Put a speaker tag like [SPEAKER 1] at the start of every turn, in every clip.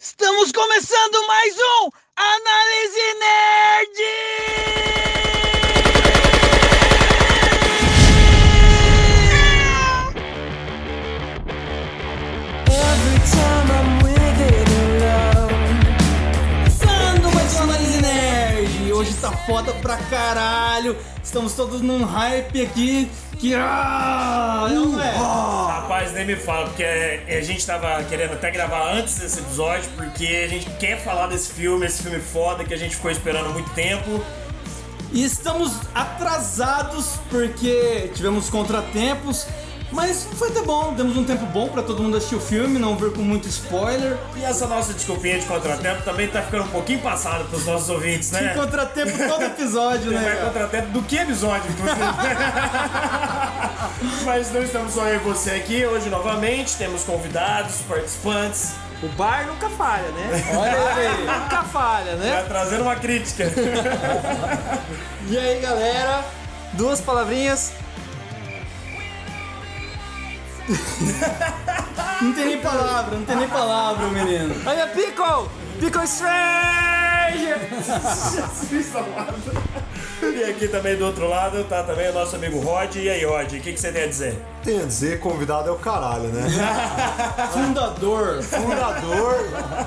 [SPEAKER 1] Estamos começando mais um Análise Nerd!
[SPEAKER 2] Every time I'm with it alone.
[SPEAKER 3] Começando mais uma análise nerd! Hoje tá foda pra caralho! Estamos todos num hype aqui que. Ah, não é?
[SPEAKER 4] Rapaz, nem me fala, porque eh, a gente tava querendo até gravar antes desse episódio, porque a gente quer falar desse filme, esse filme foda que a gente ficou esperando há muito tempo.
[SPEAKER 3] E estamos atrasados porque tivemos contratempos, mas foi até bom, demos um tempo bom pra todo mundo assistir o filme, não ver com muito spoiler.
[SPEAKER 4] E essa nossa desculpinha de contratempo também tá ficando um pouquinho passada pros nossos ouvintes,
[SPEAKER 3] Tem
[SPEAKER 4] né?
[SPEAKER 3] contratempo todo episódio,
[SPEAKER 4] Tem
[SPEAKER 3] né?
[SPEAKER 4] mais
[SPEAKER 3] cara?
[SPEAKER 4] contratempo do que episódio, inclusive. Mas não estamos só eu e você aqui, hoje novamente temos convidados, participantes,
[SPEAKER 5] O bar nunca falha, né?
[SPEAKER 3] Olha aí.
[SPEAKER 5] nunca falha, né?
[SPEAKER 4] já tá trazendo uma crítica.
[SPEAKER 3] E aí, galera?
[SPEAKER 5] Duas palavrinhas.
[SPEAKER 3] Não tem nem palavra, não tem nem palavra, menino.
[SPEAKER 5] Aí é Pickle! Pickle Stranger!
[SPEAKER 4] e aqui também do outro lado tá também o nosso amigo Rod. E aí, Rod, o que que você tem a dizer?
[SPEAKER 6] Tem a dizer, convidado é o caralho, né?
[SPEAKER 3] Fundador.
[SPEAKER 6] Fundador,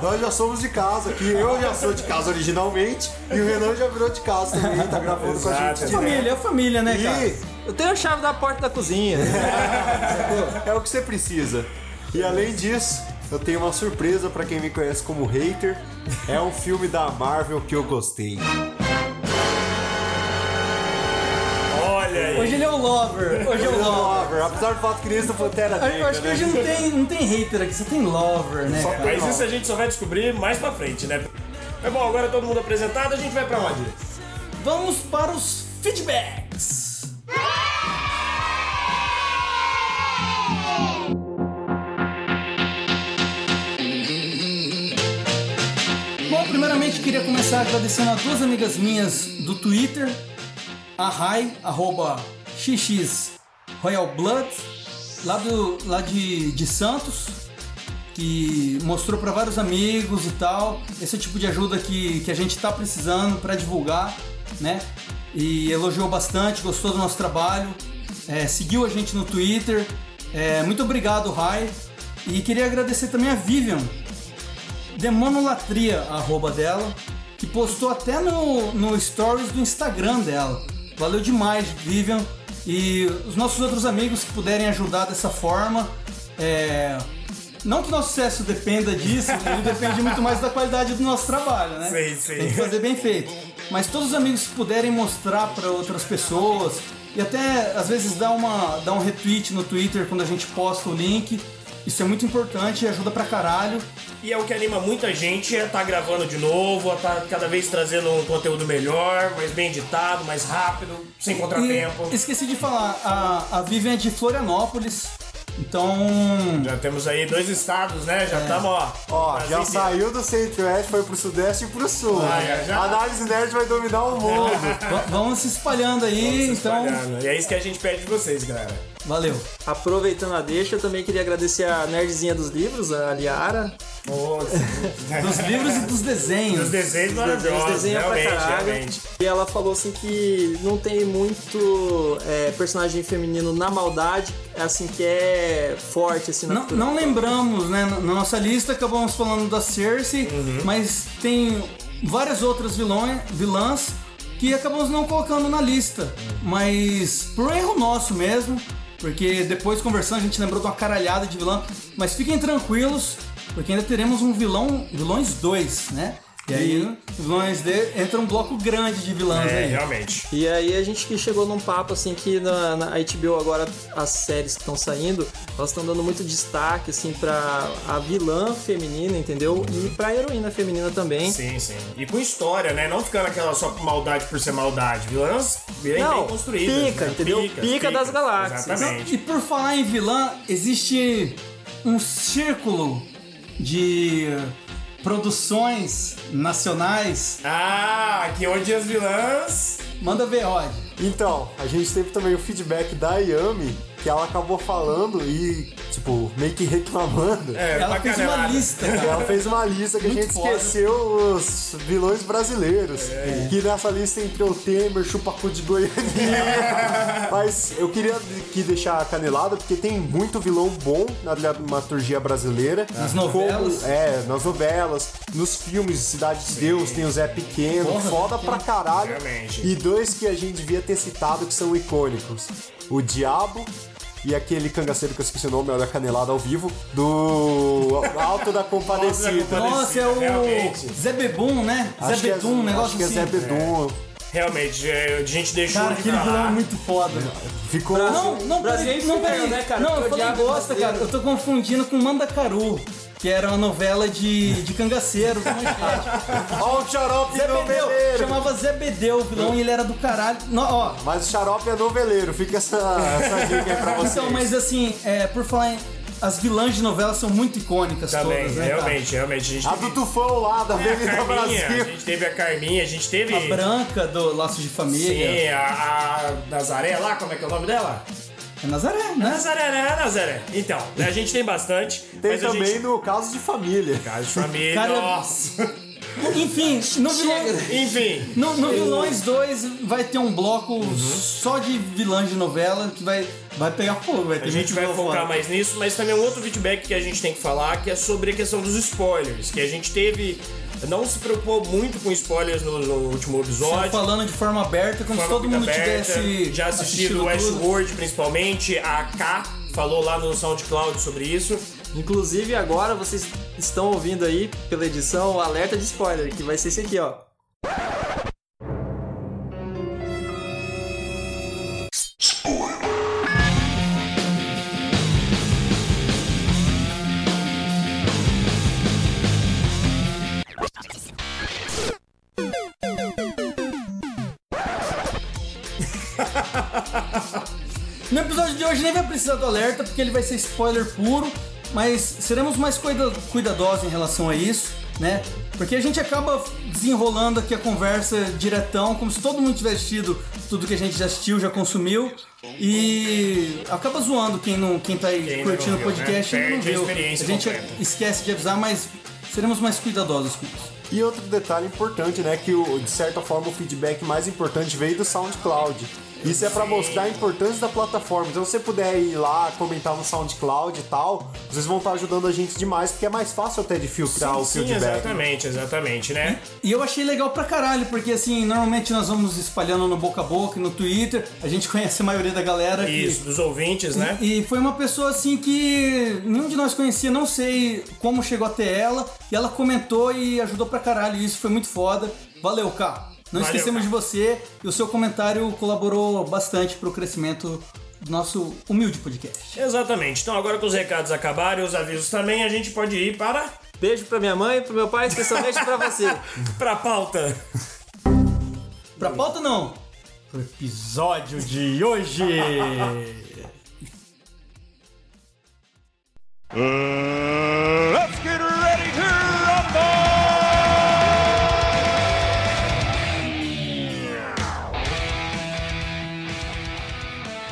[SPEAKER 6] nós já somos de casa aqui. Eu já sou de casa originalmente e o Renan já virou de casa também, tá gravando com a
[SPEAKER 4] Exato,
[SPEAKER 6] gente.
[SPEAKER 4] né?
[SPEAKER 3] Família, é família, né, cara?
[SPEAKER 6] E
[SPEAKER 5] Eu tenho a chave da porta da cozinha.
[SPEAKER 6] é o que você precisa. E além disso, eu tenho uma surpresa pra quem me conhece como hater. É um filme da Marvel que eu gostei.
[SPEAKER 4] Olha aí.
[SPEAKER 3] Hoje ele é o lover. Hoje é o lover.
[SPEAKER 6] Lover, apesar do fato que nem do Pantera
[SPEAKER 3] Eu
[SPEAKER 6] Negra,
[SPEAKER 3] acho que
[SPEAKER 6] né?
[SPEAKER 3] hoje não tem, não tem hater aqui, só tem lover, né?
[SPEAKER 6] Só
[SPEAKER 3] cara?
[SPEAKER 4] Mas isso a gente só vai descobrir mais pra frente, né? Mas bom, agora todo mundo apresentado, a gente vai pra onde?
[SPEAKER 3] Vamos para os feedbacks. Bom, primeiramente queria começar agradecendo a duas amigas minhas do Twitter, a Rai, arroba XX Royal Blood, lá, do, lá de, de Santos, que mostrou para vários amigos e tal. Esse é o tipo de ajuda que, que a gente está precisando para divulgar, né? E elogiou bastante, gostou do nosso trabalho, é, seguiu a gente no Twitter. É, muito obrigado, Rai. E queria agradecer também a Vivian, Demonolatria, a arroba dela, que postou até no, no stories do Instagram dela. Valeu demais, Vivian. E os nossos outros amigos que puderem ajudar dessa forma. é, Não que nosso sucesso dependa disso, ele depende muito mais da qualidade do nosso trabalho, né?
[SPEAKER 4] Sim, sim.
[SPEAKER 3] Tem que fazer bem feito. Mas todos os amigos que puderem mostrar para outras pessoas e até às vezes dar uma dar um retweet no Twitter quando a gente posta o link, isso é muito importante e ajuda pra caralho.
[SPEAKER 4] E é o que anima muita gente a tá gravando de novo, a tá cada vez trazendo um conteúdo melhor, mais bem editado, mais rápido, sem contratempo.
[SPEAKER 3] E esqueci de falar, a, a Vivian é de Florianópolis, então.
[SPEAKER 4] Já temos aí dois estados, né? Já estamos, ó.
[SPEAKER 6] Ó,
[SPEAKER 4] Brasil
[SPEAKER 6] já
[SPEAKER 3] Assim é.
[SPEAKER 4] inteiro.
[SPEAKER 6] saiu do centro-oeste, foi pro sudeste e pro sul.
[SPEAKER 4] Ah, já, já.
[SPEAKER 6] A análise nerd vai dominar o mundo.
[SPEAKER 3] va- Vamos se espalhando aí,
[SPEAKER 4] Se
[SPEAKER 3] então.
[SPEAKER 4] espalhando. E é isso que a gente pede de vocês, galera.
[SPEAKER 3] Valeu.
[SPEAKER 5] Aproveitando a deixa, eu também queria agradecer a nerdzinha dos livros, a Liara.
[SPEAKER 3] Dos livros e dos desenhos.
[SPEAKER 4] Os desenhos
[SPEAKER 5] Desenha
[SPEAKER 4] maravilhosos,
[SPEAKER 5] desenha pra
[SPEAKER 4] realmente,
[SPEAKER 5] caralho.
[SPEAKER 4] realmente.
[SPEAKER 5] E ela falou assim que não tem muito é, personagem feminino na maldade, é assim que é forte assim na
[SPEAKER 3] Não,
[SPEAKER 5] cultura.
[SPEAKER 3] não lembramos, né? Na na nossa lista acabamos falando da Cersei, mas tem várias outras vilões, vilãs que acabamos não colocando na lista. Mas por erro nosso mesmo, porque depois conversando a gente lembrou de uma caralhada de vilão. Mas fiquem tranquilos, porque ainda teremos um vilão, vilões 2, né? E aí, vilões de, entra um bloco grande de vilãs
[SPEAKER 4] É,
[SPEAKER 3] aí.
[SPEAKER 4] realmente.
[SPEAKER 5] E aí a gente que chegou num papo assim que na, na HBO agora as séries que estão saindo, elas estão dando muito destaque assim para a vilã feminina, entendeu? E pra heroína feminina também.
[SPEAKER 4] Sim, sim. E com história, né? Não ficando aquela só maldade por ser maldade. Vilãs bem,
[SPEAKER 5] Não,
[SPEAKER 4] bem construídas.
[SPEAKER 5] pica,
[SPEAKER 4] né?
[SPEAKER 5] entendeu?
[SPEAKER 4] Picas,
[SPEAKER 5] Pica
[SPEAKER 4] picas.
[SPEAKER 5] das galáxias.
[SPEAKER 4] Exatamente.
[SPEAKER 3] E por falar em vilã, existe um círculo de produções nacionais
[SPEAKER 4] Ah, aqui onde as vilãs
[SPEAKER 3] Manda ver, olha.
[SPEAKER 6] Então, a gente teve também o feedback da Yami, que ela acabou falando e, tipo, meio que reclamando.
[SPEAKER 4] É,
[SPEAKER 3] Ela
[SPEAKER 4] pra
[SPEAKER 3] fez uma
[SPEAKER 4] caralhada.
[SPEAKER 3] lista,
[SPEAKER 6] E Ela
[SPEAKER 3] cara.
[SPEAKER 6] fez uma lista que a
[SPEAKER 3] Muito
[SPEAKER 6] gente
[SPEAKER 3] foda. É.
[SPEAKER 6] esqueceu os vilões brasileiros. Que nessa lista entrou o Temer, Chupacu de Goiânia. Mas eu queria aqui deixar canelada, porque tem muito vilão bom na dramaturgia brasileira.
[SPEAKER 3] Nas
[SPEAKER 6] Como-
[SPEAKER 3] novelas.
[SPEAKER 6] é, nas novelas, nos filmes Cidade de Deus, tem o Zé Pequeno.
[SPEAKER 3] Porra,
[SPEAKER 6] foda pra caralho.
[SPEAKER 4] Realmente.
[SPEAKER 6] E dois que a gente devia ter citado que são icônicos: o Diabo. E aquele cangaceiro que eu esqueci o nome, era canelada ao vivo, do Alto da Compadecida.
[SPEAKER 3] Nossa, é o
[SPEAKER 4] Realmente.
[SPEAKER 3] Zé Bebum, né?
[SPEAKER 6] Acho que
[SPEAKER 3] Zé
[SPEAKER 6] é-
[SPEAKER 3] Bedum, um
[SPEAKER 6] Acho
[SPEAKER 3] negócio
[SPEAKER 6] que é
[SPEAKER 3] assim.
[SPEAKER 6] Zé Bedum.
[SPEAKER 4] Realmente, é, a gente deixou
[SPEAKER 3] Cara,
[SPEAKER 4] de
[SPEAKER 3] aquele vilão é
[SPEAKER 4] falar.
[SPEAKER 3] muito foda.
[SPEAKER 6] Ficou.
[SPEAKER 3] Não, não,
[SPEAKER 5] Brasil
[SPEAKER 3] peraí,
[SPEAKER 5] é
[SPEAKER 3] não,
[SPEAKER 5] infiel,
[SPEAKER 3] peraí.
[SPEAKER 5] né, cara?
[SPEAKER 3] Não,
[SPEAKER 5] Porque
[SPEAKER 3] eu
[SPEAKER 5] o
[SPEAKER 3] falei
[SPEAKER 5] diabo é
[SPEAKER 3] bosta, cara.
[SPEAKER 5] brasileiro.
[SPEAKER 3] Eu tô confundindo com Mandacaru, que era uma novela de, de cangaceiro, da manchete.
[SPEAKER 6] Ó, o xarope
[SPEAKER 3] Zé Bedeu,
[SPEAKER 6] noveleiro!
[SPEAKER 3] chamava Zé Bedeu o vilão e ele era do caralho. Não, ó,
[SPEAKER 6] Mas o xarope é noveleiro, fica essa, essa dica aí pra vocês.
[SPEAKER 3] então, mas assim, é, por falar em. As vilãs de novela são muito icônicas
[SPEAKER 4] Também,
[SPEAKER 3] todas, né? cara?
[SPEAKER 4] realmente, realmente. A gente
[SPEAKER 6] A
[SPEAKER 4] teve
[SPEAKER 6] do Tufão lá, da
[SPEAKER 4] É, a
[SPEAKER 6] Avenida
[SPEAKER 4] Carminha, a
[SPEAKER 6] Brasil.
[SPEAKER 4] gente teve a Carminha, a gente teve.
[SPEAKER 3] A Branca do Laço de Família.
[SPEAKER 4] Sim, a, a Nazaré lá, como é que é o nome dela?
[SPEAKER 3] É Nazaré, né?
[SPEAKER 4] Nazaré, né, Nazaré? Então, a gente tem bastante.
[SPEAKER 6] Tem
[SPEAKER 4] mas
[SPEAKER 6] também
[SPEAKER 4] A gente...
[SPEAKER 6] no caso de família.
[SPEAKER 4] Casa de família,
[SPEAKER 3] Cara-
[SPEAKER 4] nossa.
[SPEAKER 3] Enfim, no, vilão,
[SPEAKER 4] Enfim,
[SPEAKER 3] no, no Vilões 2 vai ter um bloco
[SPEAKER 4] Uhum.
[SPEAKER 3] só de vilãs de novela que vai, vai pegar fogo. Vai ter
[SPEAKER 4] a gente
[SPEAKER 3] muito
[SPEAKER 4] vai
[SPEAKER 3] vilão
[SPEAKER 4] focar
[SPEAKER 3] é foda.
[SPEAKER 4] mais nisso, mas também um outro feedback que a gente tem que falar, que é sobre a questão dos spoilers, que a gente teve... Não se preocupou muito com spoilers no, no último
[SPEAKER 3] Estão
[SPEAKER 4] episódio.
[SPEAKER 3] falando de forma aberta, como se
[SPEAKER 4] Forma
[SPEAKER 3] todo
[SPEAKER 4] muito
[SPEAKER 3] mundo
[SPEAKER 4] aberta,
[SPEAKER 3] tivesse
[SPEAKER 4] já assistido
[SPEAKER 3] tudo.
[SPEAKER 4] Westworld, principalmente. A K falou lá no SoundCloud sobre isso.
[SPEAKER 5] Inclusive, agora vocês estão ouvindo aí pela edição o alerta de spoiler, que vai ser esse aqui, ó.
[SPEAKER 3] No episódio de hoje nem vai precisar do alerta, porque ele vai ser spoiler puro, mas seremos mais cuida- cuidadosos em relação a isso, né? Porque a gente acaba desenrolando aqui a conversa diretão, como se todo mundo tivesse tido tudo que a gente já assistiu, já consumiu, e acaba zoando quem, não, quem tá aí
[SPEAKER 4] Quem não
[SPEAKER 3] curtindo o
[SPEAKER 4] viu,
[SPEAKER 3] podcast
[SPEAKER 4] né?
[SPEAKER 3] e não
[SPEAKER 4] Perde a
[SPEAKER 3] viu.
[SPEAKER 4] experiência
[SPEAKER 3] gente
[SPEAKER 4] completa.
[SPEAKER 3] esquece de avisar, mas seremos mais cuidadosos com isso.
[SPEAKER 6] E outro detalhe importante, né? Que o- de certa forma o feedback mais importante veio do SoundCloud. Isso é pra mostrar a importância da plataforma. Então, se você puder ir lá comentar no SoundCloud e tal, vocês vão estar ajudando a gente demais, porque é mais fácil até de filtrar Ah, o
[SPEAKER 4] Sim,
[SPEAKER 6] feedback. né?
[SPEAKER 4] exatamente, exatamente, né?
[SPEAKER 3] E eu achei legal pra caralho, porque assim, normalmente nós vamos espalhando no boca a boca, no Twitter, a gente conhece a maioria da galera que-
[SPEAKER 4] Isso, dos ouvintes, né?
[SPEAKER 3] É, E foi uma pessoa assim que nenhum de nós conhecia, não sei como chegou até ela, e ela comentou e ajudou pra caralho, e isso foi muito foda. Valeu, Ká. Não
[SPEAKER 4] Valeu,
[SPEAKER 3] esquecemos
[SPEAKER 4] Ká.
[SPEAKER 3] de você, e o seu comentário colaborou bastante pro crescimento do nosso humilde podcast.
[SPEAKER 4] Exatamente. Então, agora que os recados acabaram e os avisos também, a gente pode ir para
[SPEAKER 5] Beijo pra minha mãe, pro meu pai, especialmente pra você.
[SPEAKER 4] pra pauta.
[SPEAKER 3] Pra pauta, não. Pro episódio de hoje.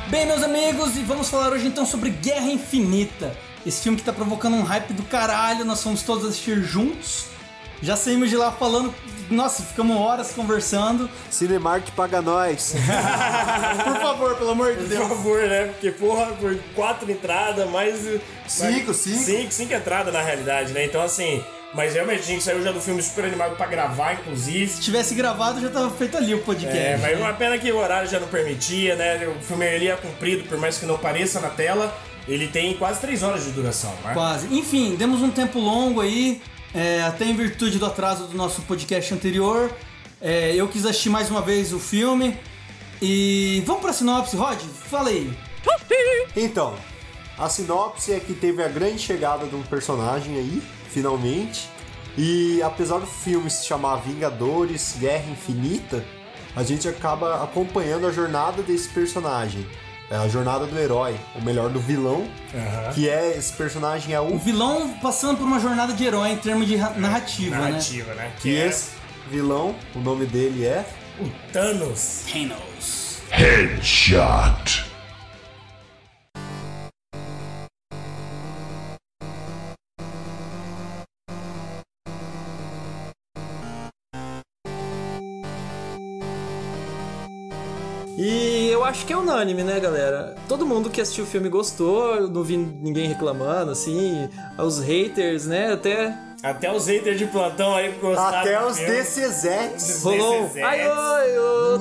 [SPEAKER 3] Bem, meus amigos, e vamos falar hoje então sobre Guerra Infinita. Esse filme que tá provocando um hype do caralho, nós fomos todos assistir juntos. Já saímos de lá falando, nossa, ficamos horas conversando.
[SPEAKER 6] Cinemark paga nós.
[SPEAKER 3] Por favor, pelo amor de
[SPEAKER 4] Por
[SPEAKER 3] Deus.
[SPEAKER 4] favor, né? Porque, porra, por quatro entradas, mais.
[SPEAKER 6] Cinco,
[SPEAKER 4] mais-
[SPEAKER 6] cinco.
[SPEAKER 4] Cinco, cinco entradas na realidade, né? Então, assim. Mas realmente a gente saiu já do filme super animado pra gravar, inclusive.
[SPEAKER 3] Se tivesse gravado, já tava feito ali o podcast.
[SPEAKER 4] É, mas uma pena que o horário já não permitia, né? O filme ele é cumprido, por mais que não pareça na tela, ele tem quase três horas de duração, né?
[SPEAKER 3] Quase. Enfim, demos um tempo longo aí, é, até em virtude do atraso do nosso podcast anterior. É, eu quis assistir mais uma vez o filme. E vamos pra sinopse, Rod? Fala aí.
[SPEAKER 6] Então, a sinopse é que teve a grande chegada de um personagem aí, finalmente. E apesar do filme se chamar Vingadores Guerra Infinita, a gente acaba acompanhando a jornada desse personagem. É a jornada do herói, ou melhor, do vilão, que é esse personagem é
[SPEAKER 3] O
[SPEAKER 6] o
[SPEAKER 3] vilão passando por uma jornada de herói em termos de ra- narrativa, né?
[SPEAKER 4] Narrativa, né?
[SPEAKER 6] que esse vilão, o nome dele é
[SPEAKER 4] o Thanos.
[SPEAKER 1] Thanos.
[SPEAKER 7] Headshot.
[SPEAKER 5] E eu acho que é unânime, né, galera? Todo mundo que assistiu o filme gostou, eu não vi ninguém reclamando, assim. Os haters, né? Até
[SPEAKER 4] Até os haters de plantão aí gostaram.
[SPEAKER 6] Até
[SPEAKER 4] do
[SPEAKER 6] os
[SPEAKER 4] filme.
[SPEAKER 6] DCZs.
[SPEAKER 5] rolou.
[SPEAKER 4] DCZs.
[SPEAKER 5] Ai, oi,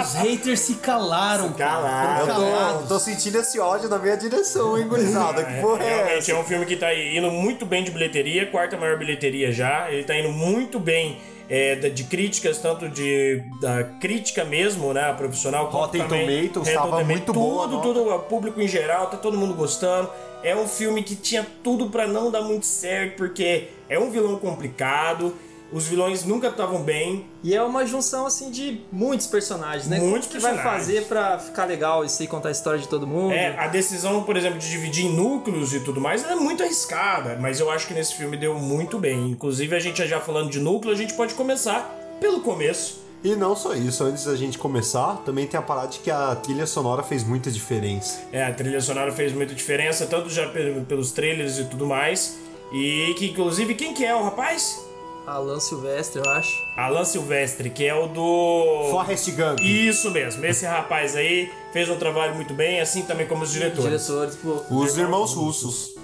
[SPEAKER 3] Os haters se calaram,
[SPEAKER 6] Calaram.
[SPEAKER 3] cara. Foram
[SPEAKER 6] Ah, Eu tô,
[SPEAKER 3] calados.
[SPEAKER 6] tô sentindo esse ódio na minha direção, hein, gurizada? Que porra é
[SPEAKER 4] Realmente
[SPEAKER 6] essa?
[SPEAKER 4] é um filme que tá indo muito bem de bilheteria, quarta maior bilheteria já. Ele tá indo muito bem é, da- de críticas, tanto de da crítica mesmo, né? a Profissional como
[SPEAKER 6] Rotten
[SPEAKER 4] também- é,
[SPEAKER 6] Tomatoes
[SPEAKER 4] Rotten
[SPEAKER 6] tava
[SPEAKER 4] Tomatoes,
[SPEAKER 6] muito
[SPEAKER 4] tudo,
[SPEAKER 6] boa a nota.
[SPEAKER 4] Tudo, o público em geral, tá todo mundo gostando. É um filme que tinha tudo pra não dar muito certo, porque é um vilão complicado. Os vilões nunca estavam bem.
[SPEAKER 5] E é uma junção assim de muitos personagens, né?
[SPEAKER 4] Muitos
[SPEAKER 5] Como que vai
[SPEAKER 4] personagens.
[SPEAKER 5] fazer pra ficar legal isso e contar a história de todo mundo?
[SPEAKER 4] É, a decisão, por exemplo, de dividir em núcleos e tudo mais ela é muito arriscada, mas eu acho que nesse filme deu muito bem. Inclusive, a gente já falando de núcleo, a gente pode começar pelo começo.
[SPEAKER 6] E não só isso, antes da gente começar, também tem a parada de que a trilha sonora fez muita diferença.
[SPEAKER 4] É, a trilha sonora fez muita diferença, tanto já pe- pelos trailers e tudo mais. E que, inclusive, quem que é o rapaz?
[SPEAKER 5] Alan Silvestre, eu acho.
[SPEAKER 4] Alan Silvestre, que é o do...
[SPEAKER 6] Forrest Gump.
[SPEAKER 4] Isso mesmo, esse rapaz aí fez um trabalho muito bem, assim também como os diretores.
[SPEAKER 5] Diretores, pô.
[SPEAKER 6] Os irmãos russos.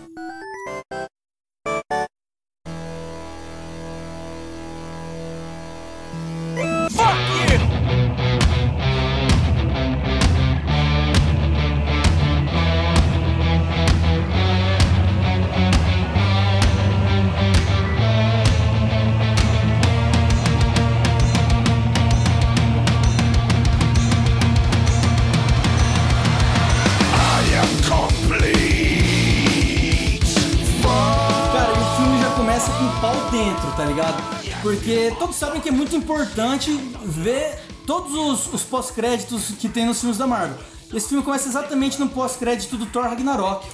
[SPEAKER 7] I am complete.
[SPEAKER 3] Cara, e o filme já começa com o pau dentro, tá ligado? Porque todos sabem que é muito importante ver todos os, os pós-créditos que tem nos filmes da Marvel. Esse filme começa exatamente no pós-crédito do Thor Ragnarok.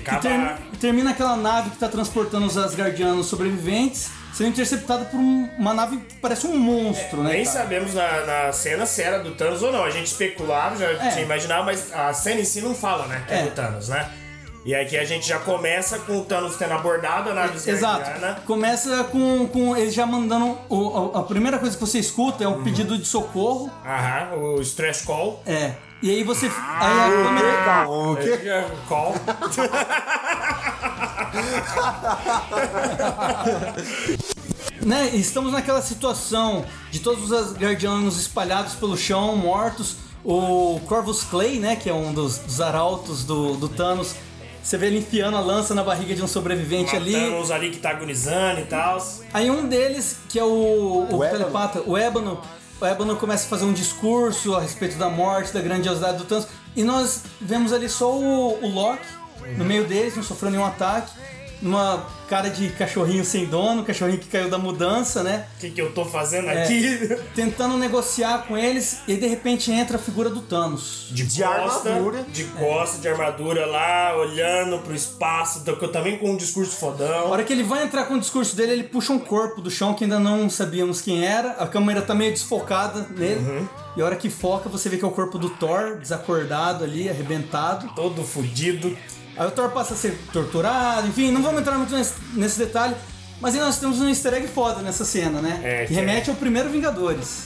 [SPEAKER 3] Que
[SPEAKER 4] acaba...
[SPEAKER 3] ter- termina aquela nave que tá transportando os Asgardianos sobreviventes, sendo interceptada por um- uma nave que parece um monstro, né?
[SPEAKER 4] É, Nem
[SPEAKER 3] cara?
[SPEAKER 4] sabemos na, na cena se era do Thanos ou não. A gente especulava, já
[SPEAKER 3] É.
[SPEAKER 4] tinha imaginado, mas a cena em si não fala, né? Que é,
[SPEAKER 3] É.
[SPEAKER 4] do Thanos, né? E aqui a gente já começa com o Thanos tendo abordado a nave
[SPEAKER 3] Exato.
[SPEAKER 4] escardiana.
[SPEAKER 3] Começa com, com eles já mandando. o- a, a primeira coisa que você escuta é um pedido de socorro.
[SPEAKER 4] Aham, o Stress Call.
[SPEAKER 3] É. E aí você. Aí a câmera-
[SPEAKER 6] Calma, o quê?
[SPEAKER 4] É, Call.
[SPEAKER 3] né, estamos naquela situação de todos os Asgardianos espalhados pelo chão, mortos. O Corvus Clay, né, que é um dos, dos arautos do, do Thanos, você vê ele enfiando a lança na barriga de um sobrevivente ali.
[SPEAKER 4] Thanos ali que tá agonizando e tal.
[SPEAKER 3] Aí um deles, que é o, o
[SPEAKER 6] O Ébano.
[SPEAKER 3] telepata, o Ébano, o Ébano começa a fazer um discurso a respeito da morte, da grandiosidade do Thanos. E nós vemos ali só o, o Loki no meio deles, não sofreu nenhum ataque. Uma cara de cachorrinho sem dono, cachorrinho que caiu da mudança, né?
[SPEAKER 4] O que, que eu tô fazendo
[SPEAKER 3] É,
[SPEAKER 4] aqui?
[SPEAKER 3] tentando negociar com eles e de repente entra a figura do Thanos.
[SPEAKER 4] De,
[SPEAKER 6] De
[SPEAKER 4] costa,
[SPEAKER 6] armadura.
[SPEAKER 4] De
[SPEAKER 3] É.
[SPEAKER 4] costa, de armadura lá, olhando pro espaço, tam- também com um discurso
[SPEAKER 3] A
[SPEAKER 4] fodão.
[SPEAKER 3] hora que ele vai entrar com o discurso dele, ele puxa um corpo do chão que ainda não sabíamos quem era. A câmera tá meio desfocada nele.
[SPEAKER 4] Uhum.
[SPEAKER 3] E a hora que foca, você vê que é o corpo do Thor, desacordado ali, arrebentado.
[SPEAKER 4] Todo fudido.
[SPEAKER 3] Aí o Thor passa a ser torturado, enfim, não vamos entrar muito nesse, nesse detalhe. Mas aí nós temos um easter egg foda nessa cena, né?
[SPEAKER 4] É,
[SPEAKER 3] que
[SPEAKER 4] que é.
[SPEAKER 3] remete ao primeiro Vingadores.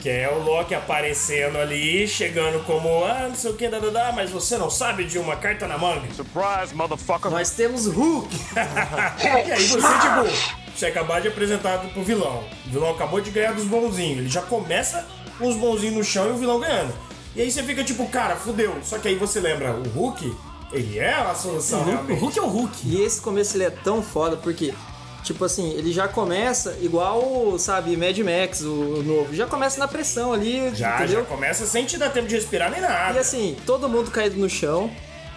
[SPEAKER 4] Que é o Loki aparecendo ali, chegando como, ah, não sei o que, dadadá, mas você não sabe de uma carta na manga.
[SPEAKER 5] Nós temos Hulk.
[SPEAKER 4] E aí você, tipo, você acabar de apresentar pro vilão. O vilão acabou de ganhar dos bonzinhos. Ele já começa com os bonzinhos no chão e o vilão ganhando. E aí você fica tipo, cara, fudeu. Só que aí você lembra, o Hulk, ele é a solução.
[SPEAKER 3] O Hulk, o
[SPEAKER 4] realmente.
[SPEAKER 3] Hulk é o Hulk.
[SPEAKER 5] E esse começo ele é tão foda porque, tipo assim, ele já começa igual, sabe, Mad Max, o novo. Já começa na pressão ali,
[SPEAKER 4] Já,
[SPEAKER 5] entendeu?
[SPEAKER 4] já começa sem te dar tempo de respirar nem nada.
[SPEAKER 5] E assim, todo mundo caído no chão.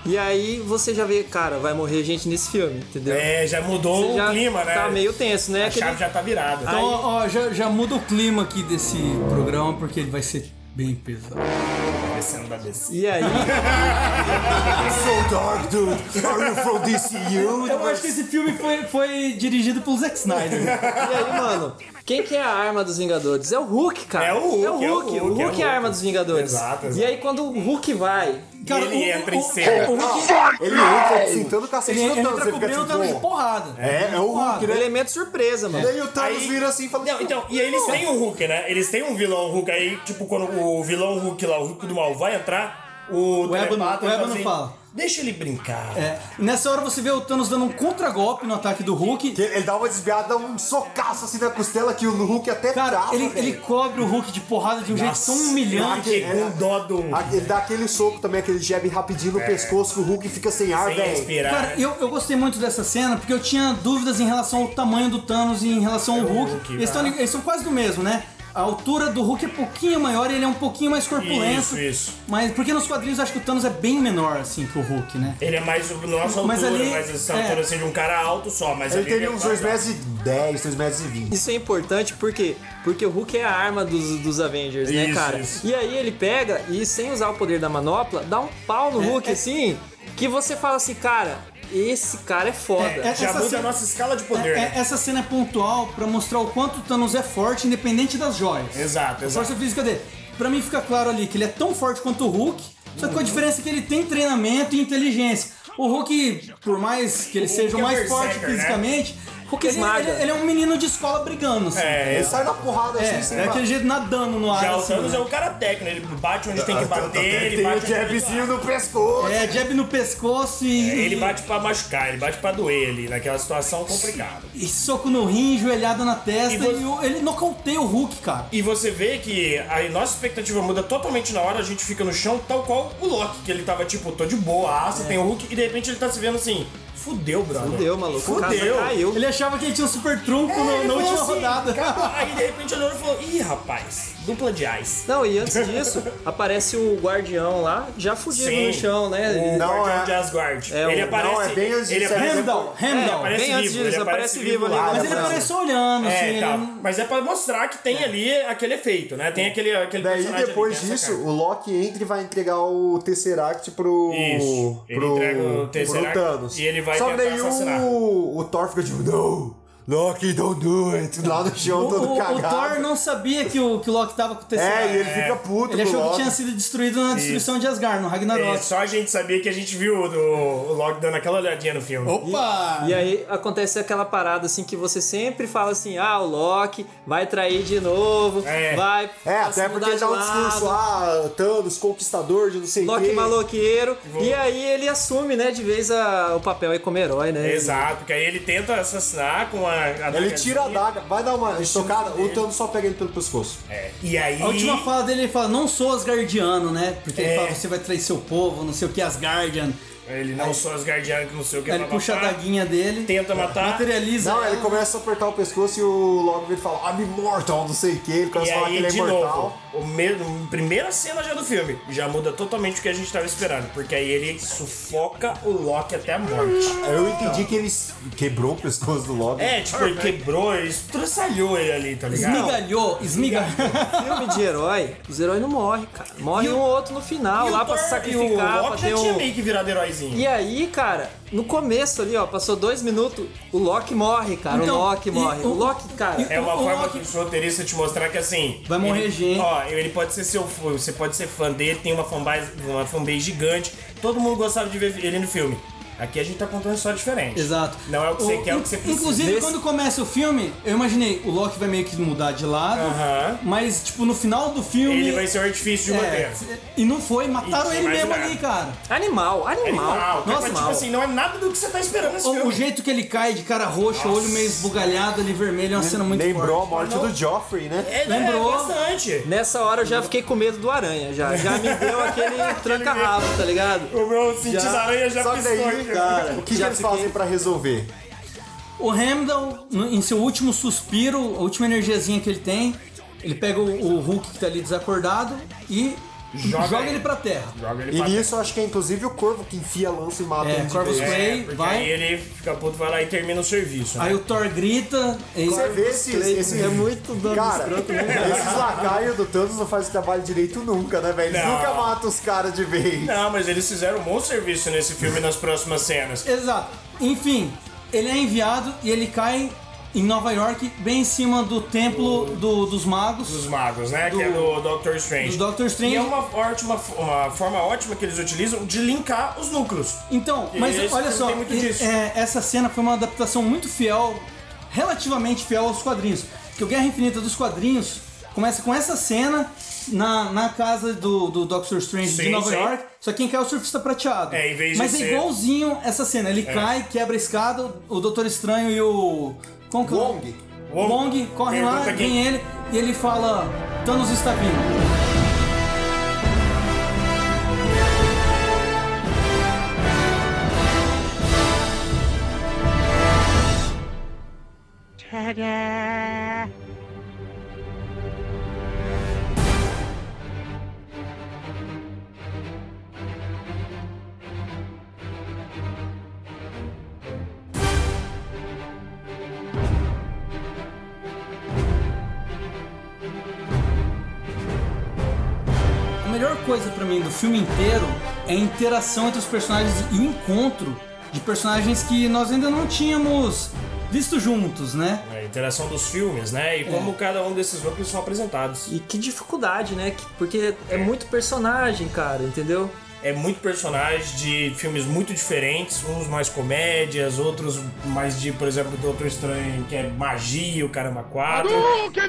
[SPEAKER 5] E aí você já vê, cara, vai morrer gente nesse filme, entendeu?
[SPEAKER 4] É, já mudou
[SPEAKER 5] Você
[SPEAKER 4] o
[SPEAKER 5] já
[SPEAKER 4] clima, né?
[SPEAKER 5] Tá meio tenso, né?
[SPEAKER 4] A chave já tá virada.
[SPEAKER 3] Então, ó, ó, já, já muda o clima aqui desse programa, porque ele vai ser bem pesado.
[SPEAKER 4] Vai aparecendo da DC.
[SPEAKER 5] E aí,
[SPEAKER 6] So dark, dude. Are you from DCU?
[SPEAKER 3] Eu acho que esse filme foi, foi dirigido pelo Zack Snyder.
[SPEAKER 5] E aí, mano, quem que é a arma dos Vingadores? É o Hulk, cara.
[SPEAKER 4] É o Hulk,
[SPEAKER 5] É o Hulk, o Hulk,
[SPEAKER 4] é o Hulk.
[SPEAKER 5] é a arma dos Vingadores.
[SPEAKER 4] Exato, exato. Né?
[SPEAKER 5] E aí, quando o Hulk vai,
[SPEAKER 3] Cara,
[SPEAKER 4] e ele
[SPEAKER 3] o-
[SPEAKER 4] entra em
[SPEAKER 3] o-
[SPEAKER 4] cena.
[SPEAKER 3] é o Hulk-
[SPEAKER 6] Ele entra sentando o
[SPEAKER 3] Ele,
[SPEAKER 6] cacete
[SPEAKER 3] ele
[SPEAKER 6] no Thanos.
[SPEAKER 3] entra
[SPEAKER 6] Ele fica
[SPEAKER 3] cobrindo o Thanos de
[SPEAKER 6] tipo...
[SPEAKER 3] porrada.
[SPEAKER 6] É, é o Hulk, né?
[SPEAKER 5] elemento surpresa, mano.
[SPEAKER 6] Daí o Thanos
[SPEAKER 4] Aí-
[SPEAKER 6] vira assim e fala...
[SPEAKER 4] Não, então, e aí eles têm o Hulk, né? Eles têm um vilão Hulk aí, tipo, quando o vilão Hulk lá, o Hulk do mal, vai entrar, o,
[SPEAKER 3] O Ébano-
[SPEAKER 4] telepata
[SPEAKER 3] o
[SPEAKER 4] fala
[SPEAKER 3] Ébano fala.
[SPEAKER 4] Deixa ele brincar.
[SPEAKER 3] É. Nessa hora você vê o Thanos dando um contragolpe no ataque do Hulk.
[SPEAKER 6] Que Ele dá uma desviada, dá um socaço assim na costela que o Hulk até
[SPEAKER 3] Cara,
[SPEAKER 6] trava,
[SPEAKER 3] ele,
[SPEAKER 6] velho.
[SPEAKER 3] ele cobre o Hulk de porrada de um É. jeito
[SPEAKER 4] Nossa,
[SPEAKER 3] tão
[SPEAKER 4] eu
[SPEAKER 3] humilhante.
[SPEAKER 4] fiquei com dó do
[SPEAKER 6] Ah, Ele dá aquele soco também, aquele jab rapidinho no
[SPEAKER 3] É.
[SPEAKER 6] pescoço que o Hulk fica sem ar,
[SPEAKER 4] sem
[SPEAKER 6] velho.
[SPEAKER 4] respirar.
[SPEAKER 3] Cara, eu, eu gostei muito dessa cena porque eu tinha dúvidas em relação ao tamanho do Thanos e em relação ao Hulk.
[SPEAKER 4] Hulk,
[SPEAKER 3] eles, tão-
[SPEAKER 4] ah.
[SPEAKER 3] eles são quase do mesmo, né? A altura do Hulk é um pouquinho maior e ele é um pouquinho mais corpulento.
[SPEAKER 4] Isso, isso.
[SPEAKER 3] Mas porque nos quadrinhos eu acho que o Thanos é bem menor assim que o Hulk, né?
[SPEAKER 4] Ele é mais o nosso altura,
[SPEAKER 3] Mas ali-
[SPEAKER 4] mas essa
[SPEAKER 3] é.
[SPEAKER 4] altura seja um cara alto só, mas
[SPEAKER 6] Ele
[SPEAKER 4] ali
[SPEAKER 6] teria
[SPEAKER 4] é
[SPEAKER 6] uns
[SPEAKER 4] quase
[SPEAKER 6] 2 metros e 10, 2 metros e 20.
[SPEAKER 5] Isso é importante porque porque o Hulk é a arma dos, dos Avengers, né,
[SPEAKER 4] Isso,
[SPEAKER 5] cara?
[SPEAKER 4] isso.
[SPEAKER 5] E aí ele pega e sem usar o poder da manopla, dá um pau no Hulk assim, que você fala assim, cara, esse cara é foda.
[SPEAKER 3] É, é-
[SPEAKER 4] Já
[SPEAKER 3] essa
[SPEAKER 4] muda
[SPEAKER 3] cena-
[SPEAKER 4] a nossa escala de
[SPEAKER 3] É-
[SPEAKER 4] poder,
[SPEAKER 3] é-
[SPEAKER 4] né?
[SPEAKER 3] essa cena é pontual pra mostrar o quanto o Thanos é forte, independente das joias.
[SPEAKER 4] Exato,
[SPEAKER 3] A
[SPEAKER 4] exato.
[SPEAKER 3] força física dele. Pra mim fica claro ali que ele é tão forte quanto o Hulk, só que com a diferença é que ele tem treinamento e inteligência. O Hulk, por mais que ele seja o
[SPEAKER 4] é
[SPEAKER 3] mais
[SPEAKER 4] berserker,
[SPEAKER 3] forte
[SPEAKER 4] né?
[SPEAKER 3] fisicamente,
[SPEAKER 5] Hulk
[SPEAKER 3] ele,
[SPEAKER 5] esmaga.
[SPEAKER 3] ele- ele é um menino de escola brigando, assim.
[SPEAKER 4] É,
[SPEAKER 6] Ele
[SPEAKER 4] exato.
[SPEAKER 6] sai na porrada
[SPEAKER 3] É,
[SPEAKER 6] assim, sem
[SPEAKER 3] é
[SPEAKER 6] parar.
[SPEAKER 3] aquele jeito nadando no ar.
[SPEAKER 4] Já o
[SPEAKER 3] assim,
[SPEAKER 4] Thanos
[SPEAKER 3] né?
[SPEAKER 4] é um cara técnico, ele bate onde tem que bater, ele
[SPEAKER 6] Ah, Tem o
[SPEAKER 4] bate onde tem que
[SPEAKER 6] jabzinho no pescoço.
[SPEAKER 3] É, jab no pescoço e,
[SPEAKER 4] É, Ele bate pra machucar, ele bate pra doer ali, naquela situação complicada.
[SPEAKER 3] e soco no rim, joelhada na testa.
[SPEAKER 4] E
[SPEAKER 3] E,
[SPEAKER 4] você-
[SPEAKER 3] o- ele nocauteia o Hulk, cara.
[SPEAKER 4] E você vê que a nossa expectativa muda totalmente na hora, a gente fica no chão, tal qual o Loki, que ele tava tipo, tô de boa, você tem o Hulk, e de repente ele tá se vendo assim, fudeu, brother.
[SPEAKER 5] É. Fudeu, maluco. O
[SPEAKER 4] Fudeu.
[SPEAKER 5] cara caiu.
[SPEAKER 3] Ele achava que ele tinha um super trunco
[SPEAKER 4] É,
[SPEAKER 3] no-
[SPEAKER 4] ele
[SPEAKER 3] na
[SPEAKER 4] falou
[SPEAKER 3] última
[SPEAKER 4] assim,
[SPEAKER 3] rodada.
[SPEAKER 4] "Acabou." Aí de repente ele olhou e falou, ih, rapaz, dupla de ice.
[SPEAKER 5] Não, e antes disso, aparece o guardião lá, já fudido
[SPEAKER 4] Sim.
[SPEAKER 5] no chão, né?
[SPEAKER 4] O
[SPEAKER 6] Não,
[SPEAKER 4] Guardião
[SPEAKER 6] é-
[SPEAKER 4] de Asgard.
[SPEAKER 5] é o-
[SPEAKER 4] ele
[SPEAKER 5] não,
[SPEAKER 4] aparece.
[SPEAKER 6] é bem antes
[SPEAKER 4] ele
[SPEAKER 6] disso,
[SPEAKER 3] Randall,
[SPEAKER 4] aparece, ele
[SPEAKER 3] Randall.
[SPEAKER 4] aparece
[SPEAKER 5] Bem antes
[SPEAKER 4] vivo, ele aparece
[SPEAKER 5] diles, aparece vivo
[SPEAKER 4] vivo
[SPEAKER 5] ali,
[SPEAKER 4] lá,
[SPEAKER 3] Mas
[SPEAKER 4] né?
[SPEAKER 3] ele aparece só olhando, assim.
[SPEAKER 4] É,
[SPEAKER 3] ele
[SPEAKER 4] tá.
[SPEAKER 3] não-
[SPEAKER 4] Mas é pra mostrar que tem ali aquele efeito, né? Tem aquele, aquele
[SPEAKER 6] Daí
[SPEAKER 4] personagem ali,
[SPEAKER 6] depois
[SPEAKER 4] tem essa
[SPEAKER 6] disso,
[SPEAKER 4] cara.
[SPEAKER 6] o Loki entra e vai entregar o Tesseract pro.
[SPEAKER 4] Isso. Ele
[SPEAKER 6] pro,
[SPEAKER 4] entrega o Tesseract
[SPEAKER 6] pro Thanos.
[SPEAKER 4] e ele vai
[SPEAKER 6] Só que
[SPEAKER 4] tentar
[SPEAKER 6] daí
[SPEAKER 4] assassinar.
[SPEAKER 6] o, o Thor fica tipo, não, Loki, don't do it. Lá no
[SPEAKER 3] O,
[SPEAKER 6] chão todo
[SPEAKER 3] o- o
[SPEAKER 6] cagado.
[SPEAKER 3] Thor não sabia que o, que o Loki tava acontecendo.
[SPEAKER 6] É, e ele fica puto
[SPEAKER 3] Ele
[SPEAKER 6] com o
[SPEAKER 3] achou que
[SPEAKER 6] Loki.
[SPEAKER 3] tinha sido destruído na destruição de Asgard, no Ragnarok.
[SPEAKER 4] É, só a gente sabia que a gente viu o, o Loki dando aquela olhadinha no filme.
[SPEAKER 3] Opa!
[SPEAKER 5] E aí acontece aquela parada assim que você sempre fala assim: ah, o Loki vai trair de novo,
[SPEAKER 4] É.
[SPEAKER 5] vai.
[SPEAKER 6] É,
[SPEAKER 5] se
[SPEAKER 6] até
[SPEAKER 5] mudar
[SPEAKER 6] porque ele
[SPEAKER 5] de
[SPEAKER 6] dá um
[SPEAKER 5] lado,
[SPEAKER 6] discurso lá, Thanos, conquistador de não sei o
[SPEAKER 5] Loki
[SPEAKER 6] quê.
[SPEAKER 5] maloqueiro. E aí ele assume, né, de vez a- o papel aí como herói, né?
[SPEAKER 4] Exato, porque aí ele tenta assassinar com a. a
[SPEAKER 6] Ele tira a
[SPEAKER 4] dagazinha.
[SPEAKER 6] daga, vai dar uma estocada, o Thanos só pega ele pelo pescoço.
[SPEAKER 4] É. E aí.
[SPEAKER 3] A última fala dele, ele fala, não sou Asgardiano, né? Porque
[SPEAKER 4] É.
[SPEAKER 3] ele fala, você vai trair seu povo, não sei o que, Asgardian.
[SPEAKER 4] Ele não só os guardianos que não sei o que
[SPEAKER 3] Aí ele
[SPEAKER 4] pra
[SPEAKER 3] puxa a
[SPEAKER 4] matar.
[SPEAKER 3] daguinha dele,
[SPEAKER 4] Tenta matar.
[SPEAKER 3] materializa.
[SPEAKER 6] Não,
[SPEAKER 3] ela.
[SPEAKER 6] ele começa a apertar o pescoço e o Loki vem e fala, I'm immortal, não sei o que, ele
[SPEAKER 4] E
[SPEAKER 6] começa a falar que
[SPEAKER 4] aí,
[SPEAKER 6] ele é
[SPEAKER 4] de
[SPEAKER 6] imortal.
[SPEAKER 4] novo, o mesmo, primeira cena já do filme já muda totalmente o que a gente tava esperando, porque aí ele sufoca o Loki até a morte.
[SPEAKER 6] Eu entendi que ele quebrou o pescoço do Loki.
[SPEAKER 4] Então. É, tipo, ele quebrou, ele estraçalhou ele ali, tá ligado?
[SPEAKER 3] Esmigalhou, esmigalhou.
[SPEAKER 5] Filme de herói, os heróis não morrem, cara. Morre
[SPEAKER 3] E o-
[SPEAKER 5] um ou outro no final
[SPEAKER 4] E
[SPEAKER 5] lá
[SPEAKER 4] o
[SPEAKER 5] pra
[SPEAKER 4] Thor-
[SPEAKER 5] se
[SPEAKER 4] e
[SPEAKER 5] sacrificar,
[SPEAKER 4] O
[SPEAKER 5] pra
[SPEAKER 4] Loki
[SPEAKER 5] ter
[SPEAKER 4] já tinha
[SPEAKER 5] um.
[SPEAKER 4] meio que virado heróizinho.
[SPEAKER 5] E aí, cara, no começo ali, ó, passou dois minutos, o Loki morre, cara.
[SPEAKER 3] Então,
[SPEAKER 5] o Loki
[SPEAKER 3] e
[SPEAKER 5] morre.
[SPEAKER 3] o-
[SPEAKER 5] O Loki, cara.
[SPEAKER 3] e-
[SPEAKER 4] É uma
[SPEAKER 3] O- o
[SPEAKER 4] forma
[SPEAKER 3] Loki-
[SPEAKER 4] dos roteiristas te mostrar que assim.
[SPEAKER 3] Vai morrer
[SPEAKER 4] ele-
[SPEAKER 3] gente.
[SPEAKER 4] Ó, ele pode ser seu fã, você pode ser fã dele, tem uma fanbase, uma fanbase gigante. Todo mundo gostava de ver ele no filme. Aqui a gente tá contando uma história diferente.
[SPEAKER 3] Exato.
[SPEAKER 4] Não é o que você quer, é o que você precisa.
[SPEAKER 3] Inclusive,
[SPEAKER 5] Nesse-
[SPEAKER 3] quando começa o filme, eu imaginei, o Loki vai meio que mudar de lado,
[SPEAKER 4] Aham.
[SPEAKER 3] mas, tipo, no final do filme...
[SPEAKER 4] Ele vai ser o artifício de uma
[SPEAKER 3] É,
[SPEAKER 4] guerra.
[SPEAKER 3] e não foi, mataram
[SPEAKER 4] E
[SPEAKER 3] ele
[SPEAKER 4] mais
[SPEAKER 3] mesmo
[SPEAKER 4] nada.
[SPEAKER 3] ali, cara.
[SPEAKER 5] Animal, animal.
[SPEAKER 4] Animal,
[SPEAKER 5] Nossa,
[SPEAKER 4] mas, tipo
[SPEAKER 5] animal.
[SPEAKER 4] assim, não é nada do que você tá esperando nesse
[SPEAKER 3] O,
[SPEAKER 4] filme.
[SPEAKER 3] o jeito que ele cai de cara roxa, olho meio esbugalhado, ali vermelho, é uma
[SPEAKER 4] tá
[SPEAKER 3] cena muito
[SPEAKER 6] Lembrou a
[SPEAKER 3] forte.
[SPEAKER 6] morte do Joffrey, né?
[SPEAKER 4] É,
[SPEAKER 3] lembrou.
[SPEAKER 4] É bastante.
[SPEAKER 5] Nessa hora eu já fiquei com medo do aranha, já. Já me deu aquele tranca-rabo, tá ligado?
[SPEAKER 4] O meu sentido
[SPEAKER 5] Já-
[SPEAKER 4] aranha já
[SPEAKER 6] Só que
[SPEAKER 4] piscou
[SPEAKER 6] daí,
[SPEAKER 4] aqui.
[SPEAKER 6] cara, o que, que
[SPEAKER 5] já
[SPEAKER 6] eles
[SPEAKER 5] fiquei-
[SPEAKER 6] fazem pra resolver?
[SPEAKER 3] O Hamilton, no- em seu último suspiro, a última energiazinha que ele tem, ele pega o, o Hulk que tá ali desacordado e
[SPEAKER 4] Joga,
[SPEAKER 3] joga
[SPEAKER 4] ele.
[SPEAKER 3] ele pra terra.
[SPEAKER 4] Joga ele
[SPEAKER 6] E
[SPEAKER 4] pra
[SPEAKER 6] nisso acho que é inclusive o corvo que enfia a lança e mata
[SPEAKER 3] É,
[SPEAKER 6] ele de
[SPEAKER 3] Corvus
[SPEAKER 6] vez.
[SPEAKER 3] Clay.
[SPEAKER 4] É,
[SPEAKER 3] Play,
[SPEAKER 4] porque
[SPEAKER 3] vai.
[SPEAKER 4] aí ele fica puto, vai lá e termina o serviço. né?
[SPEAKER 3] Aí o Thor grita. e-
[SPEAKER 6] Você vê esse, esse
[SPEAKER 5] é muito dano
[SPEAKER 6] Cara,
[SPEAKER 5] escroto, né?
[SPEAKER 6] esses lacaios do Thanos não fazem trabalho direito nunca, né, velho? Eles
[SPEAKER 4] Não.
[SPEAKER 6] nunca matam os caras de vez.
[SPEAKER 4] Não, mas eles fizeram um bom serviço nesse filme e nas próximas cenas.
[SPEAKER 3] Exato. Enfim, ele é enviado e ele cai em Nova York, bem em cima do templo do- dos magos.
[SPEAKER 4] Dos magos, né? que é do Doctor Strange.
[SPEAKER 3] do Doctor Strange.
[SPEAKER 4] E é uma, ótima, uma forma ótima que eles utilizam de linkar os núcleos.
[SPEAKER 3] Então,
[SPEAKER 4] E
[SPEAKER 3] mas
[SPEAKER 4] esse
[SPEAKER 3] olha
[SPEAKER 4] filme
[SPEAKER 3] só,
[SPEAKER 4] tem muito
[SPEAKER 3] e-
[SPEAKER 4] disso.
[SPEAKER 3] é, essa cena foi uma adaptação muito fiel, relativamente fiel aos quadrinhos. Porque o Guerra Infinita dos quadrinhos começa com essa cena na, na casa do, do Doctor Strange de
[SPEAKER 4] Sim,
[SPEAKER 3] Nova
[SPEAKER 4] sim.
[SPEAKER 3] York, só que quem cai é o surfista prateado.
[SPEAKER 4] É, em vez de
[SPEAKER 3] mas é
[SPEAKER 4] ser- É.
[SPEAKER 3] igualzinho essa cena. Ele cai, quebra a escada, o Doutor Estranho e o. Como que é o-
[SPEAKER 6] Wong.
[SPEAKER 4] Wong.
[SPEAKER 3] Wong correm lá,
[SPEAKER 4] Pergunta quem-
[SPEAKER 3] vem ele e ele fala: Thanos está vindo. A melhor coisa pra mim do filme inteiro é a interação entre os personagens e o encontro de personagens que nós ainda não tínhamos visto juntos, né?
[SPEAKER 4] A interação dos filmes, né? E como cada um desses núcleos são apresentados.
[SPEAKER 5] E que dificuldade, né? Que- Porque é muito personagem, cara, entendeu?
[SPEAKER 4] É muito personagem de filmes muito diferentes, uns mais comédias, outros mais de, por exemplo, Doutor Estranho, que é magia, o Caramba 4.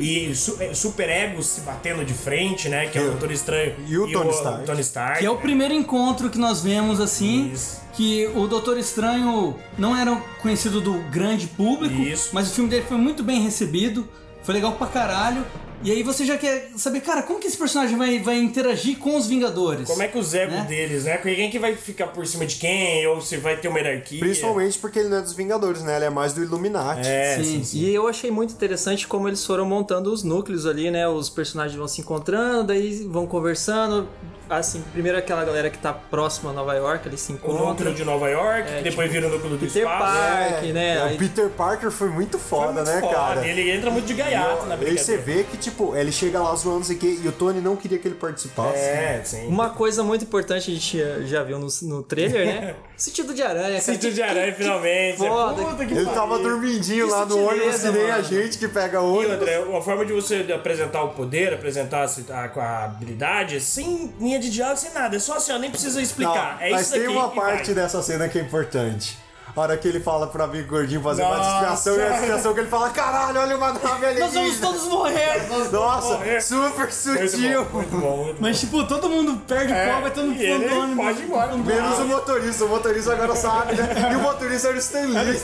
[SPEAKER 4] E su é, super egos se batendo de frente, né? Que é o
[SPEAKER 6] E o-
[SPEAKER 4] Doutor Estranho
[SPEAKER 6] e o Tony Stark.
[SPEAKER 4] Tony Stark.
[SPEAKER 3] Que é o primeiro encontro que nós vemos assim,
[SPEAKER 4] Isso.
[SPEAKER 3] que o Doutor Estranho não era conhecido do grande público,
[SPEAKER 4] Isso.
[SPEAKER 3] mas o filme dele foi muito bem recebido, foi legal pra caralho. E aí você já quer saber, cara, como que esse personagem vai, vai interagir com os Vingadores?
[SPEAKER 4] Como é que os egos
[SPEAKER 3] Né?
[SPEAKER 4] deles, né? Quem que vai ficar por cima de quem? Ou se vai ter uma hierarquia?
[SPEAKER 6] Principalmente porque ele não é dos Vingadores, né? Ele é mais do Illuminati.
[SPEAKER 4] É,
[SPEAKER 3] Sim.
[SPEAKER 4] sim, sim.
[SPEAKER 5] E eu achei muito interessante como eles foram montando os núcleos ali, né? Os personagens vão se encontrando, daí vão conversando. Assim, primeiro aquela galera que tá próxima a Nova York, eles se
[SPEAKER 4] O
[SPEAKER 5] encontram.
[SPEAKER 4] núcleo de Nova York,
[SPEAKER 5] É,
[SPEAKER 4] depois vira o núcleo do
[SPEAKER 5] Peter
[SPEAKER 4] espaço.
[SPEAKER 5] Parker,
[SPEAKER 6] É,
[SPEAKER 5] né?
[SPEAKER 6] é,
[SPEAKER 5] Aí-
[SPEAKER 6] o Peter Parker foi muito
[SPEAKER 4] Foi
[SPEAKER 6] foda,
[SPEAKER 4] É muito
[SPEAKER 6] né,
[SPEAKER 4] foda.
[SPEAKER 6] cara?
[SPEAKER 4] Ele entra muito de gaiato na
[SPEAKER 6] E aí você
[SPEAKER 4] brincadeira.
[SPEAKER 6] vê que, tipo, ele chega lá zoando, não sei o quê, e o Tony não queria que ele participasse.
[SPEAKER 4] É, sim.
[SPEAKER 5] Uma coisa muito importante, a gente já- já viu no, no trailer, né? O sentido de aranha, cara.
[SPEAKER 4] Sítio de
[SPEAKER 5] Que-
[SPEAKER 4] aranha,
[SPEAKER 5] que
[SPEAKER 4] finalmente.
[SPEAKER 5] foda,
[SPEAKER 4] Puta que
[SPEAKER 6] Ele
[SPEAKER 4] pariu.
[SPEAKER 6] tava dormindinho
[SPEAKER 5] Que
[SPEAKER 6] lá no ônibus, que
[SPEAKER 5] sutileza,
[SPEAKER 6] nem a
[SPEAKER 5] mano.
[SPEAKER 6] gente que pega
[SPEAKER 4] E
[SPEAKER 6] ônibus.
[SPEAKER 4] outra, uma forma de você apresentar o poder, apresentar a, ci- a- a habilidade, sem linha de diálogo, sem nada. É só assim, ó, nem precisa explicar.
[SPEAKER 6] Não,
[SPEAKER 4] é
[SPEAKER 6] mas
[SPEAKER 4] isso
[SPEAKER 6] tem
[SPEAKER 4] daqui
[SPEAKER 6] uma
[SPEAKER 4] e
[SPEAKER 6] parte
[SPEAKER 4] vai.
[SPEAKER 6] dessa cena que é importante. A hora que ele fala pro amigo gordinho fazer uma
[SPEAKER 4] Nossa.
[SPEAKER 6] desviação e a desviação que ele fala: caralho, olha uma nave ali.
[SPEAKER 3] Nós vamos todos morrer!
[SPEAKER 6] Nossa,
[SPEAKER 4] morrer.
[SPEAKER 6] super
[SPEAKER 4] Muito
[SPEAKER 6] sutil.
[SPEAKER 4] bom, muito bom, muito bom.
[SPEAKER 3] Mas, tipo, todo mundo perde o
[SPEAKER 4] É,
[SPEAKER 3] pau, vai todo mundo
[SPEAKER 4] e ele
[SPEAKER 3] pro né? ônibus.
[SPEAKER 5] né?
[SPEAKER 4] pode ir embora.
[SPEAKER 6] Menos o motorista, o motorista agora sabe, né? E o motorista era o Stan
[SPEAKER 3] É
[SPEAKER 6] Lee.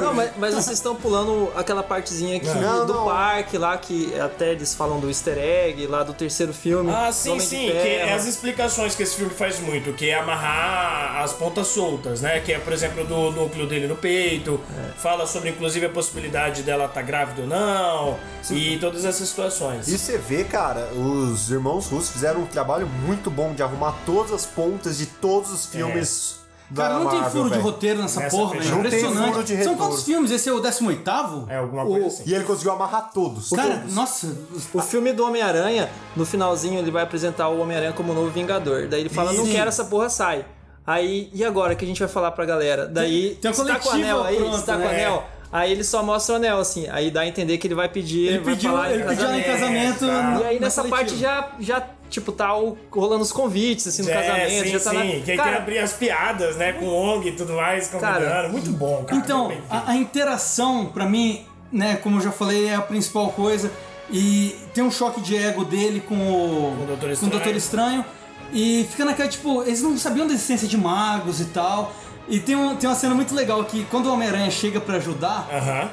[SPEAKER 5] Não, mas, mas vocês estão pulando aquela partezinha que,
[SPEAKER 6] Não,
[SPEAKER 5] do
[SPEAKER 6] não.
[SPEAKER 5] parque lá, que até eles falam do easter egg lá do terceiro filme.
[SPEAKER 4] Ah,
[SPEAKER 5] do
[SPEAKER 4] sim,
[SPEAKER 5] Homem de
[SPEAKER 4] sim,
[SPEAKER 5] Ferro.
[SPEAKER 4] que é as explicações que esse filme faz muito, que é amarrar as pontas soltas, né? Que é, por exemplo, do núcleo dele no peito,
[SPEAKER 5] É.
[SPEAKER 4] fala sobre, inclusive, a possibilidade dela estar grávida ou não, e todas essas situações.
[SPEAKER 6] E você vê, cara, os irmãos russos fizeram um trabalho muito bom de arrumar todas as pontas de todos os filmes da
[SPEAKER 3] É. Cara, não tem
[SPEAKER 6] Marvel,
[SPEAKER 3] furo de
[SPEAKER 6] velho.
[SPEAKER 3] roteiro nessa
[SPEAKER 4] Nessa
[SPEAKER 3] porra, velho.
[SPEAKER 4] fechada.
[SPEAKER 6] Não tem
[SPEAKER 3] Impressionante.
[SPEAKER 6] furo de
[SPEAKER 3] São
[SPEAKER 6] roteiro.
[SPEAKER 3] quantos filmes? Esse é o 18?
[SPEAKER 4] É alguma coisa assim.
[SPEAKER 6] E ele conseguiu amarrar todos.
[SPEAKER 3] Cara,
[SPEAKER 6] todos.
[SPEAKER 3] nossa.
[SPEAKER 5] O filme do Homem-Aranha, no finalzinho, ele vai apresentar o Homem-Aranha como novo Vingador. Daí ele fala, não
[SPEAKER 3] Sim.
[SPEAKER 5] quero essa porra, sai. Aí, e agora que a gente vai falar pra galera? Daí,
[SPEAKER 3] Tem- tem um
[SPEAKER 5] você tá com o
[SPEAKER 3] coletivo
[SPEAKER 5] anel aí,
[SPEAKER 3] pronto,
[SPEAKER 5] você tá com o
[SPEAKER 3] né?
[SPEAKER 5] anel. Aí ele só mostra o anel, assim. Aí dá a entender que ele vai pedir,
[SPEAKER 3] Ele
[SPEAKER 5] vai
[SPEAKER 3] pediu,
[SPEAKER 5] falar
[SPEAKER 3] ele pediu ela em casamento. na-
[SPEAKER 5] E aí
[SPEAKER 3] na
[SPEAKER 5] nessa
[SPEAKER 3] coletiva.
[SPEAKER 5] parte já, já tipo, tá o- rolando os convites, assim, no
[SPEAKER 4] É,
[SPEAKER 5] casamento.
[SPEAKER 4] sim,
[SPEAKER 5] já tá
[SPEAKER 4] sim.
[SPEAKER 5] na...
[SPEAKER 4] Que aí quer abrir as piadas, né? Com ONG e tudo mais, convidando.
[SPEAKER 5] Cara,
[SPEAKER 4] muito bom, cara.
[SPEAKER 3] Então,
[SPEAKER 4] Muito bem feito.
[SPEAKER 3] a, a interação, pra mim, né, como eu já falei, é a principal coisa. E tem um choque de ego dele com o.
[SPEAKER 4] Com o Doutor
[SPEAKER 3] com o Doutor Estranho.
[SPEAKER 4] Estranho.
[SPEAKER 3] E fica naquela, tipo, eles não sabiam da existência de magos e tal. E tem, um, tem uma cena muito legal que quando o Homem-Aranha chega pra ajudar,
[SPEAKER 4] Aham.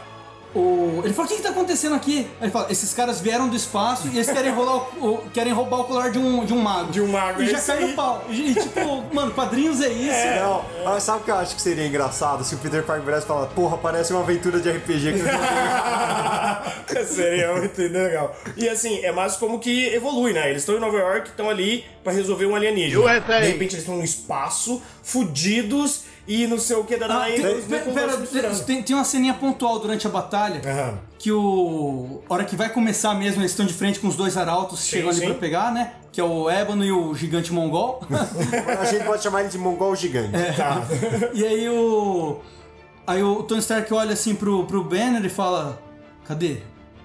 [SPEAKER 3] O- Ele fala, o que, que tá acontecendo aqui? Aí ele fala, esses caras vieram do espaço e eles querem, rolar o- o- querem roubar o colar de um, de um mago.
[SPEAKER 4] De um mago,
[SPEAKER 3] E
[SPEAKER 4] é
[SPEAKER 3] já
[SPEAKER 4] isso
[SPEAKER 3] cai
[SPEAKER 4] aí.
[SPEAKER 3] no pau. E, tipo, mano, quadrinhos é isso.
[SPEAKER 6] Não, mas sabe o que eu acho que seria engraçado se o Peter Parker viesse e falar, porra, parece uma aventura de RPG que eu joguei.
[SPEAKER 4] Seria muito legal. E assim, é mais como que evolui, né? Eles estão em Nova York, estão ali pra resolver um alienígena.
[SPEAKER 8] USA.
[SPEAKER 4] De repente eles estão no espaço, fudidos e não sei o É. que da
[SPEAKER 3] Ah,
[SPEAKER 4] daí,
[SPEAKER 3] tem, pera-
[SPEAKER 4] os mecanos
[SPEAKER 3] pera,
[SPEAKER 4] se misturando.
[SPEAKER 3] tem- tem uma ceninha pontual durante a batalha
[SPEAKER 4] Aham.
[SPEAKER 3] que o. A hora que vai começar mesmo, eles estão de frente com os dois arautos chegando
[SPEAKER 4] sim.
[SPEAKER 3] ali pra pegar, né? Que é o Ébano e o gigante mongol.
[SPEAKER 6] A gente pode chamar ele de mongol gigante.
[SPEAKER 3] É.
[SPEAKER 4] Tá.
[SPEAKER 3] e aí o. Aí o Tony Stark olha assim pro, pro Banner e fala: Cadê?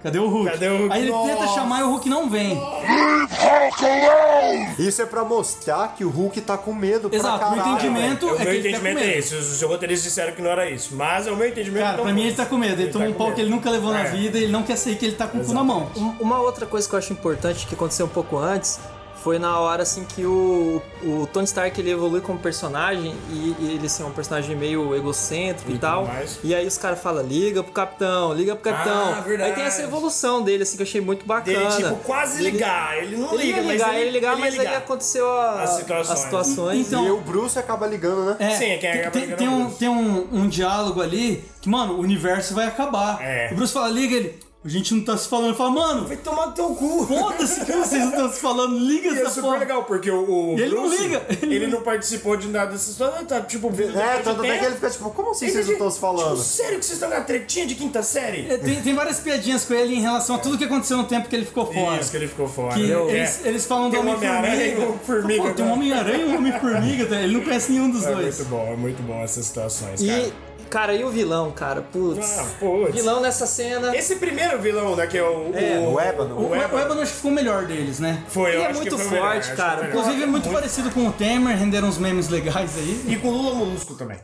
[SPEAKER 3] Cadê o Hulk?
[SPEAKER 4] Cadê o Hulk?
[SPEAKER 3] Aí ele tenta
[SPEAKER 4] Nossa.
[SPEAKER 3] chamar e o Hulk não vem.
[SPEAKER 7] Leave Hulk alone!
[SPEAKER 6] Isso é pra mostrar que o Hulk tá com medo pra
[SPEAKER 3] Exato, o
[SPEAKER 6] caralho.
[SPEAKER 3] entendimento
[SPEAKER 4] O
[SPEAKER 3] é que
[SPEAKER 4] meu
[SPEAKER 3] ele tá com
[SPEAKER 4] entendimento é
[SPEAKER 3] medo.
[SPEAKER 4] esse. Os roteiristas disseram que não era isso. Mas é o meu entendimento.
[SPEAKER 3] Cara,
[SPEAKER 4] então,
[SPEAKER 3] pra mim ele tá com medo. Ele
[SPEAKER 4] tá
[SPEAKER 3] tomou um
[SPEAKER 4] com
[SPEAKER 3] pau
[SPEAKER 4] medo.
[SPEAKER 3] que ele nunca levou na
[SPEAKER 4] É.
[SPEAKER 3] vida, ele não quer sair que ele tá com o cu na mão.
[SPEAKER 5] Um- Uma outra coisa que eu acho importante que aconteceu um pouco antes foi na hora assim que o, o Tony Stark ele evolui como personagem e, e ele assim, é um personagem meio egocêntrico e, tal.
[SPEAKER 4] mais.
[SPEAKER 5] E aí os caras falam, liga pro capitão, liga pro capitão.
[SPEAKER 4] Ah, verdade.
[SPEAKER 5] Aí tem essa evolução dele, assim, que eu achei muito bacana.
[SPEAKER 4] Dele, tipo, quase
[SPEAKER 5] Ele-
[SPEAKER 4] ligar. Ele não
[SPEAKER 5] Ele
[SPEAKER 4] liga,
[SPEAKER 5] ia
[SPEAKER 4] mas
[SPEAKER 5] ligar,
[SPEAKER 4] ele,
[SPEAKER 5] ele ia ligar,
[SPEAKER 4] ele
[SPEAKER 5] mas
[SPEAKER 4] ia
[SPEAKER 5] aí
[SPEAKER 4] ligar.
[SPEAKER 5] aconteceu a-
[SPEAKER 4] As situações.
[SPEAKER 5] as situações.
[SPEAKER 3] Então-
[SPEAKER 6] E o Bruce acaba ligando, né?
[SPEAKER 3] É,
[SPEAKER 4] Sim, é quem acaba
[SPEAKER 3] tem, tem,
[SPEAKER 4] ligando
[SPEAKER 3] tem
[SPEAKER 4] é o
[SPEAKER 3] um,
[SPEAKER 4] Bruce.
[SPEAKER 3] tem um, um diálogo ali que, mano, o universo vai acabar.
[SPEAKER 4] É.
[SPEAKER 3] O Bruce fala, liga ele, a gente não tá se falando. Ele fala, mano,
[SPEAKER 4] Vai tomar no teu cu.
[SPEAKER 3] foda-se que vocês não estão se falando, liga
[SPEAKER 4] E é
[SPEAKER 3] essa
[SPEAKER 4] super
[SPEAKER 3] porra.
[SPEAKER 4] legal, porque o, o
[SPEAKER 3] E ele não
[SPEAKER 4] Bruce,
[SPEAKER 3] liga.
[SPEAKER 4] ele não participou de nada dessa história, tá tipo...
[SPEAKER 6] É, tanto até que ele fica tipo, como assim vocês não estão se
[SPEAKER 4] Tipo,
[SPEAKER 6] falando?
[SPEAKER 4] sério que vocês estão na tretinha de quinta série?
[SPEAKER 3] É, Tem, tem várias piadinhas com ele em relação a tudo que aconteceu no tempo que ele ficou fora.
[SPEAKER 4] Isso, que ele ficou fora.
[SPEAKER 3] Que
[SPEAKER 4] É.
[SPEAKER 3] eles, eles falam
[SPEAKER 4] Tem
[SPEAKER 3] do
[SPEAKER 4] um Homem-Aranha e um Formiga. né?"
[SPEAKER 3] Pô, tem um Homem-Aranha e um Homem-Formiga, tá? ele não conhece nenhum dos
[SPEAKER 4] É
[SPEAKER 3] dois.
[SPEAKER 4] muito bom, é muito bom essas situações,
[SPEAKER 5] E,
[SPEAKER 4] cara.
[SPEAKER 5] cara, e o vilão, cara? Putz.
[SPEAKER 4] Ah, putz.
[SPEAKER 5] Vilão nessa cena.
[SPEAKER 4] Esse primeiro vilão, né, que é o...
[SPEAKER 5] É,
[SPEAKER 6] O Ébano.
[SPEAKER 4] o
[SPEAKER 3] O
[SPEAKER 4] Ébano.
[SPEAKER 3] Ebano acho que ficou o melhor deles, né?
[SPEAKER 4] Foi, eu
[SPEAKER 5] ele é
[SPEAKER 4] acho que
[SPEAKER 5] muito
[SPEAKER 4] foi o melhor,
[SPEAKER 5] forte,
[SPEAKER 4] acho que
[SPEAKER 5] cara.
[SPEAKER 4] foi o melhor.
[SPEAKER 3] Inclusive é muito parecido com o Temer, renderam uns memes legais aí.
[SPEAKER 4] E com o Lula Molusco também.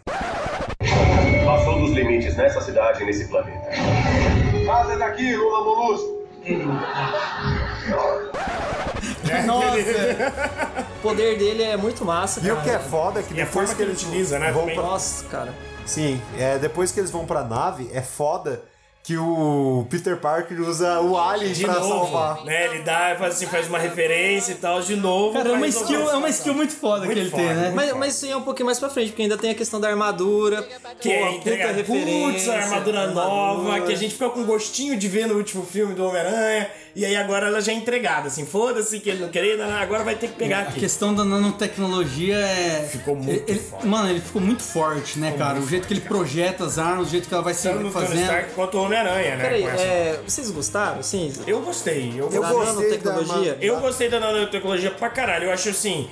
[SPEAKER 9] Passou dos limites nessa cidade e nesse planeta. Vaza daqui, Lula Molusco!
[SPEAKER 4] É,
[SPEAKER 3] Nossa,
[SPEAKER 5] O poder dele é muito massa,
[SPEAKER 6] E
[SPEAKER 5] cara.
[SPEAKER 6] o que é foda é que
[SPEAKER 4] E a forma
[SPEAKER 6] depois que
[SPEAKER 4] que ele
[SPEAKER 6] eles
[SPEAKER 4] utiliza, né,
[SPEAKER 6] vão
[SPEAKER 4] também.
[SPEAKER 6] pra...
[SPEAKER 5] Nossa, cara.
[SPEAKER 6] Sim, é, depois que eles vão pra nave, é foda que o Peter Parker usa o Alien
[SPEAKER 4] De
[SPEAKER 6] pra
[SPEAKER 4] novo,
[SPEAKER 6] salvar.
[SPEAKER 4] né, ele dá, faz, assim, faz uma referência e tal, de novo.
[SPEAKER 3] cara, é uma
[SPEAKER 4] faz uma
[SPEAKER 3] skill, é uma skill muito foda
[SPEAKER 4] Muito
[SPEAKER 3] que ele
[SPEAKER 4] foda,
[SPEAKER 3] tem, né?
[SPEAKER 4] muito
[SPEAKER 5] Mas, mas isso aí é um pouquinho mais pra frente, porque ainda tem a questão da armadura.
[SPEAKER 4] Que
[SPEAKER 5] pô,
[SPEAKER 4] é
[SPEAKER 5] puta
[SPEAKER 4] entrega putz,
[SPEAKER 5] referência,
[SPEAKER 4] a armadura nova, que a gente ficou com gostinho de ver no último filme do Homem-Aranha, e aí agora ela já é entregada, assim, foda-se que ele não queria, não, agora vai ter que pegar
[SPEAKER 3] A
[SPEAKER 4] aqui.
[SPEAKER 3] questão da nanotecnologia é.
[SPEAKER 4] Ficou muito
[SPEAKER 3] ele,
[SPEAKER 4] forte.
[SPEAKER 3] Mano, ele ficou muito forte, né, cara? O
[SPEAKER 4] muito
[SPEAKER 3] jeito que ele projeta as armas, o jeito que ela vai se
[SPEAKER 4] Tanto Então, tá no Tony
[SPEAKER 3] fazendo.
[SPEAKER 4] Stark quanto o Homem-Aranha, né?
[SPEAKER 5] Peraí,
[SPEAKER 4] com essa-
[SPEAKER 5] é, vocês gostaram? Sim.
[SPEAKER 4] Eu gostei, eu
[SPEAKER 6] Eu
[SPEAKER 4] gostei.
[SPEAKER 5] Da
[SPEAKER 6] gostei da
[SPEAKER 5] nanotecnologia?
[SPEAKER 6] ma-
[SPEAKER 4] Eu gostei da nanotecnologia pra caralho, eu acho assim.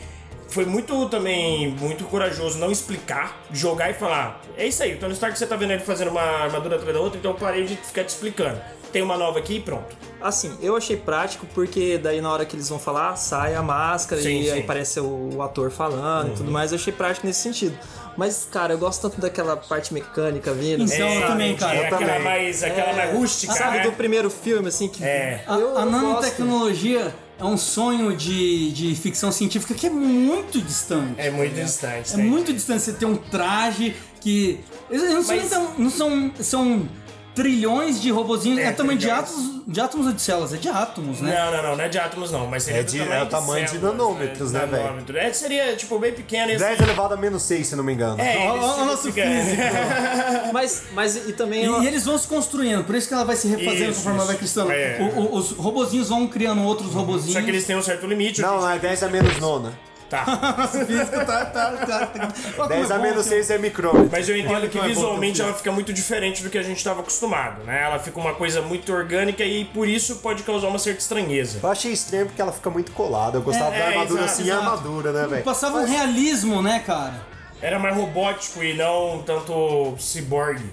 [SPEAKER 4] Foi muito também, muito corajoso não explicar, jogar e falar. É isso aí, o Tony Stark você tá vendo ele fazendo uma armadura atrás da outra, então eu parei de ficar te explicando. Tem uma nova aqui e pronto.
[SPEAKER 5] Assim, eu achei prático, porque daí na hora que eles vão falar, sai a máscara
[SPEAKER 4] Sim,
[SPEAKER 5] e
[SPEAKER 4] sim. Uhum.
[SPEAKER 5] aí parece o, o ator falando e tudo mais. Eu achei prático nesse sentido. Mas, cara, eu gosto tanto daquela parte mecânica vindo. assim,
[SPEAKER 3] Então, eu
[SPEAKER 4] É,
[SPEAKER 3] também, cara.
[SPEAKER 4] É
[SPEAKER 3] Eu
[SPEAKER 4] aquela
[SPEAKER 6] também.
[SPEAKER 4] mais, aquela mais rústica,
[SPEAKER 5] É. Ah, Sabe,
[SPEAKER 4] né?
[SPEAKER 5] do primeiro filme, assim, que.
[SPEAKER 4] É.
[SPEAKER 3] A,
[SPEAKER 5] Eu
[SPEAKER 3] a
[SPEAKER 5] gosto.
[SPEAKER 3] nanotecnologia é um sonho de, de ficção científica que é muito distante.
[SPEAKER 4] É muito distante.
[SPEAKER 3] É
[SPEAKER 4] né?
[SPEAKER 3] muito distante você ter um traje que. Eles não, são,
[SPEAKER 4] Mas-
[SPEAKER 3] então- não são. São trilhões de robozinhos.
[SPEAKER 4] É,
[SPEAKER 3] É, também de
[SPEAKER 4] trilhões.
[SPEAKER 3] átomos, de átomos ou de células? É de átomos, né?
[SPEAKER 4] Não, não, não, não é de átomos, não, mas seria
[SPEAKER 6] É
[SPEAKER 4] do
[SPEAKER 6] de-
[SPEAKER 4] tamanho
[SPEAKER 6] é o tamanho de
[SPEAKER 4] células,
[SPEAKER 6] nanômetros, né, velho?
[SPEAKER 4] Nanômetro. É, seria, tipo, bem pequeno e assim.
[SPEAKER 6] 10 elevado a menos 6, se não me engano.
[SPEAKER 4] É,
[SPEAKER 3] Olha
[SPEAKER 4] eles-
[SPEAKER 3] o nosso
[SPEAKER 4] fica-
[SPEAKER 3] físico.
[SPEAKER 5] Mas, mas e também. eu-
[SPEAKER 3] E, e eles vão se construindo, por isso que ela vai se refazendo
[SPEAKER 4] Isso,
[SPEAKER 3] conforme ela vai
[SPEAKER 4] isso.
[SPEAKER 3] crescendo.
[SPEAKER 4] É.
[SPEAKER 3] O- o- os robozinhos vão criando outros robozinhos.
[SPEAKER 4] Só que eles têm um certo limite.
[SPEAKER 6] Não, não, é 10 a menos 9.
[SPEAKER 4] Tá.
[SPEAKER 3] Nossa, física tá, tá, tá, tá. Olha como
[SPEAKER 6] 10
[SPEAKER 3] é
[SPEAKER 6] a
[SPEAKER 3] bom
[SPEAKER 6] menos
[SPEAKER 3] que-
[SPEAKER 6] 6 é micrômetro.
[SPEAKER 4] Mas eu entendo
[SPEAKER 3] Olha
[SPEAKER 4] que
[SPEAKER 3] como é bom
[SPEAKER 4] visualmente
[SPEAKER 3] ter um
[SPEAKER 4] ela fica muito diferente do que a gente estava acostumado, né? Ela fica uma coisa muito orgânica e por isso pode causar uma certa estranheza.
[SPEAKER 6] Eu achei estranho porque ela fica muito colada. Eu gostava
[SPEAKER 4] É,
[SPEAKER 6] da
[SPEAKER 4] é,
[SPEAKER 6] armadura
[SPEAKER 4] exato,
[SPEAKER 6] assim,
[SPEAKER 3] exato.
[SPEAKER 6] a armadura, né, velho?
[SPEAKER 3] Passava um realismo, né, cara?
[SPEAKER 4] Era mais robótico e não tanto ciborgue.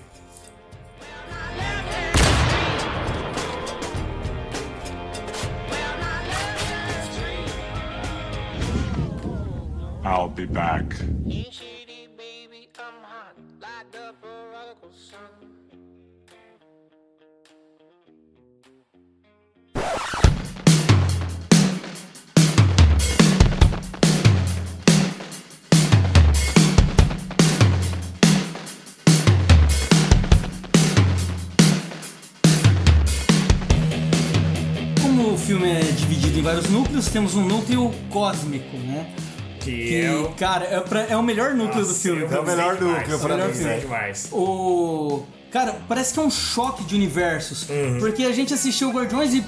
[SPEAKER 7] I'll be back.
[SPEAKER 3] Como o filme é dividido em vários núcleos, temos um núcleo cósmico, né?
[SPEAKER 4] Que,
[SPEAKER 3] Que,
[SPEAKER 4] é o...
[SPEAKER 3] cara, é, pra- é o melhor núcleo do filme.
[SPEAKER 6] É o melhor núcleo pra
[SPEAKER 3] melhor
[SPEAKER 6] mim,
[SPEAKER 3] filme.
[SPEAKER 6] velho.
[SPEAKER 4] demais.
[SPEAKER 3] O... Cara, parece que é um choque de universos.
[SPEAKER 4] Uhum.
[SPEAKER 3] Porque a gente assistiu Guardiões e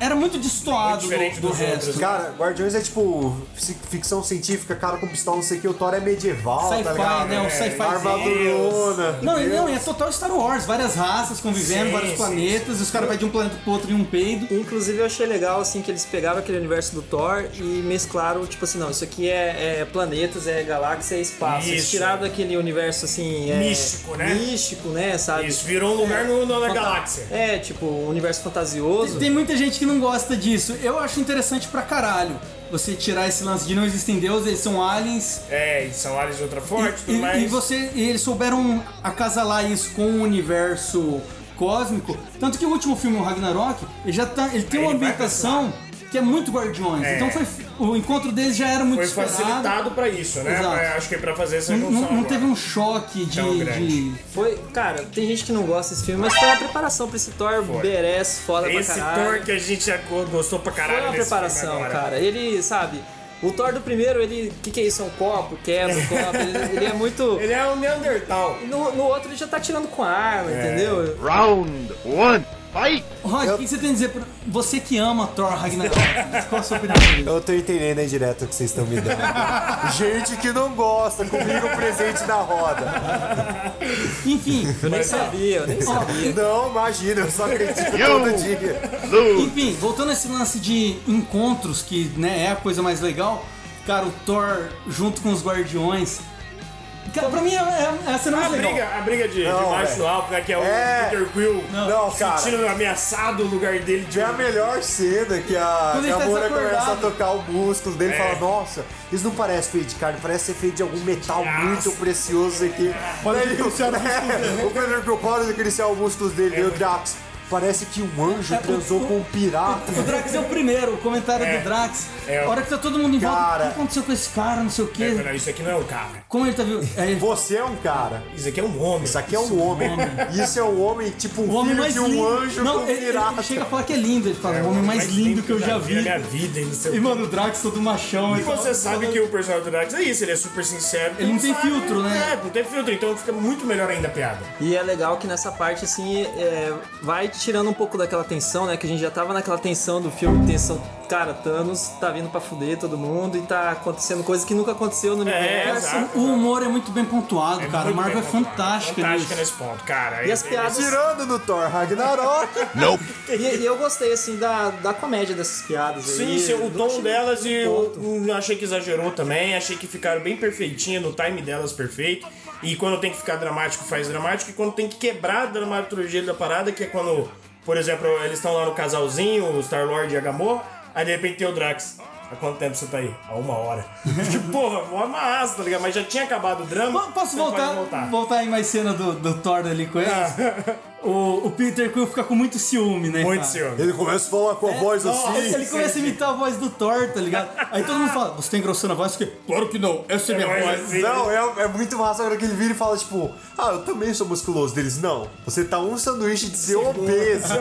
[SPEAKER 3] era muito destoado
[SPEAKER 4] Muito diferente
[SPEAKER 3] do, do
[SPEAKER 4] dos
[SPEAKER 3] resto.
[SPEAKER 4] outros. né?
[SPEAKER 6] Cara, Guardiões é tipo fi- ficção científica, cara com pistola, não sei o que, o Thor é medieval,
[SPEAKER 3] Sci-fi,
[SPEAKER 6] tá ligado?
[SPEAKER 3] né? Um sci-fi.
[SPEAKER 6] Armadurona.
[SPEAKER 3] Não, e não, e é total Star Wars, várias raças convivendo,
[SPEAKER 4] Sim,
[SPEAKER 3] vários
[SPEAKER 4] sim,
[SPEAKER 3] planetas, e os caras vai de um planeta pro outro em um peido.
[SPEAKER 5] Inclusive eu achei legal assim que eles pegaram aquele universo do Thor e mesclaram, tipo assim, não, isso aqui é, é planetas, é galáxia, é espaço. Eles
[SPEAKER 4] Isso.
[SPEAKER 5] tiraram daquele universo assim. é,
[SPEAKER 4] Místico, né?
[SPEAKER 5] Místico, né? Sabe?
[SPEAKER 4] Isso virou um lugar no, na na
[SPEAKER 5] Fanta-
[SPEAKER 4] galáxia.
[SPEAKER 5] É, tipo, um universo fantasioso.
[SPEAKER 3] Tem muita gente que não gosta disso. Eu acho interessante pra caralho você tirar esse lance de não existem deuses, eles são aliens.
[SPEAKER 4] É, e são áreas ultra fortes,
[SPEAKER 3] E,
[SPEAKER 4] tudo mais.
[SPEAKER 3] e, e você, e eles souberam acasalar isso com o universo cósmico. Tanto que o último filme, o Ragnarok, ele já tá, ele tem
[SPEAKER 4] Aí
[SPEAKER 3] uma
[SPEAKER 4] ele vai
[SPEAKER 3] ambientação que é muito Guardiões.
[SPEAKER 4] É.
[SPEAKER 3] Então foi, o encontro deles já era muito
[SPEAKER 4] Foi
[SPEAKER 3] esperado.
[SPEAKER 4] facilitado pra isso, né?
[SPEAKER 3] é Exato.
[SPEAKER 4] Pra- acho que é pra fazer essa
[SPEAKER 3] Não,
[SPEAKER 4] junção.
[SPEAKER 3] não- não
[SPEAKER 4] agora.
[SPEAKER 3] teve um choque de-
[SPEAKER 4] Tão
[SPEAKER 3] de
[SPEAKER 4] grande.
[SPEAKER 5] Foi, cara, tem gente que não gosta desse filme, mas foi uma preparação pra esse Thor
[SPEAKER 4] Foi.
[SPEAKER 5] badass, foda
[SPEAKER 4] Esse
[SPEAKER 5] pra caralho.
[SPEAKER 4] Thor que a gente já go- gostou pra caralho
[SPEAKER 5] Foi uma
[SPEAKER 4] nesse filme
[SPEAKER 5] preparação,
[SPEAKER 4] agora.
[SPEAKER 5] cara. Ele, sabe, o Thor do primeiro, ele. O que, que é isso? É um copo? Quebra o copo. Ele, ele é muito.
[SPEAKER 4] Ele é um Neandertal.
[SPEAKER 5] No, no outro ele já tá tirando com a arma,
[SPEAKER 4] É.
[SPEAKER 5] entendeu?
[SPEAKER 8] Round one, fight!
[SPEAKER 3] Rod, o que você tem a dizer pra você que ama Thor Ragnarok? Qual a sua opinião sobre isso?
[SPEAKER 6] Eu tô entendendo a indireta que vocês estão me dando. Gente que não gosta, comigo presente na roda.
[SPEAKER 3] Enfim,
[SPEAKER 5] Eu nem sabia, eu nem sabia.
[SPEAKER 6] Não, imagina, eu só acredito todo dia.
[SPEAKER 8] Lose!
[SPEAKER 3] enfim, voltando a esse lance de encontros, que né, é a coisa mais legal, cara, o Thor junto com os Guardiões. Cara, pra mim é, é, é a cena mais
[SPEAKER 4] A
[SPEAKER 3] legal.
[SPEAKER 4] Ah, briga, a briga de,
[SPEAKER 6] Não,
[SPEAKER 4] de baixo
[SPEAKER 6] velho.
[SPEAKER 4] no alto, né, que é o
[SPEAKER 6] É.
[SPEAKER 4] Peter Quill
[SPEAKER 6] Não, cara.
[SPEAKER 4] sentindo ameaçado o lugar dele de
[SPEAKER 6] É a melhor cena que a,
[SPEAKER 3] Quando
[SPEAKER 6] que
[SPEAKER 3] ele
[SPEAKER 6] a
[SPEAKER 3] tá
[SPEAKER 6] Moura
[SPEAKER 3] desacordado.
[SPEAKER 6] começa a tocar o músculo dele e
[SPEAKER 4] É.
[SPEAKER 6] fala: Nossa, isso não parece feito de carne, parece ser feito de algum metal
[SPEAKER 4] Nossa.
[SPEAKER 6] muito precioso aqui. Pode
[SPEAKER 3] diferenciar os
[SPEAKER 6] é, O Pedro Pio para diferenciar os músculos dele.
[SPEAKER 4] É.
[SPEAKER 6] E o Drax, parece que um anjo
[SPEAKER 3] É, o-
[SPEAKER 6] transou
[SPEAKER 3] o-
[SPEAKER 6] com um pirata.
[SPEAKER 3] O Drax é o primeiro, o comentário do Drax.
[SPEAKER 4] É.
[SPEAKER 3] A hora que tá todo mundo em volta,
[SPEAKER 6] Cara.
[SPEAKER 3] o que aconteceu com esse cara, não sei o quê.
[SPEAKER 4] É, não, isso aqui não é um cara.
[SPEAKER 3] Como ele tá vivo? É,
[SPEAKER 6] Você é um cara.
[SPEAKER 4] Isso aqui é um homem.
[SPEAKER 6] Isso aqui é um homem. Isso é um homem, tipo
[SPEAKER 3] o
[SPEAKER 6] um
[SPEAKER 3] homem
[SPEAKER 6] filho
[SPEAKER 3] mais
[SPEAKER 6] de um
[SPEAKER 3] lindo.
[SPEAKER 6] anjo
[SPEAKER 3] não,
[SPEAKER 6] com um
[SPEAKER 3] ele, ele
[SPEAKER 6] pirata.
[SPEAKER 3] chega a falar que é lindo, ele fala, o homem mais lindo que eu já vi.
[SPEAKER 4] na minha vida e não sei o
[SPEAKER 3] E
[SPEAKER 4] quê.
[SPEAKER 3] mano, o Drax todo machão.
[SPEAKER 4] E você sabe que o personagem do Drax é isso, ele é super sincero.
[SPEAKER 3] Ele não tem
[SPEAKER 4] sabe,
[SPEAKER 3] filtro, né?
[SPEAKER 4] É, não tem filtro, então fica muito melhor ainda a piada.
[SPEAKER 5] E é legal que nessa parte, assim, é, vai tirando um pouco daquela tensão, né? Que a gente já tava naquela tensão do filme, tensão, cara, Thanos tá vindo pra fuder todo mundo e tá acontecendo coisa que nunca aconteceu no universo.
[SPEAKER 4] É, exato.
[SPEAKER 3] O humor é muito bem pontuado, cara. A
[SPEAKER 4] Muito
[SPEAKER 3] Marvel é
[SPEAKER 4] bem pontuado.
[SPEAKER 3] fantástica,
[SPEAKER 4] Fantástica
[SPEAKER 3] nisso.
[SPEAKER 4] nesse ponto, cara.
[SPEAKER 5] E as piadas.
[SPEAKER 6] Tirando do Thor Ragnarok.
[SPEAKER 5] E, e eu gostei, assim, da, da comédia dessas piadas
[SPEAKER 4] Sim,
[SPEAKER 5] aí.
[SPEAKER 4] sim, o
[SPEAKER 5] do
[SPEAKER 4] tom
[SPEAKER 5] tipo-
[SPEAKER 4] delas e eu
[SPEAKER 5] ponto.
[SPEAKER 4] eu achei que exagerou também, achei que ficaram bem perfeitinha no time delas perfeito. E quando tem que ficar dramático, faz dramático, e quando tem que quebrar a dramaturgia da parada, que é quando, por exemplo, eles estão lá no casalzinho, o Star Lord e a Gamor, aí de repente tem o Drax. Há quanto tempo você tá aí? Há uma hora. tipo, porra, uma massa, tá ligado? Mas já tinha acabado o drama.
[SPEAKER 3] Po- Posso
[SPEAKER 4] você pode
[SPEAKER 3] voltar, voltar. em mais cena do, do Thor ali com ele? O, o Peter Quill fica com muito ciúme, né?
[SPEAKER 4] Muito
[SPEAKER 3] cara?
[SPEAKER 4] senhor.
[SPEAKER 6] Ele começa a falar com a voz
[SPEAKER 3] É, Ele, ele
[SPEAKER 6] assim.
[SPEAKER 3] começa a imitar a voz do Thor, tá ligado? Aí todo mundo fala, você tá engrossando a voz? Porque, claro que não, essa é minha
[SPEAKER 4] É,
[SPEAKER 3] voz.
[SPEAKER 4] mas-
[SPEAKER 6] Não, é, é muito massa agora que ele vira e fala, tipo, ah, eu também sou musculoso deles. Não, você tá um sanduíche de ser obeso.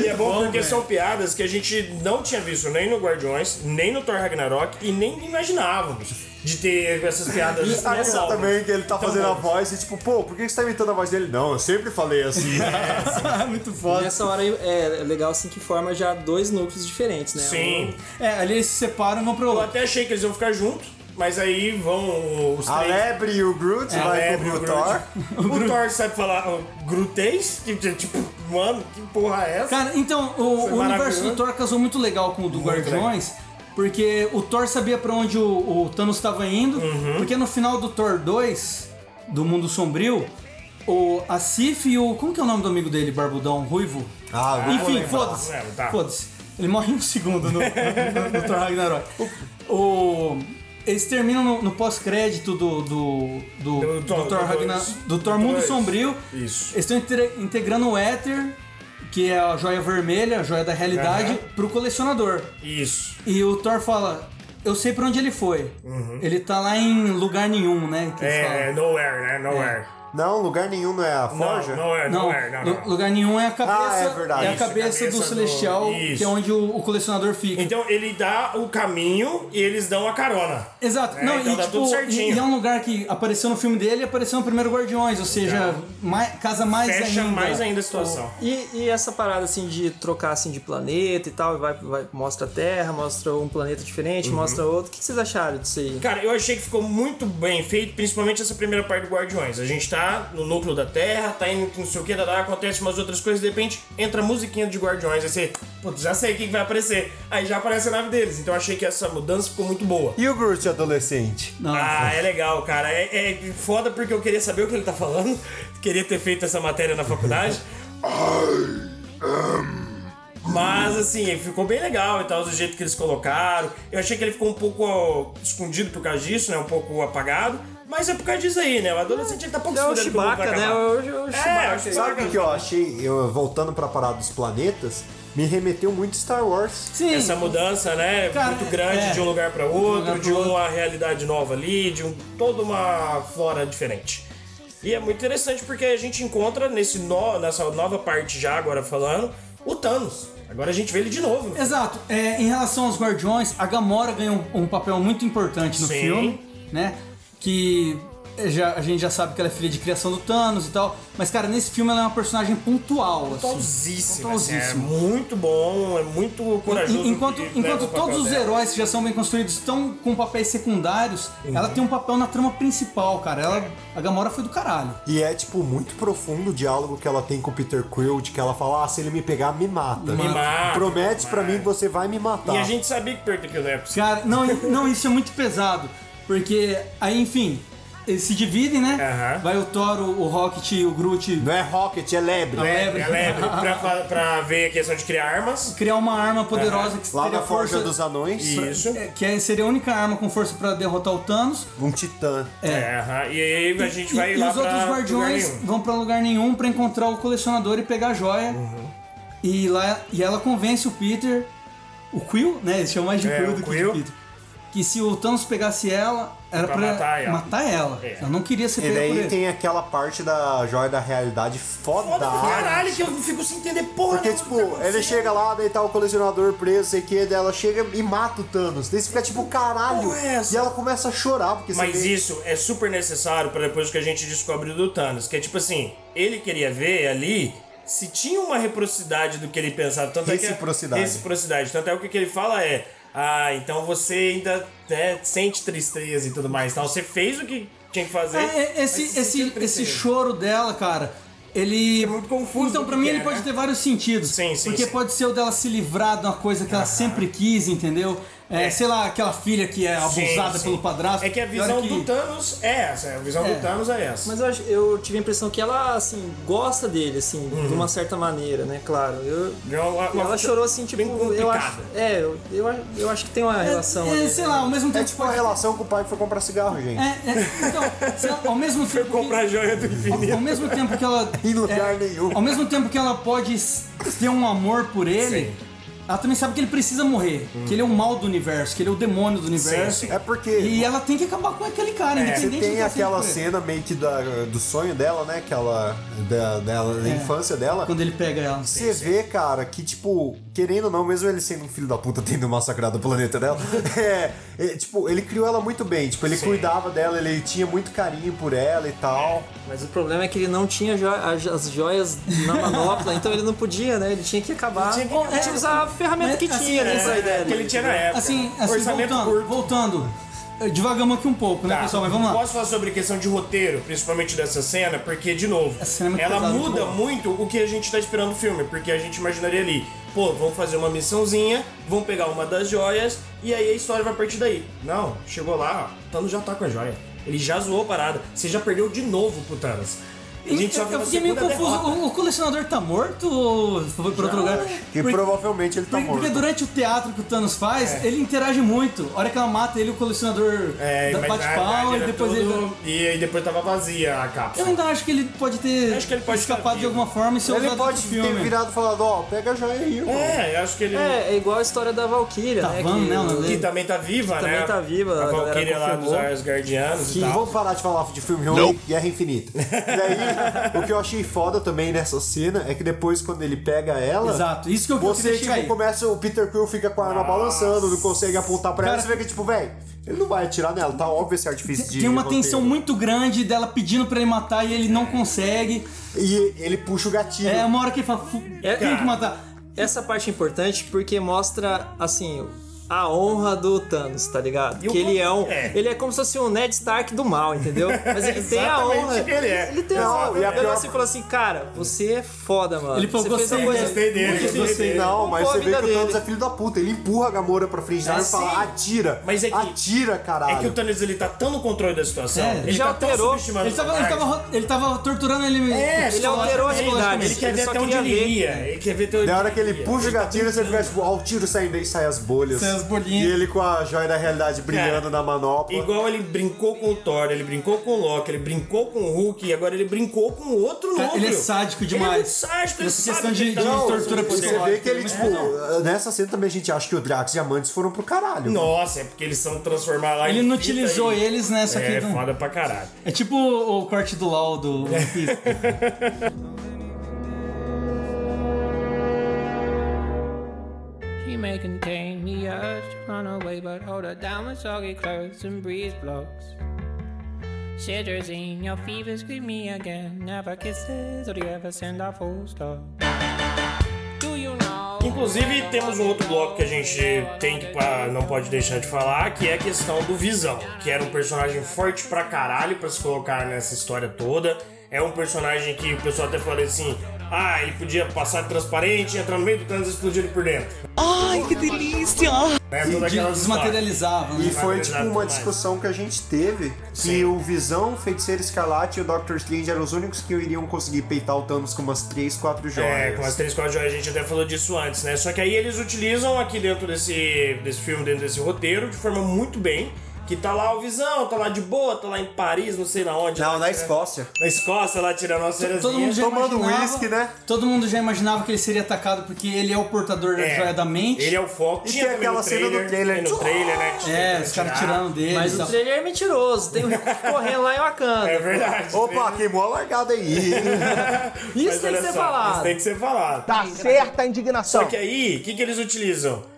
[SPEAKER 4] e é bom, porque são piadas que a gente não tinha visto nem no Guardiões, nem no Thor Ragnarok e nem imaginávamos de ter essas piadas nessa
[SPEAKER 6] Ah, essa
[SPEAKER 4] obra.
[SPEAKER 6] também que ele tá fazendo a voz e tipo, pô, por que você tá imitando a voz dele? Não, eu sempre falei assim.
[SPEAKER 3] muito foda.
[SPEAKER 5] Nessa hora aí, é legal, assim, que forma já dois núcleos diferentes, né?
[SPEAKER 4] Sim.
[SPEAKER 3] É, ali eles se separam e vão pro
[SPEAKER 4] Eu
[SPEAKER 3] outro.
[SPEAKER 4] até achei que eles iam ficar juntos, mas aí vão os
[SPEAKER 6] A
[SPEAKER 4] três.
[SPEAKER 6] Lebre e o Groot
[SPEAKER 4] A
[SPEAKER 6] vai
[SPEAKER 4] Lebre,
[SPEAKER 6] pro
[SPEAKER 4] o Groot.
[SPEAKER 6] Thor.
[SPEAKER 4] O Thor sabe falar ó, grutês, que tipo, mano, que porra é essa?
[SPEAKER 3] Cara, então, o,
[SPEAKER 4] Foi
[SPEAKER 3] o universo
[SPEAKER 4] maravilhoso.
[SPEAKER 3] do Thor casou muito legal com o do Guardiões, porque o Thor sabia pra onde o, o Thanos estava indo,
[SPEAKER 4] Uhum.
[SPEAKER 3] porque no final do Thor 2, do Mundo Sombrio, o, a Sif e o... Como que é o nome do amigo dele, Barbudão? Ruivo?
[SPEAKER 6] Ah, não vou
[SPEAKER 3] Enfim,
[SPEAKER 6] lembrar.
[SPEAKER 3] foda-se.
[SPEAKER 4] Não lembro, tá.
[SPEAKER 3] Foda-se. Ele morre em um segundo no, no, no Thor Ragnarok. O... Eles terminam no, no pós-crédito do, do, do,
[SPEAKER 4] Do
[SPEAKER 3] do
[SPEAKER 4] Thor-
[SPEAKER 3] Thor
[SPEAKER 4] do
[SPEAKER 3] Ragnar-
[SPEAKER 4] dois.
[SPEAKER 3] do Thor
[SPEAKER 4] Do
[SPEAKER 3] Mundo
[SPEAKER 4] dois.
[SPEAKER 3] Sombrio.
[SPEAKER 4] Isso.
[SPEAKER 3] Eles estão inte- integrando o Éter, que é a joia vermelha, a joia da realidade,
[SPEAKER 4] Aham.
[SPEAKER 3] pro colecionador.
[SPEAKER 4] Isso.
[SPEAKER 3] E o Thor fala: Eu sei
[SPEAKER 4] Uhum.
[SPEAKER 3] pra onde ele foi. Ele tá lá em lugar nenhum, né? que eles falam.
[SPEAKER 4] É, nowhere, né? Nowhere.
[SPEAKER 6] Não, lugar nenhum não é a forja?
[SPEAKER 4] Não, não é, não,
[SPEAKER 3] Não,
[SPEAKER 4] é, não,
[SPEAKER 3] lu-
[SPEAKER 4] não.
[SPEAKER 3] lugar nenhum é a cabeça.
[SPEAKER 6] Ah, é verdade.
[SPEAKER 3] a
[SPEAKER 6] Isso, a
[SPEAKER 3] cabeça,
[SPEAKER 4] cabeça
[SPEAKER 3] do
[SPEAKER 4] do-
[SPEAKER 3] Celestial,
[SPEAKER 4] Isso.
[SPEAKER 3] que é onde o, o colecionador fica.
[SPEAKER 4] Então ele dá o caminho e eles dão a carona.
[SPEAKER 3] Exato.
[SPEAKER 4] É,
[SPEAKER 3] não,
[SPEAKER 4] então
[SPEAKER 3] e,
[SPEAKER 4] dá
[SPEAKER 3] tipo,
[SPEAKER 4] tudo certinho.
[SPEAKER 3] e é um lugar que apareceu no filme dele e apareceu no primeiro Guardiões, ou seja, mai- casa mais
[SPEAKER 4] Então. Fecha
[SPEAKER 3] ainda.
[SPEAKER 4] mais ainda a situação.
[SPEAKER 5] Um, E, e essa parada assim de trocar assim de planeta e tal, e vai, vai- mostra a Terra, mostra um planeta diferente,
[SPEAKER 4] Uhum.
[SPEAKER 5] mostra outro. O que que vocês acharam disso aí?
[SPEAKER 4] Cara, eu achei que ficou muito bem feito, principalmente essa primeira parte do Guardiões. A gente tá no núcleo da Terra, tá indo com não sei o que, dadá, acontece umas outras coisas, de repente entra a musiquinha de Guardiões, aí você, putz, já sei o que que vai aparecer. Aí já aparece a nave deles, então eu achei que essa mudança ficou muito boa.
[SPEAKER 6] E o Groot adolescente?
[SPEAKER 3] Não,
[SPEAKER 4] Ah, é legal, cara. É, é foda porque eu queria saber o que ele tá falando, queria ter feito essa matéria na faculdade. Mas assim, ficou bem legal e tal, do jeito que eles colocaram. Eu achei que ele ficou um pouco escondido por causa disso, né? Um pouco apagado. Mas é por causa disso aí, né? O adolescente ele tá pouco
[SPEAKER 5] É o
[SPEAKER 4] se fudendo que mundo vai
[SPEAKER 5] Chewbacca, né?
[SPEAKER 4] acabar.
[SPEAKER 5] O, o, o
[SPEAKER 4] É, o
[SPEAKER 5] Chewbacca.
[SPEAKER 6] Sabe o
[SPEAKER 4] Chewbacca.
[SPEAKER 6] que que eu achei, eu, voltando pra parada dos planetas, me remeteu muito Star Wars.
[SPEAKER 3] Sim.
[SPEAKER 4] Essa mudança, né?
[SPEAKER 3] Cara,
[SPEAKER 4] muito grande
[SPEAKER 3] é.
[SPEAKER 4] de um lugar pra
[SPEAKER 3] lugar
[SPEAKER 4] outro,
[SPEAKER 3] pro
[SPEAKER 4] de uma
[SPEAKER 3] outro.
[SPEAKER 4] realidade nova ali, de um, toda uma flora diferente. E é muito interessante porque a gente encontra nesse no- nessa nova parte já agora falando o Thanos. Agora a gente vê ele de novo. né?
[SPEAKER 3] Exato. É, em relação aos Guardiões, a Gamora ganha um, um papel muito importante no
[SPEAKER 4] Sim.
[SPEAKER 3] filme, né? Que é, já, a gente já sabe que ela é filha de criação do Thanos e tal. Mas, cara, nesse filme ela é uma personagem pontual, assim.
[SPEAKER 4] Talzíssimo. assim, É
[SPEAKER 3] Talzíssimo.
[SPEAKER 4] muito bom, é muito corajoso.
[SPEAKER 3] En- Enquanto,
[SPEAKER 4] que leva
[SPEAKER 3] enquanto
[SPEAKER 4] o papel
[SPEAKER 3] todos os
[SPEAKER 4] dela.
[SPEAKER 3] heróis que já são bem construídos estão com papéis secundários,
[SPEAKER 4] Uhum.
[SPEAKER 3] ela tem um papel na trama principal, cara. Ela, a Gamora foi do caralho.
[SPEAKER 6] E é, tipo, muito profundo o diálogo que ela tem com o Peter Quill, de que ela fala, ah, se ele me pegar, me mata.
[SPEAKER 4] Me mata,
[SPEAKER 6] Promete
[SPEAKER 4] me
[SPEAKER 6] pra
[SPEAKER 4] mata.
[SPEAKER 6] mim que você vai me matar.
[SPEAKER 4] E a gente sabia que perto que não é possível.
[SPEAKER 3] Cara, não, e- não, isso é muito pesado. Porque, aí, enfim, eles se dividem, né?
[SPEAKER 4] Aham.
[SPEAKER 3] Vai o Thor, o o Rocket, o Groot
[SPEAKER 6] Não é Rocket, é Lebre.
[SPEAKER 3] lebre.
[SPEAKER 4] É lebre pra, fa- pra ver a questão de criar armas.
[SPEAKER 3] criar uma arma poderosa que
[SPEAKER 6] É. Lá
[SPEAKER 3] teria
[SPEAKER 6] na Forja
[SPEAKER 3] força.
[SPEAKER 6] dos Anões,
[SPEAKER 4] Isso.
[SPEAKER 3] é, Que é- seria a única arma com força pra derrotar o Thanos.
[SPEAKER 6] um titã.
[SPEAKER 4] É, aham. e aí a gente
[SPEAKER 3] E-
[SPEAKER 4] vai
[SPEAKER 3] e
[SPEAKER 4] lá
[SPEAKER 3] os outros
[SPEAKER 4] pra
[SPEAKER 3] guardiões
[SPEAKER 4] lugar nenhum.
[SPEAKER 3] vão pra lugar nenhum pra encontrar o colecionador e pegar a joia.
[SPEAKER 4] Uhum.
[SPEAKER 3] E, lá, e ela convence o Peter, o Quill, né? Eles chamam mais de
[SPEAKER 4] É,
[SPEAKER 3] Quill
[SPEAKER 4] o
[SPEAKER 3] do que de
[SPEAKER 4] Quill.
[SPEAKER 3] Peter. Que se o Thanos pegasse ela, era
[SPEAKER 4] Pra
[SPEAKER 3] pra,
[SPEAKER 4] matar ela.
[SPEAKER 3] ela.
[SPEAKER 4] É.
[SPEAKER 3] Ela não queria ser
[SPEAKER 6] E
[SPEAKER 3] pega por
[SPEAKER 6] daí
[SPEAKER 3] ele.
[SPEAKER 6] tem aquela parte da joia da realidade foda.
[SPEAKER 4] Foda pra caralho, é que eu fico sem entender porra.
[SPEAKER 6] Porque, tipo, ele chega lá, daí tá o colecionador preso, sei que, daí ela chega e mata o Thanos. Daí você fica tipo, caralho.
[SPEAKER 4] porra é essa?
[SPEAKER 6] E ela começa a chorar, porque você
[SPEAKER 4] Mas
[SPEAKER 6] vê-
[SPEAKER 4] isso é super necessário pra depois que a gente descobre do Thanos. Que é tipo assim, ele queria ver ali se tinha uma reciprocidade do que ele pensava. Tanto é que-
[SPEAKER 6] Reciprocidade.
[SPEAKER 4] reciprocidade. Tanto é que o que ele fala é. Ah, então você ainda né, sente tristeza e tudo mais. Então você fez o que tinha que fazer.
[SPEAKER 3] É, é,
[SPEAKER 4] mas
[SPEAKER 3] esse,
[SPEAKER 4] você
[SPEAKER 3] esse,
[SPEAKER 4] sentiu
[SPEAKER 3] esse
[SPEAKER 4] tristeza.
[SPEAKER 3] choro dela, cara, ele.
[SPEAKER 4] É muito confuso
[SPEAKER 3] Então,
[SPEAKER 4] o
[SPEAKER 3] pra
[SPEAKER 4] que
[SPEAKER 3] mim,
[SPEAKER 4] é,
[SPEAKER 3] ele
[SPEAKER 4] né?
[SPEAKER 3] pode ter vários sentidos.
[SPEAKER 4] Sim, sim,
[SPEAKER 3] Porque
[SPEAKER 4] sim.
[SPEAKER 3] pode ser o dela se livrar de uma coisa que ela sempre quis, entendeu? É, Sei lá, aquela filha que é
[SPEAKER 4] Sim,
[SPEAKER 3] abusada
[SPEAKER 4] sim.
[SPEAKER 3] pelo padrasto.
[SPEAKER 4] É que a
[SPEAKER 3] e hora
[SPEAKER 4] visão
[SPEAKER 3] que-
[SPEAKER 4] do Thanos é essa. A visão
[SPEAKER 3] É.
[SPEAKER 4] do Thanos é essa.
[SPEAKER 5] Mas eu, acho- eu tive a impressão que ela, assim, gosta dele, assim, de uma certa maneira, né? Claro. Eu,
[SPEAKER 4] De Uhum. É uma- uma-
[SPEAKER 5] ela chorou, assim, tipo...
[SPEAKER 4] bem
[SPEAKER 5] eu
[SPEAKER 4] complicada.
[SPEAKER 5] acho, é, eu, eu, acho- eu acho que tem uma relação
[SPEAKER 3] É,
[SPEAKER 5] ali.
[SPEAKER 3] sei lá, ao mesmo
[SPEAKER 6] É
[SPEAKER 3] tempo.
[SPEAKER 6] tipo a relação com o pai que foi comprar cigarro, gente.
[SPEAKER 3] É, é, então, sei lá, ao mesmo tempo. que-
[SPEAKER 4] comprar a joia do infinito.
[SPEAKER 3] ao mesmo tempo que ela.
[SPEAKER 6] Em lugar
[SPEAKER 3] é,
[SPEAKER 6] nenhum.
[SPEAKER 3] Ao mesmo tempo que ela pode s- ter um amor por ele,
[SPEAKER 4] Sim.
[SPEAKER 3] ela também sabe que ele precisa morrer. Que ele é o mal do universo, que ele é o demônio do universo.
[SPEAKER 4] sim.
[SPEAKER 6] É porque
[SPEAKER 3] E ela tem que acabar com aquele cara,
[SPEAKER 4] É,
[SPEAKER 6] você
[SPEAKER 3] independente do
[SPEAKER 6] tem
[SPEAKER 3] que ela
[SPEAKER 6] aquela
[SPEAKER 3] fez por ele.
[SPEAKER 6] cena meio que da- do sonho dela, né? Que ela. Da, dela, da infância dela.
[SPEAKER 3] É. Quando ele pega ela.
[SPEAKER 6] Você vê, cara, que, tipo, querendo ou não, mesmo ele sendo um filho da puta, tendo massacrado o planeta dela, é, é, tipo, ele criou ela muito bem. Tipo, ele cuidava dela, ele tinha muito carinho por ela e tal.
[SPEAKER 5] Mas o problema é que ele não tinha jo- as as joias na manopla, então ele não podia, né? Ele tinha que acabar.
[SPEAKER 4] Ele tinha que
[SPEAKER 5] Bom,
[SPEAKER 4] acabar.
[SPEAKER 5] tinha que usar a ferramenta
[SPEAKER 3] Mas,
[SPEAKER 5] que
[SPEAKER 3] assim,
[SPEAKER 5] tinha, né?
[SPEAKER 3] é,
[SPEAKER 5] Essa ideia
[SPEAKER 4] que ele
[SPEAKER 5] dele.
[SPEAKER 4] tinha na época.
[SPEAKER 3] Assim, assim
[SPEAKER 4] Orçamento
[SPEAKER 3] voltando,
[SPEAKER 4] curto.
[SPEAKER 3] voltando. eh, Devagamos aqui um pouco, né,
[SPEAKER 4] Tá.
[SPEAKER 3] pessoal? Mas vamos lá.
[SPEAKER 4] Posso falar sobre questão de roteiro, principalmente dessa cena, porque, de novo,
[SPEAKER 3] Essa cena é muito
[SPEAKER 4] ela
[SPEAKER 3] pesada, muito
[SPEAKER 4] muda
[SPEAKER 3] boa.
[SPEAKER 4] muito o que a gente tá esperando do filme, porque a gente imaginaria ali, pô, vamos fazer uma missãozinha, vão pegar uma das joias, e aí a história vai partir daí. Não, chegou lá, ó, Thanos já tá com a joia. Ele já zoou a parada. Você já perdeu de novo pro Thanos. A gente só viu
[SPEAKER 3] eu
[SPEAKER 4] a
[SPEAKER 3] fiquei meio
[SPEAKER 4] segunda
[SPEAKER 3] confuso.
[SPEAKER 4] derrota.
[SPEAKER 3] O, o colecionador tá morto ou foi pra outro lugar?
[SPEAKER 6] E
[SPEAKER 3] Porque-
[SPEAKER 6] provavelmente ele tá
[SPEAKER 3] Porque, porque
[SPEAKER 6] morto.
[SPEAKER 3] durante o teatro que o Thanos faz, ele interage muito. A hora que ela mata ele, o colecionador
[SPEAKER 4] É,
[SPEAKER 3] dá-
[SPEAKER 4] mas
[SPEAKER 3] bate
[SPEAKER 4] na
[SPEAKER 3] pau
[SPEAKER 4] verdade
[SPEAKER 3] e
[SPEAKER 4] era
[SPEAKER 3] depois ele.
[SPEAKER 4] tudo- E aí depois tava vazia a
[SPEAKER 3] Eu
[SPEAKER 4] cápsula.
[SPEAKER 3] ainda acho que ele pode ter
[SPEAKER 4] Acho que ele pode estar
[SPEAKER 3] escapado de
[SPEAKER 4] vivo.
[SPEAKER 3] alguma forma e ser
[SPEAKER 6] Ele
[SPEAKER 3] usado no
[SPEAKER 6] pode
[SPEAKER 3] filme.
[SPEAKER 6] ter virado e falado, ó, pega a joia aí, irmão.
[SPEAKER 4] É, eu acho que ele.
[SPEAKER 5] É, é igual a história da Valkyria,
[SPEAKER 3] Tá
[SPEAKER 5] né?
[SPEAKER 3] van, né, o nome
[SPEAKER 4] Que
[SPEAKER 3] dele?
[SPEAKER 4] também tá viva,
[SPEAKER 5] Também
[SPEAKER 4] né?
[SPEAKER 5] tá viva, a
[SPEAKER 4] A
[SPEAKER 5] galera
[SPEAKER 4] Valkyria lá dos
[SPEAKER 5] confirmou.
[SPEAKER 3] Tá.
[SPEAKER 4] Asgardianos e
[SPEAKER 6] E
[SPEAKER 4] tal. É
[SPEAKER 6] vamos parar de falar de filme ruim, Guerra Infinita. Daí, o que eu achei foda também nessa cena é que depois, quando ele pega ela,
[SPEAKER 3] Exato, isso que eu
[SPEAKER 6] você
[SPEAKER 3] queria chegar
[SPEAKER 6] tipo,
[SPEAKER 3] aí.
[SPEAKER 6] começa, o Peter Quill fica com a arma balançando, não consegue apontar pra ela, você fica tipo, velho, ele não vai atirar nela, tá óbvio esse artifício de
[SPEAKER 3] Tem uma
[SPEAKER 6] roteiro.
[SPEAKER 3] tensão muito grande dela pedindo pra ele matar e ele não consegue.
[SPEAKER 6] E ele puxa o gatilho.
[SPEAKER 3] É uma hora que ele fala, "Fu-
[SPEAKER 5] É,
[SPEAKER 3] tem que
[SPEAKER 5] cara.
[SPEAKER 3] matar.
[SPEAKER 5] Essa parte é importante porque mostra, assim, a honra do Thanos, tá ligado?
[SPEAKER 4] E o
[SPEAKER 5] que ele é um.
[SPEAKER 4] é.
[SPEAKER 5] Ele é como se fosse um Ned Stark do mal, entendeu? Mas ele tem a
[SPEAKER 4] Exatamente
[SPEAKER 5] honra.
[SPEAKER 4] que ele é.
[SPEAKER 5] tem a
[SPEAKER 6] Não,
[SPEAKER 5] honra.
[SPEAKER 6] e a
[SPEAKER 5] Ele olhou
[SPEAKER 6] pior-
[SPEAKER 5] assim e falou assim: cara, você é foda, mano.
[SPEAKER 3] Ele falou,
[SPEAKER 5] você fez
[SPEAKER 3] "Gostei
[SPEAKER 5] uma coisa.
[SPEAKER 3] dele."
[SPEAKER 4] Gostei dele,
[SPEAKER 5] muito
[SPEAKER 4] gostei dele.
[SPEAKER 6] Não, mas
[SPEAKER 5] Pô,
[SPEAKER 6] você
[SPEAKER 5] a
[SPEAKER 6] vê
[SPEAKER 5] vida
[SPEAKER 6] que o Thanos é
[SPEAKER 5] dele.
[SPEAKER 6] filho da puta. Ele empurra a Gamora pra frente da arma e
[SPEAKER 4] sim.
[SPEAKER 6] fala, atira.
[SPEAKER 4] Mas é que-
[SPEAKER 6] Atira, caralho.
[SPEAKER 4] É que o Thanos ele tá tão no controle da situação.
[SPEAKER 3] É,
[SPEAKER 4] ele
[SPEAKER 5] já
[SPEAKER 4] tá
[SPEAKER 5] alterou.
[SPEAKER 4] Tão subestimando
[SPEAKER 3] Ele tava,
[SPEAKER 4] o
[SPEAKER 3] ele,
[SPEAKER 4] Stark.
[SPEAKER 3] tava, ele tava torturando ele.
[SPEAKER 4] É,
[SPEAKER 5] Ele alterou a realidade.
[SPEAKER 4] Ele quer
[SPEAKER 5] Ele
[SPEAKER 4] ver
[SPEAKER 5] só
[SPEAKER 4] até onde
[SPEAKER 5] queria
[SPEAKER 4] ele
[SPEAKER 5] ver.
[SPEAKER 4] ia. Ele quer ver até onde
[SPEAKER 6] Da hora que ele
[SPEAKER 4] ia.
[SPEAKER 6] puxa o
[SPEAKER 4] tá
[SPEAKER 6] gatilho, você fica tipo, ó, o tiro saindo aí, sai as bolhas.
[SPEAKER 3] Sai as bolinhas.
[SPEAKER 6] E ele com a joia da realidade brilhando
[SPEAKER 5] É.
[SPEAKER 4] Cara,
[SPEAKER 6] na manopla.
[SPEAKER 4] Igual ele brincou com o Thor, ele brincou com o Loki, ele brincou com o Hulk e agora ele brincou com o outro
[SPEAKER 3] Cara,
[SPEAKER 4] núcleo.
[SPEAKER 3] ele é sádico demais.
[SPEAKER 4] Ele é muito sádico, ele
[SPEAKER 3] Essa
[SPEAKER 4] sabe
[SPEAKER 3] questão
[SPEAKER 4] que ele
[SPEAKER 3] de-
[SPEAKER 4] tá
[SPEAKER 3] de
[SPEAKER 4] no-
[SPEAKER 3] tortura
[SPEAKER 6] Você
[SPEAKER 3] psicológica.
[SPEAKER 6] vê que ele, tipo, nessa cena também a gente acha que o Drax e a Mantis foram pro caralho.
[SPEAKER 4] Nossa, é porque eles são transformados lá em
[SPEAKER 3] Ele não
[SPEAKER 4] fita
[SPEAKER 3] utilizou
[SPEAKER 4] e-
[SPEAKER 3] eles, né? Só que
[SPEAKER 4] É
[SPEAKER 3] não-
[SPEAKER 4] foda pra caralho.
[SPEAKER 3] É tipo o, o corte do LOL do One Piece.
[SPEAKER 10] She may contain the urge to run away, but hold her down with soggy clothes and breeze blocks. Cetirizine, your fever's scream me again. Never kisses, or do you ever send a full stop? Do you know?
[SPEAKER 4] Inclusive, temos um outro bloco que a gente tem que pa- não pode deixar de falar, que é a questão do Visão, que era um personagem forte pra caralho pra se colocar nessa história toda. É um personagem que o pessoal até fala assim: ah, ele podia passar transparente, entrar no meio do trânsito e explodir ele por dentro.
[SPEAKER 1] Ai, que delícia!
[SPEAKER 4] Né? Toda
[SPEAKER 3] De-
[SPEAKER 4] aquela
[SPEAKER 3] Desmaterializava.
[SPEAKER 6] E
[SPEAKER 3] Né?
[SPEAKER 6] foi tipo
[SPEAKER 4] Exato,
[SPEAKER 6] uma
[SPEAKER 4] mas-
[SPEAKER 6] discussão que a gente teve
[SPEAKER 4] Sim.
[SPEAKER 6] que o Visão, o Feiticeiro Escarlate e o Doctor Strange eram os únicos que iriam conseguir peitar o Thanos com umas 3, 4 joias.
[SPEAKER 4] É, com as três quatro joias, a gente até falou disso antes, né? Só que aí eles utilizam aqui dentro desse, desse filme, dentro desse roteiro, de forma muito bem. Que tá lá o Visão, tá lá de boa, tá lá em Paris, não sei na onde. né? É.
[SPEAKER 6] Não,
[SPEAKER 4] lá
[SPEAKER 6] na
[SPEAKER 4] tirando-
[SPEAKER 6] Escócia.
[SPEAKER 4] Na Escócia, lá tirando uma cerezinha.
[SPEAKER 3] Todo mundo já
[SPEAKER 6] Tomando
[SPEAKER 3] imaginava,
[SPEAKER 6] uísque, né?
[SPEAKER 3] Todo mundo já imaginava que ele seria atacado porque ele é o portador da joia da mente.
[SPEAKER 4] Ele é o foco.
[SPEAKER 6] E
[SPEAKER 4] Tinha
[SPEAKER 6] tem
[SPEAKER 4] também
[SPEAKER 6] aquela
[SPEAKER 4] no
[SPEAKER 6] cena do
[SPEAKER 4] trailer,
[SPEAKER 6] trailer.
[SPEAKER 4] tem no trailer, né? que
[SPEAKER 3] É,
[SPEAKER 4] tenta
[SPEAKER 3] os caras
[SPEAKER 4] tirar.
[SPEAKER 3] tirando dele.
[SPEAKER 5] Mas
[SPEAKER 3] e
[SPEAKER 5] o
[SPEAKER 3] tal.
[SPEAKER 5] trailer é mentiroso, tem um Hulk correndo lá em Wakanda.
[SPEAKER 4] Então. É verdade.
[SPEAKER 6] Opa, queimou a largada aí.
[SPEAKER 5] Isso
[SPEAKER 4] Mas
[SPEAKER 5] tem que
[SPEAKER 4] olha
[SPEAKER 5] ser
[SPEAKER 4] só, Isso
[SPEAKER 5] falado.
[SPEAKER 4] tem que ser falado.
[SPEAKER 2] Tá certa a indignação.
[SPEAKER 4] Só que aí, o que, que eles utilizam?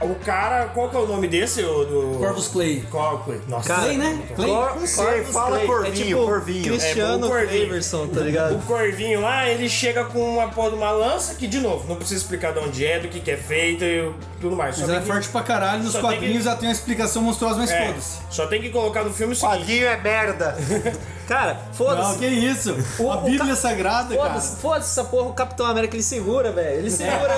[SPEAKER 4] O cara, qual que é o nome desse? O do...
[SPEAKER 3] Corvus Clay.
[SPEAKER 4] Corvus. Nossa,
[SPEAKER 5] Cara,
[SPEAKER 3] Clay, né? Clay.
[SPEAKER 5] Cor-
[SPEAKER 6] Não sei,
[SPEAKER 5] Corvus
[SPEAKER 6] fala
[SPEAKER 5] Clay.
[SPEAKER 6] Corvinho,
[SPEAKER 5] é tipo
[SPEAKER 6] Corvinho.
[SPEAKER 5] Cristiano
[SPEAKER 4] É, bom, Corvinho.
[SPEAKER 5] Cleverson, tá ligado?
[SPEAKER 4] O Corvinho lá, ele chega com uma porra de uma lança, que de novo, não precisa explicar de onde é, do que, que é feito e tudo mais. Só
[SPEAKER 3] Mas
[SPEAKER 4] tem
[SPEAKER 3] ela é
[SPEAKER 4] que-
[SPEAKER 3] forte pra caralho, nos
[SPEAKER 4] só tem que-
[SPEAKER 3] quadrinhos ela tem uma explicação monstruosa, mas
[SPEAKER 4] é,
[SPEAKER 3] foda-se.
[SPEAKER 4] Só tem que colocar no filme o seguinte.
[SPEAKER 6] Quadrinho é merda.
[SPEAKER 5] Cara,
[SPEAKER 3] Não,
[SPEAKER 5] foda-se.
[SPEAKER 3] que isso? a
[SPEAKER 5] o
[SPEAKER 3] Bíblia
[SPEAKER 5] ca-
[SPEAKER 3] Sagrada, cara.
[SPEAKER 5] Foda-se, foda-se essa porra, o Capitão América ele segura, velho. Ele segura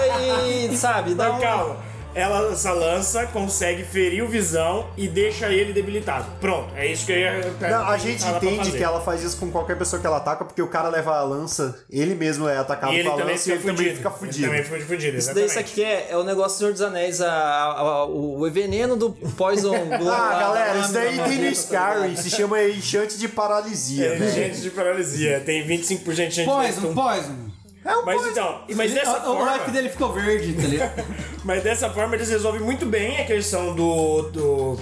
[SPEAKER 5] e, sabe, dá
[SPEAKER 4] Não,
[SPEAKER 5] um...
[SPEAKER 4] calma. Então, Ela, essa lança consegue ferir o Visão e deixa ele debilitado. Pronto, é isso que eu ia...
[SPEAKER 6] Não, a gente
[SPEAKER 4] tava pra
[SPEAKER 6] entende
[SPEAKER 4] fazer.
[SPEAKER 6] que ela faz isso com qualquer pessoa que ela ataca, porque o cara leva a lança, ele mesmo é atacado
[SPEAKER 4] E ele
[SPEAKER 6] com a
[SPEAKER 4] também
[SPEAKER 6] lança
[SPEAKER 4] fica
[SPEAKER 6] e ele
[SPEAKER 4] fudido.
[SPEAKER 6] também fica
[SPEAKER 4] Ele
[SPEAKER 6] fudido.
[SPEAKER 4] também fica fudido,
[SPEAKER 5] Isso daí,
[SPEAKER 4] exatamente.
[SPEAKER 5] isso aqui é, é o negócio do Senhor dos Anéis, a, a- a- o veneno do Poison Glow.
[SPEAKER 6] Ah, galera, isso daí
[SPEAKER 5] lá,
[SPEAKER 6] tem
[SPEAKER 5] lá,
[SPEAKER 6] no Skyrim, se chama enchante de paralisia,
[SPEAKER 4] É,
[SPEAKER 6] velho.
[SPEAKER 4] gente de paralisia. Tem 25% de gente de
[SPEAKER 3] Poison,
[SPEAKER 4] Nestum.
[SPEAKER 3] poison.
[SPEAKER 6] É um
[SPEAKER 4] Mas
[SPEAKER 6] poison.
[SPEAKER 4] então, mas dessa
[SPEAKER 3] o, o like
[SPEAKER 4] forma...
[SPEAKER 3] dele ficou verde, tá ligado?
[SPEAKER 4] Mas dessa forma eles resolvem muito bem a questão do. do,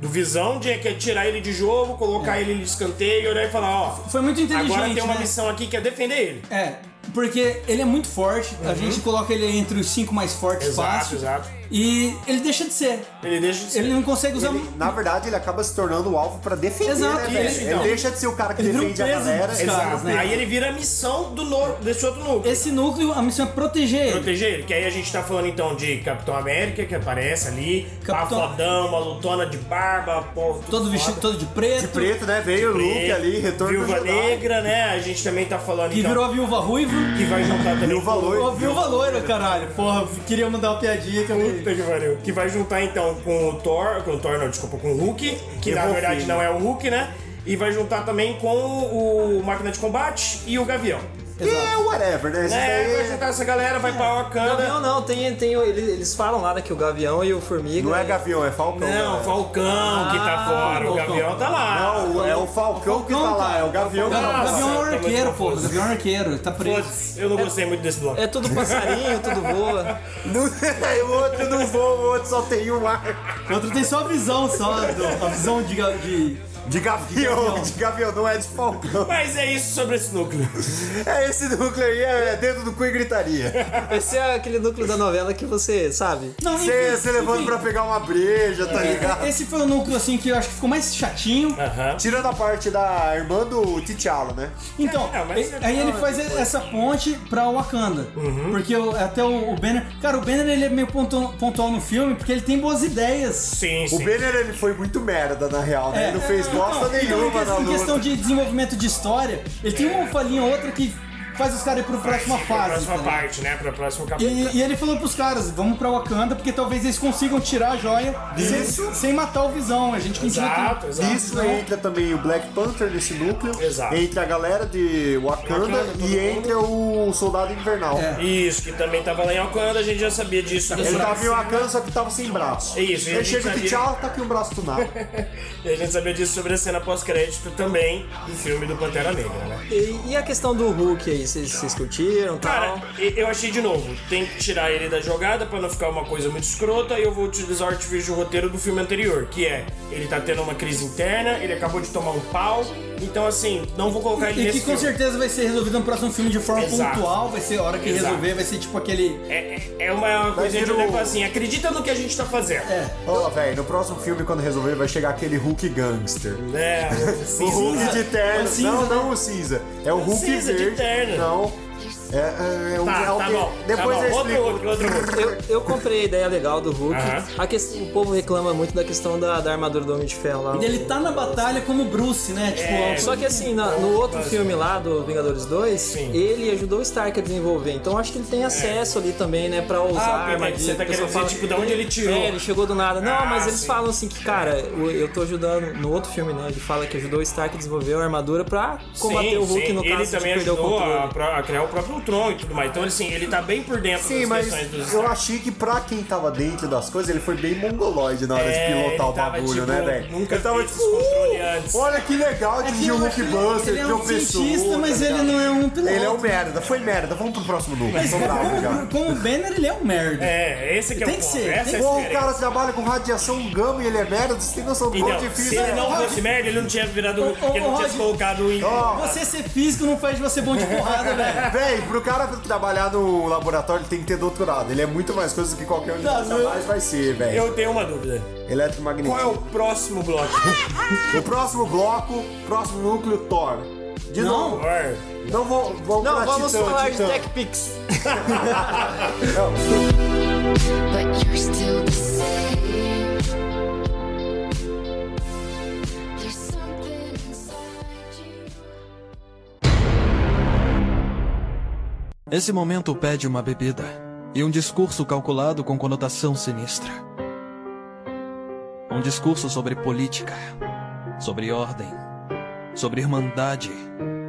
[SPEAKER 4] do visão, de que é tirar ele de jogo, colocar ele de escanteio, olhar e falar, ó.
[SPEAKER 3] Foi muito inteligente,
[SPEAKER 4] Agora tem uma
[SPEAKER 3] né?
[SPEAKER 4] missão aqui que é defender ele.
[SPEAKER 3] É, porque ele é muito forte, a gente coloca ele entre os cinco mais fortes
[SPEAKER 4] Uhum. Exato,
[SPEAKER 3] fácil.
[SPEAKER 4] exato.
[SPEAKER 3] E ele deixa de ser.
[SPEAKER 4] Ele deixa de ser.
[SPEAKER 3] Ele não consegue usar.
[SPEAKER 6] Ele, na verdade, ele acaba se tornando o alvo pra defender,
[SPEAKER 3] Exato,
[SPEAKER 6] né,
[SPEAKER 3] ele-
[SPEAKER 6] velho?
[SPEAKER 4] isso,
[SPEAKER 6] Ele,
[SPEAKER 4] então.
[SPEAKER 6] deixa de ser o cara que
[SPEAKER 3] Ele vira um
[SPEAKER 6] defende a
[SPEAKER 3] peso
[SPEAKER 6] galera.
[SPEAKER 3] dos
[SPEAKER 6] Exato.
[SPEAKER 3] caras, né?
[SPEAKER 4] Aí ele vira a missão do no, desse outro núcleo.
[SPEAKER 3] Esse núcleo, a missão é proteger ele.
[SPEAKER 4] Proteger ele. Que aí a gente tá falando então de Capitão América, que aparece ali,
[SPEAKER 3] Capitão-
[SPEAKER 4] Capitão... fodão, uma lutona de barba, povo
[SPEAKER 3] Todo vestido, todo de preto.
[SPEAKER 6] De preto, né? Veio o Luke ali, retorno do
[SPEAKER 4] Viúva
[SPEAKER 6] Jedi.
[SPEAKER 4] Negra, né? A gente também tá falando
[SPEAKER 3] Que
[SPEAKER 4] então,
[SPEAKER 3] virou a viúva ruiva.
[SPEAKER 4] que vai juntar também
[SPEAKER 6] Viúva
[SPEAKER 4] com-
[SPEAKER 6] Loira.
[SPEAKER 3] Ô, viúva loira, caralho. Porra, queria mandar uma piadinha que eu
[SPEAKER 4] Puta que pariu. Que vai juntar então com o Thor, com o Thor, não, desculpa, com o Hulk, que
[SPEAKER 6] Eu
[SPEAKER 4] na
[SPEAKER 6] vou
[SPEAKER 4] verdade
[SPEAKER 6] filho.
[SPEAKER 4] não é o Hulk, né? E vai juntar também com o Máquina de Combate e o Gavião.
[SPEAKER 6] Que é whatever, né? Esses
[SPEAKER 4] É, vai
[SPEAKER 6] daí
[SPEAKER 4] juntar essa galera, vai pra Wakanda.
[SPEAKER 5] Gavião não, tem, tem, eles, eles falam lá né, que o Gavião e o Formiga.
[SPEAKER 6] Não é Gavião, é
[SPEAKER 4] Não,
[SPEAKER 6] Falcão.
[SPEAKER 4] o
[SPEAKER 6] galera.
[SPEAKER 4] Falcão que tá
[SPEAKER 5] Ah,
[SPEAKER 4] fora, o
[SPEAKER 5] Falcão.
[SPEAKER 4] Gavião tá lá.
[SPEAKER 6] Não, é o Falcão que tá
[SPEAKER 3] Falcão,
[SPEAKER 6] lá, é o Gavião que tá
[SPEAKER 3] Cara, o
[SPEAKER 6] lá.
[SPEAKER 4] Nossa,
[SPEAKER 3] Gavião é um
[SPEAKER 4] tá
[SPEAKER 3] arqueiro,
[SPEAKER 4] muito
[SPEAKER 3] pô. O
[SPEAKER 4] confuso.
[SPEAKER 3] Gavião é um arqueiro, tá preso.
[SPEAKER 4] Foda-se, eu não gostei muito desse bloco.
[SPEAKER 5] É tudo passarinho, tudo voa.
[SPEAKER 6] Não- é, o outro não voa, o outro só tem um ar.
[SPEAKER 3] O outro tem só a visão, só. do- a visão de. ga- de...
[SPEAKER 6] De Gavião, de Gavião, não é de Falcão.
[SPEAKER 4] Mas é isso sobre esse núcleo.
[SPEAKER 6] É esse núcleo aí, é dentro do cu e gritaria.
[SPEAKER 5] Esse é aquele núcleo da novela que você, sabe?
[SPEAKER 3] Não,
[SPEAKER 6] Você
[SPEAKER 3] enfim,
[SPEAKER 6] você levando
[SPEAKER 3] enfim.
[SPEAKER 6] pra pegar uma breja, tá ligado?
[SPEAKER 3] Esse foi o núcleo assim que eu acho que ficou mais chatinho.
[SPEAKER 4] Aham.
[SPEAKER 6] Tirando a parte da irmã do T'Challa, né?
[SPEAKER 3] Então,
[SPEAKER 4] É, mas
[SPEAKER 3] e-
[SPEAKER 4] é Uhum.
[SPEAKER 3] aí ele
[SPEAKER 4] claro,
[SPEAKER 3] faz essa ponte pra Wakanda. Porque o- até o, o Banner. Cara, o Banner ele é meio pontual, pontual no filme porque ele tem boas ideias.
[SPEAKER 4] Sim,
[SPEAKER 6] O é
[SPEAKER 4] sim.
[SPEAKER 6] Banner, ele foi muito merda, na real, né?
[SPEAKER 3] É.
[SPEAKER 6] Ele não fez bosta
[SPEAKER 3] Então, em
[SPEAKER 6] nenhuma na
[SPEAKER 3] questão- Em questão
[SPEAKER 6] luta.
[SPEAKER 3] de desenvolvimento de história, ele tem
[SPEAKER 4] É.
[SPEAKER 3] uma falinha ou outra que faz os caras ir pro próxima
[SPEAKER 4] Pra
[SPEAKER 3] fase.
[SPEAKER 4] próxima
[SPEAKER 3] tá ligado?
[SPEAKER 4] parte, né? Pra próximo capítulo.
[SPEAKER 3] E, e ele falou pros caras, vamos pra Wakanda, porque talvez eles consigam tirar a joia sem, sem matar o Visão. A gente tá continua
[SPEAKER 4] Exato,
[SPEAKER 3] tendo-
[SPEAKER 4] exato.
[SPEAKER 6] Isso entra também o Black Panther nesse núcleo.
[SPEAKER 4] Exato.
[SPEAKER 6] Entre a galera de Wakanda,
[SPEAKER 4] Wakanda, todo
[SPEAKER 6] e entra o Soldado Invernal.
[SPEAKER 3] É.
[SPEAKER 4] Isso, que também tava lá em Wakanda, a gente já sabia disso.
[SPEAKER 6] Ele tava em Wakanda, só que tava sem braço.
[SPEAKER 4] É isso, e a
[SPEAKER 6] Ele
[SPEAKER 4] gente
[SPEAKER 6] chega e
[SPEAKER 4] sabia-
[SPEAKER 6] tchau, tá aqui o braço do nada.
[SPEAKER 4] E a gente sabia disso sobre a cena pós-crédito também do filme do Pantera Negra, né?
[SPEAKER 5] E, e a questão do Hulk aí, vocês vocês curtiram e
[SPEAKER 4] Cara,
[SPEAKER 5] tal?
[SPEAKER 4] e- eu achei de novo, tem que tirar ele da jogada pra não ficar uma coisa muito escrota e eu vou utilizar o artifício de roteiro do filme anterior, que é ele tá tendo uma crise interna, ele acabou de tomar um pau, então assim, não vou colocar ele
[SPEAKER 3] E
[SPEAKER 4] nesse
[SPEAKER 3] que com
[SPEAKER 4] filme.
[SPEAKER 3] certeza vai ser resolvido no próximo filme de forma
[SPEAKER 4] Exato.
[SPEAKER 3] pontual, vai ser a hora que
[SPEAKER 4] Exato.
[SPEAKER 3] resolver, vai ser tipo aquele.
[SPEAKER 4] É, é- é uma coisa de
[SPEAKER 6] vir o-
[SPEAKER 4] um assim, acredita no que a gente tá fazendo. É.
[SPEAKER 6] Ó, velho, no próximo filme, quando resolver, vai chegar aquele Hulk gangster.
[SPEAKER 4] sim,
[SPEAKER 6] O Hulk de
[SPEAKER 3] É o
[SPEAKER 6] terno.
[SPEAKER 3] cinza,
[SPEAKER 6] não,
[SPEAKER 3] né?
[SPEAKER 6] não o cinza. É o Hulk
[SPEAKER 4] cinza de
[SPEAKER 6] verde.
[SPEAKER 4] terno.
[SPEAKER 6] Não. É, é, é um
[SPEAKER 4] Tá, tá
[SPEAKER 6] alguém-
[SPEAKER 4] bom.
[SPEAKER 6] Depois
[SPEAKER 4] tá
[SPEAKER 6] eu
[SPEAKER 4] bom. Outro,
[SPEAKER 6] explico.
[SPEAKER 4] outro, outro, outro.
[SPEAKER 5] Eu, eu comprei a ideia legal do Hulk.
[SPEAKER 4] Aham.
[SPEAKER 5] A quest- o povo reclama muito da questão da, da armadura do Homem de Ferro lá.
[SPEAKER 3] Ele tá na batalha como Bruce, né? Tipo,
[SPEAKER 4] É.
[SPEAKER 5] Só que assim, na- no outro filme lá do Vingadores 2,
[SPEAKER 4] Sim. É.
[SPEAKER 5] ele ajudou o Stark a desenvolver. Então acho que ele tem acesso ali também, né, pra usar
[SPEAKER 4] Ah,
[SPEAKER 5] armadilha.
[SPEAKER 4] entendi. Você tá
[SPEAKER 5] O pessoal
[SPEAKER 4] querendo dizer,
[SPEAKER 5] fala-
[SPEAKER 4] tipo, da onde ele tirou.
[SPEAKER 5] É, ele chegou do nada. Não,
[SPEAKER 4] Ah,
[SPEAKER 5] mas eles
[SPEAKER 4] sim.
[SPEAKER 5] falam assim que, cara, eu, eu tô ajudando. No outro filme, né, ele fala que ajudou o Stark a desenvolver a armadura pra combater
[SPEAKER 4] Sim,
[SPEAKER 5] o Hulk
[SPEAKER 4] sim.
[SPEAKER 5] no
[SPEAKER 4] ele
[SPEAKER 5] caso de
[SPEAKER 4] também
[SPEAKER 5] perder o
[SPEAKER 4] ajudou
[SPEAKER 5] controle.
[SPEAKER 4] a, pra- a criar o próprio Ultron e tudo mais. Então, assim, ele tá bem por dentro
[SPEAKER 6] Sim,
[SPEAKER 4] das
[SPEAKER 6] mas
[SPEAKER 4] questões dos
[SPEAKER 6] eu achei que pra quem tava dentro das coisas, ele foi bem mongoloide na hora
[SPEAKER 4] É,
[SPEAKER 6] de
[SPEAKER 4] ele
[SPEAKER 6] pilotar o
[SPEAKER 4] tava,
[SPEAKER 6] bagulho,
[SPEAKER 4] tipo,
[SPEAKER 6] né, velho?
[SPEAKER 4] nunca
[SPEAKER 6] ele tava
[SPEAKER 4] fez
[SPEAKER 6] tipo,
[SPEAKER 4] esse controle
[SPEAKER 6] "Uh,
[SPEAKER 4] antes."
[SPEAKER 6] olha que legal
[SPEAKER 3] É que
[SPEAKER 6] dirigir
[SPEAKER 3] eu acho
[SPEAKER 6] o Hulk
[SPEAKER 3] que
[SPEAKER 6] Buster,
[SPEAKER 3] ele é um
[SPEAKER 6] professor.
[SPEAKER 3] cientista,
[SPEAKER 6] tá
[SPEAKER 3] mas
[SPEAKER 6] ligado?
[SPEAKER 3] ele não é um piloto.
[SPEAKER 6] Ele é um merda, foi merda. Vamos pro próximo número.
[SPEAKER 3] Mas, é um
[SPEAKER 6] Vamos
[SPEAKER 3] cara,
[SPEAKER 6] lá,
[SPEAKER 3] como,
[SPEAKER 6] obrigado.
[SPEAKER 3] como Banner, ele é um merda.
[SPEAKER 4] É, esse que é
[SPEAKER 3] Tem
[SPEAKER 4] o
[SPEAKER 3] que
[SPEAKER 4] ponto.
[SPEAKER 3] ser,
[SPEAKER 4] Essa
[SPEAKER 3] tem
[SPEAKER 4] é a
[SPEAKER 6] Pô, o
[SPEAKER 4] diferença.
[SPEAKER 6] cara trabalha com radiação gama e ele é merda, você tem noção do quão
[SPEAKER 4] Então, se
[SPEAKER 6] difícil
[SPEAKER 4] ele
[SPEAKER 6] é?
[SPEAKER 4] não fosse merda, ele não tinha virado.
[SPEAKER 3] Ô, ô,
[SPEAKER 4] ele não tinha
[SPEAKER 3] Rod.
[SPEAKER 4] se colocado em.
[SPEAKER 6] Ó,
[SPEAKER 3] Você ser físico não faz de você bom de porrada, velho. É
[SPEAKER 6] É, Véi, pro cara trabalhar no laboratório, ele tem que ter doutorado. Ele é muito mais coisa do que qualquer um
[SPEAKER 3] Tá,
[SPEAKER 6] jamais mais vai ser, velho.
[SPEAKER 4] Eu tenho uma dúvida. Qual é
[SPEAKER 6] Eletromagnetismo.
[SPEAKER 4] o próximo bloco?
[SPEAKER 6] O próximo bloco, próximo núcleo, Thor. De
[SPEAKER 3] Não.
[SPEAKER 6] novo.
[SPEAKER 4] Or-
[SPEAKER 6] Não vou, vamos
[SPEAKER 5] Não,
[SPEAKER 6] pra
[SPEAKER 5] vamos
[SPEAKER 6] Ah, Titã,
[SPEAKER 5] falar de
[SPEAKER 6] Titã.
[SPEAKER 5] Tech Pix.
[SPEAKER 2] But you're still the same. There's something inside you.
[SPEAKER 11] Esse momento pede uma bebida e um discurso calculado com conotação sinistra. Um discurso sobre política, sobre ordem, sobre irmandade,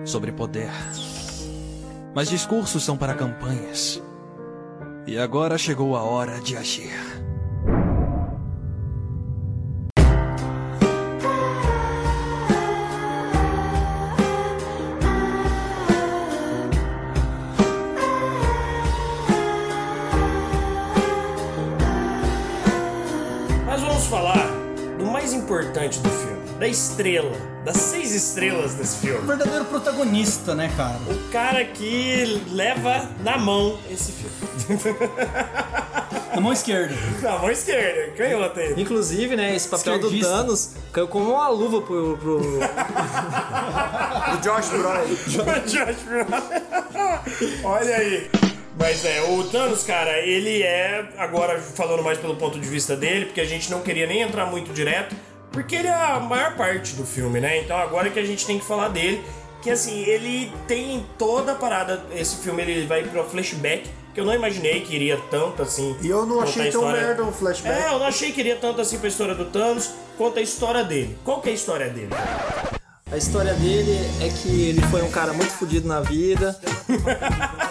[SPEAKER 11] sobre poder. Mas discursos são para campanhas. E agora chegou a hora de agir.
[SPEAKER 4] Mas vamos falar do mais importante do filme: da estrela, das seis estrelas desse
[SPEAKER 3] O
[SPEAKER 4] filme.
[SPEAKER 3] um verdadeiro protagonista, né, cara?
[SPEAKER 4] O cara que leva na mão esse filme.
[SPEAKER 3] Na mão esquerda.
[SPEAKER 4] na mão esquerda, canhota aí.
[SPEAKER 5] Inclusive, né, esse papel do
[SPEAKER 3] Esquerdista.
[SPEAKER 5] Thanos caiu como uma luva pro, pro,
[SPEAKER 6] O Josh Brolin.
[SPEAKER 4] Josh Brolin. Olha aí. Mas é, o Thanos, cara, ele é, agora falando mais pelo ponto de vista dele, porque a gente não queria nem entrar muito direto, porque ele é a maior parte do filme, né? Então agora que a gente tem que falar dele, que assim, ele tem toda a parada, esse filme ele vai pro flashback, que eu não imaginei que iria tanto assim.
[SPEAKER 6] E eu não
[SPEAKER 4] contar a
[SPEAKER 6] achei tão
[SPEAKER 4] história.
[SPEAKER 6] merda o flashback.
[SPEAKER 4] É, eu não achei que iria tanto assim pra história do Thanos, quanto a história dele. Qual que é a história dele?
[SPEAKER 5] A história dele é que ele foi um cara muito fodido na vida.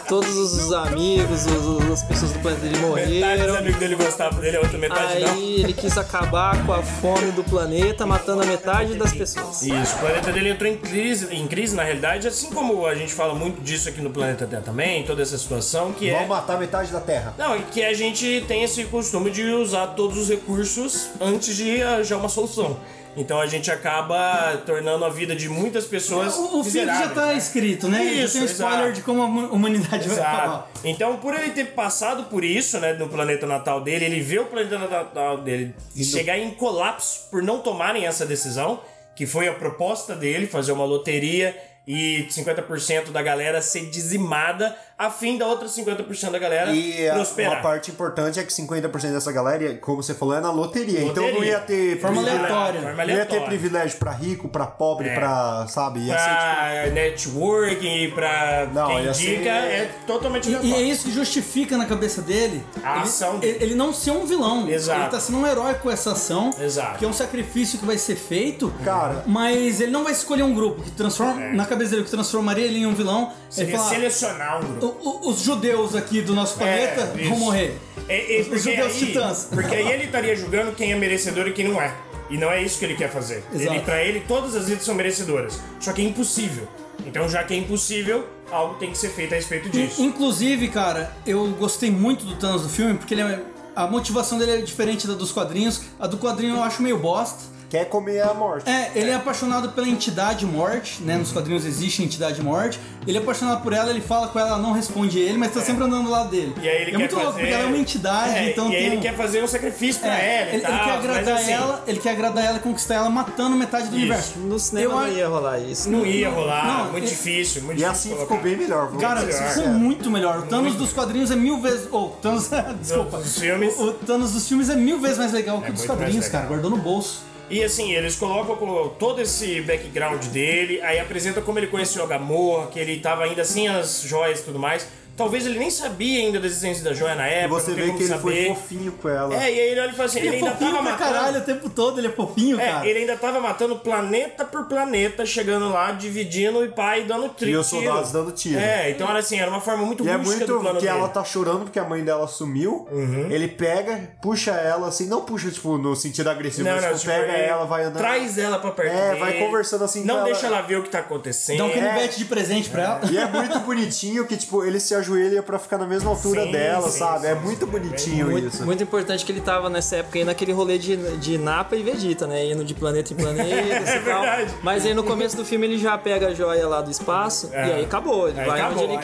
[SPEAKER 5] Todos os amigos, os- os- as pessoas do planeta dele
[SPEAKER 4] Metade dos
[SPEAKER 5] morreram.
[SPEAKER 4] amigos dele gostavam dele, a outra metade
[SPEAKER 5] Aí
[SPEAKER 4] não.
[SPEAKER 5] ele quis acabar com a fome do planeta, matando a metade das pessoas.
[SPEAKER 4] Isso, o planeta dele entrou em crise, em crise, na realidade, assim como a gente fala muito disso aqui no planeta Terra também, toda essa situação que
[SPEAKER 6] Vão
[SPEAKER 4] é.
[SPEAKER 6] matar metade da Terra.
[SPEAKER 4] Não, e que a gente tem esse costume de usar todos os recursos antes de achar uma solução. Então a gente acaba tornando a vida de muitas pessoas.
[SPEAKER 3] O, o filme já
[SPEAKER 4] miseráveis.
[SPEAKER 3] tá escrito, né?
[SPEAKER 4] Isso,
[SPEAKER 3] já tem um spoiler
[SPEAKER 4] exato.
[SPEAKER 3] de como a hum- humanidade vai
[SPEAKER 4] Exato.
[SPEAKER 3] acabar.
[SPEAKER 4] Então, por ele ter passado por isso, né, no planeta natal dele, ele vê o planeta natal dele chegar em colapso por não tomarem essa decisão, que foi a proposta dele, fazer uma loteria e 50% da galera ser dizimada, a fim da outra 50% da galera
[SPEAKER 6] E a- uma
[SPEAKER 4] prosperar.
[SPEAKER 6] parte importante é que 50% dessa galera, como você falou, é na loteria. Então não
[SPEAKER 4] Loteria.
[SPEAKER 6] ia ter.
[SPEAKER 3] Forma
[SPEAKER 6] privilégio-
[SPEAKER 3] aleatória.
[SPEAKER 4] Forma
[SPEAKER 6] Não ia ter
[SPEAKER 4] aleatória.
[SPEAKER 6] privilégio pra rico, pra pobre,
[SPEAKER 4] É. Ah.
[SPEAKER 6] pra. Sabe? Ia ser, tipo,
[SPEAKER 4] Pra networking e pra
[SPEAKER 6] Não,
[SPEAKER 4] quem
[SPEAKER 6] ia
[SPEAKER 4] indica,
[SPEAKER 6] ser-
[SPEAKER 4] é totalmente
[SPEAKER 3] E, e é
[SPEAKER 4] aleatório.
[SPEAKER 3] isso que justifica na cabeça dele
[SPEAKER 4] A
[SPEAKER 3] ele-
[SPEAKER 4] ação
[SPEAKER 3] ele,
[SPEAKER 4] dele.
[SPEAKER 3] ele não ser um vilão.
[SPEAKER 4] Exato.
[SPEAKER 3] Ele tá sendo um herói com essa ação.
[SPEAKER 4] Exato.
[SPEAKER 3] Que é um sacrifício que vai ser feito.
[SPEAKER 6] Cara.
[SPEAKER 3] Mas ele não vai escolher um grupo que transforma.
[SPEAKER 4] É.
[SPEAKER 3] Na cabeça dele, o que transformaria ele em um vilão. ele
[SPEAKER 4] Seria
[SPEAKER 3] fala,
[SPEAKER 4] selecionar um grupo.
[SPEAKER 3] "O- o- os judeus aqui do nosso planeta
[SPEAKER 4] É, isso.
[SPEAKER 3] vão morrer.
[SPEAKER 4] É, é,
[SPEAKER 3] Os
[SPEAKER 4] porque,
[SPEAKER 3] judeus
[SPEAKER 4] aí,
[SPEAKER 3] titãs.
[SPEAKER 4] porque aí ele estaria julgando quem é merecedor e quem não é. E não é isso que ele quer fazer.
[SPEAKER 3] Exato.
[SPEAKER 4] Ele, pra ele, todas as vidas são merecedoras. Só que é impossível. Então, já que é impossível, algo tem que ser feito a respeito disso.
[SPEAKER 3] Inclusive, cara, eu gostei muito do Thanos do filme, porque ele é- a motivação dele é diferente da dos quadrinhos. A do quadrinho eu acho meio bosta.
[SPEAKER 6] tipo, Quer comer a morte.
[SPEAKER 3] É, ele é apaixonado pela entidade morte, né? Nos quadrinhos existe a entidade morte. Ele é apaixonado por ela, ele fala com ela, ela não responde ele, mas tá sempre andando do lado dele.
[SPEAKER 4] É. E aí ele
[SPEAKER 3] é
[SPEAKER 4] quer
[SPEAKER 3] muito
[SPEAKER 4] fazer...
[SPEAKER 3] louco, porque ela é uma entidade,
[SPEAKER 4] É,
[SPEAKER 3] então
[SPEAKER 4] e aí
[SPEAKER 3] tem
[SPEAKER 4] ele
[SPEAKER 3] um-
[SPEAKER 4] quer fazer um sacrifício pra
[SPEAKER 3] É,
[SPEAKER 4] ela
[SPEAKER 3] ele,
[SPEAKER 4] e
[SPEAKER 3] ele
[SPEAKER 4] tal.
[SPEAKER 3] quer
[SPEAKER 4] mas
[SPEAKER 3] agradar
[SPEAKER 4] assim,
[SPEAKER 3] ela, ele quer agradar ela e conquistar ela matando metade do
[SPEAKER 4] Isso.
[SPEAKER 3] universo.
[SPEAKER 5] No cinema
[SPEAKER 3] Eu
[SPEAKER 5] não
[SPEAKER 3] a-
[SPEAKER 5] ia rolar isso.
[SPEAKER 4] Não ia rolar,
[SPEAKER 3] não, é
[SPEAKER 4] muito
[SPEAKER 3] e-
[SPEAKER 4] difícil. Muito
[SPEAKER 6] E
[SPEAKER 4] difícil
[SPEAKER 6] assim
[SPEAKER 4] colocar.
[SPEAKER 6] ficou bem melhor. vamos
[SPEAKER 3] Cara,
[SPEAKER 6] dizer.
[SPEAKER 3] isso ficou muito melhor. O Thanos dos quadrinhos é mil vezes. Ou, Thanos. desculpa.
[SPEAKER 4] Dos filmes.
[SPEAKER 3] O Thanos dos filmes é mil vezes mais legal que o dos
[SPEAKER 4] muito mais
[SPEAKER 3] quadrinhos,
[SPEAKER 4] legal.
[SPEAKER 3] cara. Guardou no bolso.
[SPEAKER 4] E assim, eles colocam com todo esse background dele, aí apresenta como ele conheceu a Gamorra, que ele tava ainda sem as joias e tudo mais. Talvez ele nem sabia ainda da existência da joia na
[SPEAKER 6] E
[SPEAKER 4] época,
[SPEAKER 6] você
[SPEAKER 4] não tem
[SPEAKER 6] vê
[SPEAKER 4] como
[SPEAKER 6] que ele foi
[SPEAKER 4] saber.
[SPEAKER 6] fofinho com ela.
[SPEAKER 4] É, e aí ele olha e fala assim, ele,
[SPEAKER 3] Ele, é
[SPEAKER 4] ainda
[SPEAKER 3] fofinho
[SPEAKER 4] tava
[SPEAKER 3] pra
[SPEAKER 4] matando.
[SPEAKER 3] caralho o tempo todo, ele é fofinho,
[SPEAKER 4] É,
[SPEAKER 3] cara.
[SPEAKER 4] ele ainda tava matando planeta por planeta, chegando lá, dividindo e pai dando tri
[SPEAKER 6] E os
[SPEAKER 4] tiro.
[SPEAKER 6] soldados dando tiro.
[SPEAKER 4] É, então era assim, era uma forma muito
[SPEAKER 6] E é
[SPEAKER 4] rústica
[SPEAKER 6] muito
[SPEAKER 4] do plano Uhum.
[SPEAKER 6] que
[SPEAKER 4] dele.
[SPEAKER 6] ela tá chorando porque a mãe dela sumiu. Ele pega, puxa ela, assim, não puxa, tipo, no sentido agressivo,
[SPEAKER 4] Não,
[SPEAKER 6] mas
[SPEAKER 4] não,
[SPEAKER 6] tipo,
[SPEAKER 4] tipo,
[SPEAKER 6] pega
[SPEAKER 4] ele
[SPEAKER 6] ela, vai andando.
[SPEAKER 4] Traz ela pra perto
[SPEAKER 6] É, vai
[SPEAKER 4] dele.
[SPEAKER 6] conversando assim
[SPEAKER 4] Não
[SPEAKER 6] com
[SPEAKER 4] deixa
[SPEAKER 6] ela. É,
[SPEAKER 4] ela ver o que tá acontecendo.
[SPEAKER 3] Dá um canivete de presente pra ela.
[SPEAKER 6] E é muito bonitinho que, tipo, ele se ajoelha pra ficar na mesma altura
[SPEAKER 4] Sim,
[SPEAKER 6] dela,
[SPEAKER 4] sim,
[SPEAKER 6] sabe? é
[SPEAKER 4] sim,
[SPEAKER 6] muito
[SPEAKER 4] sim.
[SPEAKER 6] bonitinho
[SPEAKER 5] Muito,
[SPEAKER 6] isso.
[SPEAKER 5] muito importante que ele tava nessa época aí naquele rolê de, de Napa e Vegeta, né? Indo de planeta em planeta
[SPEAKER 4] É
[SPEAKER 5] e tal.
[SPEAKER 4] verdade.
[SPEAKER 5] Mas aí no começo do filme ele já pega a joia lá do espaço
[SPEAKER 4] É.
[SPEAKER 5] e aí acabou. Ele
[SPEAKER 4] Aí
[SPEAKER 5] vai
[SPEAKER 4] acabou,
[SPEAKER 5] onde ele
[SPEAKER 4] aí-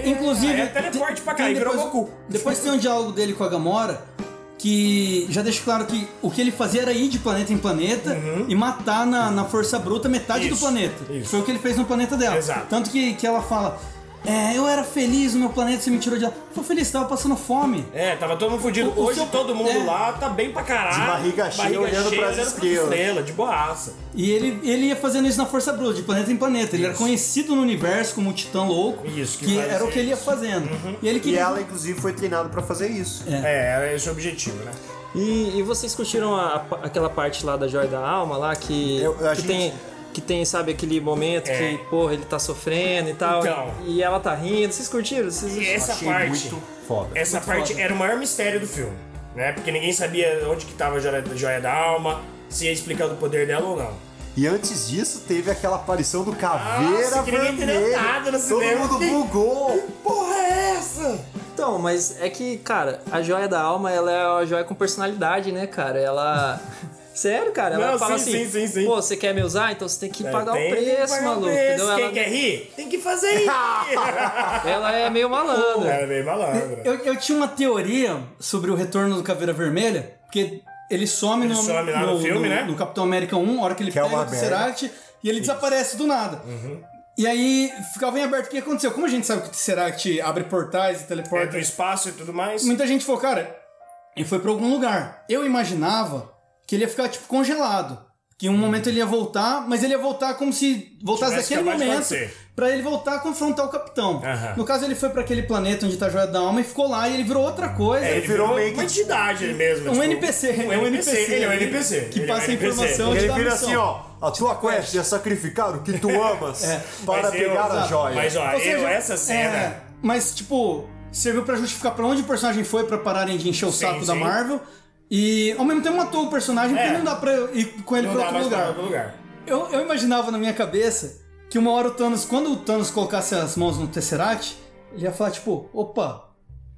[SPEAKER 5] quer.
[SPEAKER 3] Inclusive.
[SPEAKER 4] Aí é teleporte pra cá,
[SPEAKER 3] tem
[SPEAKER 4] e virou
[SPEAKER 3] depois-
[SPEAKER 4] Goku.
[SPEAKER 3] Depois tem um diálogo dele com a Gamora que já deixa claro que o que ele fazia era ir de planeta em planeta e matar na, na força bruta metade do
[SPEAKER 4] Uhum. Isso,
[SPEAKER 3] planeta.
[SPEAKER 4] isso.
[SPEAKER 3] Foi o que ele fez no planeta dela.
[SPEAKER 4] Exato.
[SPEAKER 3] Tanto que, que ela fala. É, eu era feliz no meu planeta, você me tirou de lá. Tô feliz, tava passando fome.
[SPEAKER 4] É, tava todo mundo fudido.
[SPEAKER 3] O- o
[SPEAKER 4] Hoje
[SPEAKER 3] seu-
[SPEAKER 4] todo mundo
[SPEAKER 3] é.
[SPEAKER 4] lá tá bem pra caralho.
[SPEAKER 6] De barriga cheia, olhando pras estrelas.
[SPEAKER 4] estrela, de boaça.
[SPEAKER 3] E ele, ele ia fazendo isso na Força Bruta, de planeta em planeta. Ele era
[SPEAKER 4] Isso.
[SPEAKER 3] conhecido no universo como um titã louco.
[SPEAKER 4] Isso, que
[SPEAKER 3] que
[SPEAKER 4] fazia
[SPEAKER 3] era o que ele ia
[SPEAKER 4] isso. Uhum.
[SPEAKER 3] fazendo. E ele
[SPEAKER 6] E
[SPEAKER 3] queria.
[SPEAKER 6] ela, inclusive, foi treinada pra fazer isso.
[SPEAKER 4] É, era esse o objetivo, né?
[SPEAKER 5] E, e vocês curtiram a- a- aquela parte lá da joia da alma lá que,
[SPEAKER 6] Eu- a
[SPEAKER 5] que
[SPEAKER 6] gente-
[SPEAKER 5] tem. Que tem, sabe, aquele momento
[SPEAKER 4] É.
[SPEAKER 5] que, porra, ele tá sofrendo e tal.
[SPEAKER 4] Então. É.
[SPEAKER 5] E ela tá rindo. Vocês curtiram? Vocês...
[SPEAKER 4] E essa
[SPEAKER 6] Achei
[SPEAKER 4] parte.
[SPEAKER 6] muito foda.
[SPEAKER 4] Essa parte era o maior mistério do filme, né? Porque ninguém sabia onde que tava a joia, a joia da alma, se ia explicar o poder dela ou não.
[SPEAKER 6] E antes disso, teve aquela aparição do Caveira
[SPEAKER 4] Nossa, que ninguém entendeu
[SPEAKER 6] Vermelha.
[SPEAKER 4] nada no
[SPEAKER 6] Todo
[SPEAKER 4] cinema.
[SPEAKER 6] mundo
[SPEAKER 4] Que-
[SPEAKER 6] bugou.
[SPEAKER 4] Porra, é essa?
[SPEAKER 5] Então, mas é que, cara, a joia da alma, ela é uma joia com personalidade, né, cara? Ela. Sério, cara? Ela
[SPEAKER 4] Não,
[SPEAKER 5] fala
[SPEAKER 4] sim,
[SPEAKER 5] assim:
[SPEAKER 4] sim, sim, sim.
[SPEAKER 5] pô, você quer me usar? Então você tem que pagar
[SPEAKER 4] É, Tem
[SPEAKER 5] o
[SPEAKER 4] que
[SPEAKER 5] preço,
[SPEAKER 4] pagar o
[SPEAKER 5] maluco.
[SPEAKER 4] um preço.
[SPEAKER 5] entendeu?
[SPEAKER 4] Quem
[SPEAKER 5] Ela,
[SPEAKER 4] quer rir? Tem que fazer rir.
[SPEAKER 5] ela é meio malandra.
[SPEAKER 4] Era bem malandro.
[SPEAKER 3] Eu, eu tinha uma teoria sobre o retorno do Caveira Vermelha, porque ele some,
[SPEAKER 4] Ele
[SPEAKER 3] no,
[SPEAKER 4] some lá no filme, né?
[SPEAKER 3] no Capitão América 1, a hora que ele
[SPEAKER 6] Que é
[SPEAKER 3] pega
[SPEAKER 6] uma
[SPEAKER 3] o Tesseract, e ele desaparece do nada.
[SPEAKER 4] Uhum.
[SPEAKER 3] E aí ficava em aberto o que aconteceu. Como a gente sabe que o Tesseract abre portais e
[SPEAKER 4] É
[SPEAKER 3] teleporta,
[SPEAKER 4] do espaço e tudo mais.
[SPEAKER 3] muita gente falou, cara, ele foi pra algum lugar. Eu imaginava que ele ia ficar, tipo, congelado. Que em um momento ele ia voltar, mas ele ia voltar como se voltasse
[SPEAKER 4] Hum. Tivesse
[SPEAKER 3] daquele
[SPEAKER 4] acabado de
[SPEAKER 3] momento
[SPEAKER 4] acontecer.
[SPEAKER 3] pra ele voltar a confrontar o capitão.
[SPEAKER 4] Aham.
[SPEAKER 3] No caso, ele foi pra aquele planeta onde tá a joia da alma e ficou lá e ele virou outra coisa.
[SPEAKER 4] É, ele virou uma entidade mesmo.
[SPEAKER 3] Um
[SPEAKER 4] tipo,
[SPEAKER 3] NPC.
[SPEAKER 4] Um NPC. Ele é um NPC.
[SPEAKER 3] Que
[SPEAKER 4] Ele é um
[SPEAKER 3] passa a
[SPEAKER 4] NPC.
[SPEAKER 3] informação
[SPEAKER 6] Ele
[SPEAKER 3] te dá
[SPEAKER 6] vira
[SPEAKER 3] missão.
[SPEAKER 6] assim, ó. A tua quest é sacrificar o que tu amas
[SPEAKER 3] É.
[SPEAKER 6] para
[SPEAKER 4] Mas eu-
[SPEAKER 6] pegar a joia.
[SPEAKER 4] Mas ó,
[SPEAKER 3] Ou seja,
[SPEAKER 4] eu, essa cena.
[SPEAKER 3] é, mas, tipo, serviu pra justificar pra onde o personagem foi pra pararem de encher o
[SPEAKER 4] Sim,
[SPEAKER 3] saco da
[SPEAKER 4] sim.
[SPEAKER 3] Marvel. E ao mesmo tempo matou o personagem,
[SPEAKER 4] É.
[SPEAKER 3] porque não dá pra eu ir com ele
[SPEAKER 4] não
[SPEAKER 3] pra
[SPEAKER 4] dá
[SPEAKER 3] outro
[SPEAKER 4] mais pra
[SPEAKER 3] lugar.
[SPEAKER 4] outro lugar.
[SPEAKER 3] Eu, eu imaginava na minha cabeça que uma hora o Thanos, quando o Thanos colocasse as mãos no Tesseract, ele ia falar, tipo, opa,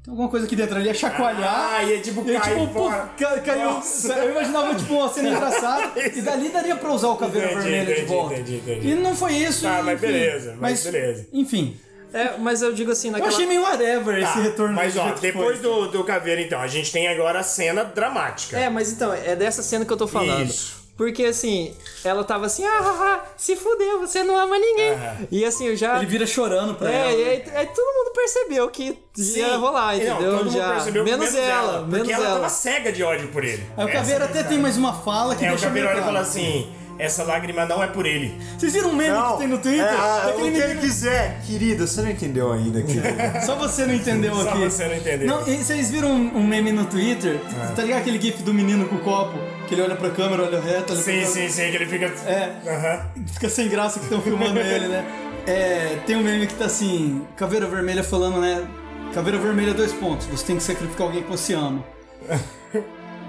[SPEAKER 3] tem alguma coisa aqui dentro. Ele ia chacoalhar.
[SPEAKER 4] Ah, e é tipo,
[SPEAKER 3] E aí,
[SPEAKER 4] cai
[SPEAKER 3] tipo, pô,
[SPEAKER 4] fora.
[SPEAKER 3] ca- caiu.
[SPEAKER 4] Nossa.
[SPEAKER 3] Eu imaginava, tipo, uma cena engraçada. e dali daria pra usar o cabelo
[SPEAKER 4] Entendi,
[SPEAKER 3] Tá vermelho de
[SPEAKER 4] entendi,
[SPEAKER 3] volta.
[SPEAKER 4] entendi, entendi.
[SPEAKER 3] E não foi isso.
[SPEAKER 4] Tá,
[SPEAKER 3] e,
[SPEAKER 4] mas
[SPEAKER 3] enfim,
[SPEAKER 4] beleza, mas beleza.
[SPEAKER 3] Enfim.
[SPEAKER 5] É, mas eu digo assim,
[SPEAKER 3] Eu
[SPEAKER 5] naquela.
[SPEAKER 3] achei meio whatever
[SPEAKER 4] Tá,
[SPEAKER 3] esse retorno.
[SPEAKER 4] Mas
[SPEAKER 3] do
[SPEAKER 4] ó,
[SPEAKER 3] jeito que
[SPEAKER 4] depois
[SPEAKER 3] foi.
[SPEAKER 4] do, do Caveira, então, a gente tem agora a cena dramática.
[SPEAKER 5] É, mas então, é dessa cena que eu tô falando.
[SPEAKER 4] Isso.
[SPEAKER 5] Porque assim, ela tava assim, ah, ah, ah, se fudeu, você não ama ninguém.
[SPEAKER 4] Aham.
[SPEAKER 5] E assim, eu já.
[SPEAKER 3] Ele vira chorando pra
[SPEAKER 5] É,
[SPEAKER 3] ela.
[SPEAKER 5] e aí, aí todo mundo percebeu que ia rolar,
[SPEAKER 4] né? Não,
[SPEAKER 5] entendeu?
[SPEAKER 4] todo mundo
[SPEAKER 5] já.
[SPEAKER 4] percebeu,
[SPEAKER 5] menos, ela,
[SPEAKER 4] porque
[SPEAKER 5] menos
[SPEAKER 4] ela,
[SPEAKER 5] ela.
[SPEAKER 4] tava cega de ódio por ele.
[SPEAKER 3] Aí É, o
[SPEAKER 4] Essa-
[SPEAKER 3] Caveira até tem mais uma fala que
[SPEAKER 4] É, o
[SPEAKER 3] deixa meio
[SPEAKER 4] Caveira olha
[SPEAKER 3] claro.
[SPEAKER 4] e fala assim: essa lágrima não é por ele.
[SPEAKER 3] Vocês viram o meme
[SPEAKER 6] Não,
[SPEAKER 3] que tem no Twitter?
[SPEAKER 6] é, ah, o
[SPEAKER 3] Daquele
[SPEAKER 6] que ele
[SPEAKER 3] menino-
[SPEAKER 6] quiser. Querida, você não entendeu ainda, querida.
[SPEAKER 3] Só você não entendeu
[SPEAKER 4] Só
[SPEAKER 3] aqui.
[SPEAKER 4] você não entendeu. É.
[SPEAKER 3] Não, e vocês viram um um meme no Twitter? Tá ligado aquele gif do menino com o copo? Que ele olha pra câmera, olha reto, olha pra
[SPEAKER 4] Sim,
[SPEAKER 3] câmera,
[SPEAKER 4] sim, sim, que ele fica.
[SPEAKER 3] É.
[SPEAKER 4] Aham.
[SPEAKER 3] Fica sem graça que estão filmando ele, né? É, tem um meme que tá assim, Caveira Vermelha falando, né? Caveira Vermelha, é dois pontos. Você tem que sacrificar alguém que você ama.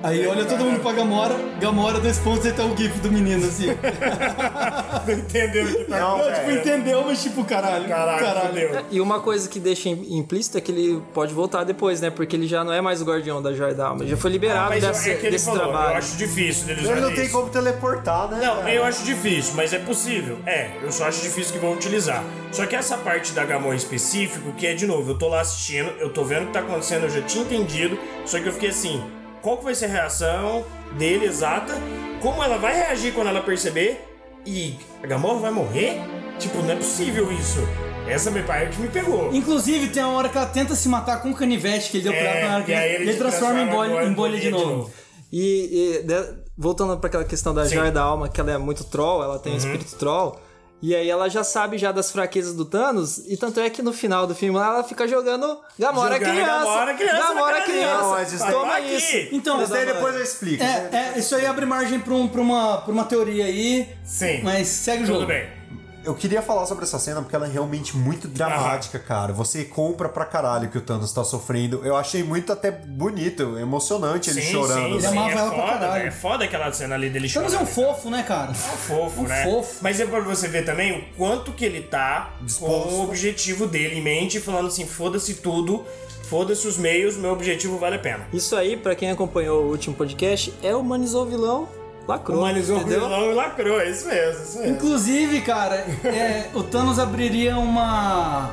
[SPEAKER 3] Aí ele olha todo mundo pra Gamora, Gamora, dois pontos, aí tá o gif do menino, assim.
[SPEAKER 4] Não entendeu o que tá
[SPEAKER 6] Não,
[SPEAKER 3] tipo, entendeu, mas tipo, caralho.
[SPEAKER 4] Caralho, fudeu.
[SPEAKER 5] E uma coisa que deixa im- implícito é que ele pode voltar depois, né? Porque ele já não é mais o guardião da Joia da Alma. Ele já foi liberado
[SPEAKER 4] Mas
[SPEAKER 5] dessa-
[SPEAKER 4] é que ele
[SPEAKER 5] desse
[SPEAKER 4] falou, eu
[SPEAKER 5] trabalho.
[SPEAKER 4] acho difícil deles
[SPEAKER 6] Ele não
[SPEAKER 4] usarem
[SPEAKER 6] tem
[SPEAKER 4] isso.
[SPEAKER 6] como teleportar, né?
[SPEAKER 4] É Não,
[SPEAKER 6] cara?
[SPEAKER 4] eu acho difícil, mas é possível. É, eu só acho difícil que vão utilizar. Só que essa parte da Gamon em específico, que é de novo, eu tô lá assistindo, eu tô vendo o que tá acontecendo, eu já tinha entendido, só que eu fiquei assim, qual que vai ser a reação dele exata? Como ela vai reagir quando ela perceber? E a Gamora vai morrer? Tipo, não é possível isso. Essa me parte me pegou.
[SPEAKER 3] Inclusive, tem uma hora que ela tenta se matar com um canivete que ele deu pra
[SPEAKER 4] É,
[SPEAKER 3] ela, na hora que
[SPEAKER 4] e aí
[SPEAKER 3] ele,
[SPEAKER 4] ele
[SPEAKER 3] ele
[SPEAKER 4] te
[SPEAKER 3] transforma em
[SPEAKER 4] transforma
[SPEAKER 3] bolha,
[SPEAKER 4] em
[SPEAKER 3] em bolha de novo.
[SPEAKER 5] E, e de- voltando para aquela questão da
[SPEAKER 4] Sim. Uhum.
[SPEAKER 5] joia da alma, que ela é muito troll, ela tem espírito troll. E aí ela já sabe já das fraquezas do Thanos, e tanto é que no final do filme lá ela fica jogando Gamora
[SPEAKER 4] Jogando
[SPEAKER 5] criança.
[SPEAKER 4] Gamora criança na
[SPEAKER 5] Gamora
[SPEAKER 4] cara
[SPEAKER 5] criança.
[SPEAKER 6] dela. Não, mas isso
[SPEAKER 5] Toma
[SPEAKER 4] aí tá
[SPEAKER 5] isso.
[SPEAKER 4] aqui.
[SPEAKER 3] Então,
[SPEAKER 6] Mas daí depois eu explico. né?
[SPEAKER 3] é, é, isso aí abre margem pra, um- pra uma, pra uma teoria aí,
[SPEAKER 4] Sim.
[SPEAKER 3] mas segue o jogo.
[SPEAKER 4] Tudo bem.
[SPEAKER 6] Eu queria falar sobre essa cena porque ela é realmente muito dramática, cara. Você compra pra caralho que o Thanos tá sofrendo. Eu achei muito até bonito, emocionante ele
[SPEAKER 4] sim,
[SPEAKER 6] chorando.
[SPEAKER 4] sim,
[SPEAKER 3] Ele
[SPEAKER 4] sim,
[SPEAKER 3] amava
[SPEAKER 4] é
[SPEAKER 3] ela pra
[SPEAKER 4] foda,
[SPEAKER 3] caralho.
[SPEAKER 4] velho, É foda aquela cena ali dele chorando.
[SPEAKER 3] Thanos é um fofo, né, cara?
[SPEAKER 4] fofo,
[SPEAKER 3] Um
[SPEAKER 4] né?
[SPEAKER 3] fofo.
[SPEAKER 4] Mas é pra você ver também o quanto que ele tá
[SPEAKER 6] Disposto.
[SPEAKER 4] com o objetivo dele em mente, falando assim, foda-se tudo, foda-se os meios, meu objetivo vale a pena.
[SPEAKER 5] Isso aí, pra quem acompanhou o último podcast, é humanizou o vilão, lacrou.
[SPEAKER 4] Humanizou o
[SPEAKER 5] entendeu?
[SPEAKER 4] vilão e lacrou, é isso mesmo, é isso mesmo.
[SPEAKER 3] Inclusive, cara, é, o Thanos abriria uma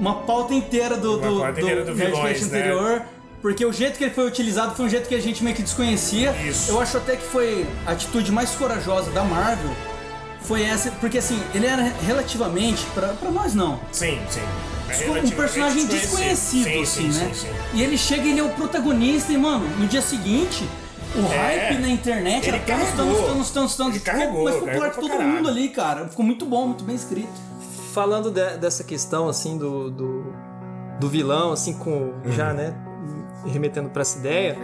[SPEAKER 3] uma pauta inteira do,
[SPEAKER 4] Uma
[SPEAKER 3] do,
[SPEAKER 4] pauta inteira do
[SPEAKER 3] Nerdcast
[SPEAKER 4] vilões, né?
[SPEAKER 3] anterior. Porque o jeito que ele foi utilizado foi um jeito que a gente meio que desconhecia.
[SPEAKER 4] Isso.
[SPEAKER 3] Eu acho até que foi a atitude mais corajosa da Marvel. Foi essa, porque assim, ele era relativamente, pra pra nós não,
[SPEAKER 4] Sim, sim. É
[SPEAKER 3] um
[SPEAKER 4] relativamente
[SPEAKER 3] personagem desconhecido,
[SPEAKER 4] Sim,
[SPEAKER 3] assim,
[SPEAKER 4] sim,
[SPEAKER 3] né?
[SPEAKER 4] sim, sim.
[SPEAKER 3] E ele chega e ele é o protagonista, e, mano, no dia seguinte, o
[SPEAKER 4] É.
[SPEAKER 3] hype na internet
[SPEAKER 4] Ele
[SPEAKER 3] era Thanos,
[SPEAKER 4] carregou.
[SPEAKER 3] Thanos, Thanos, Thanos, Thanos.
[SPEAKER 4] Ele carregou,
[SPEAKER 3] Mas popular
[SPEAKER 4] carregou
[SPEAKER 3] que
[SPEAKER 4] pra
[SPEAKER 3] todo
[SPEAKER 4] caralho.
[SPEAKER 3] mundo ali, cara. Ficou muito bom, muito bem escrito.
[SPEAKER 5] Falando de- dessa questão, assim, do, do, do vilão, assim, com. Já, né? Remetendo pra essa ideia.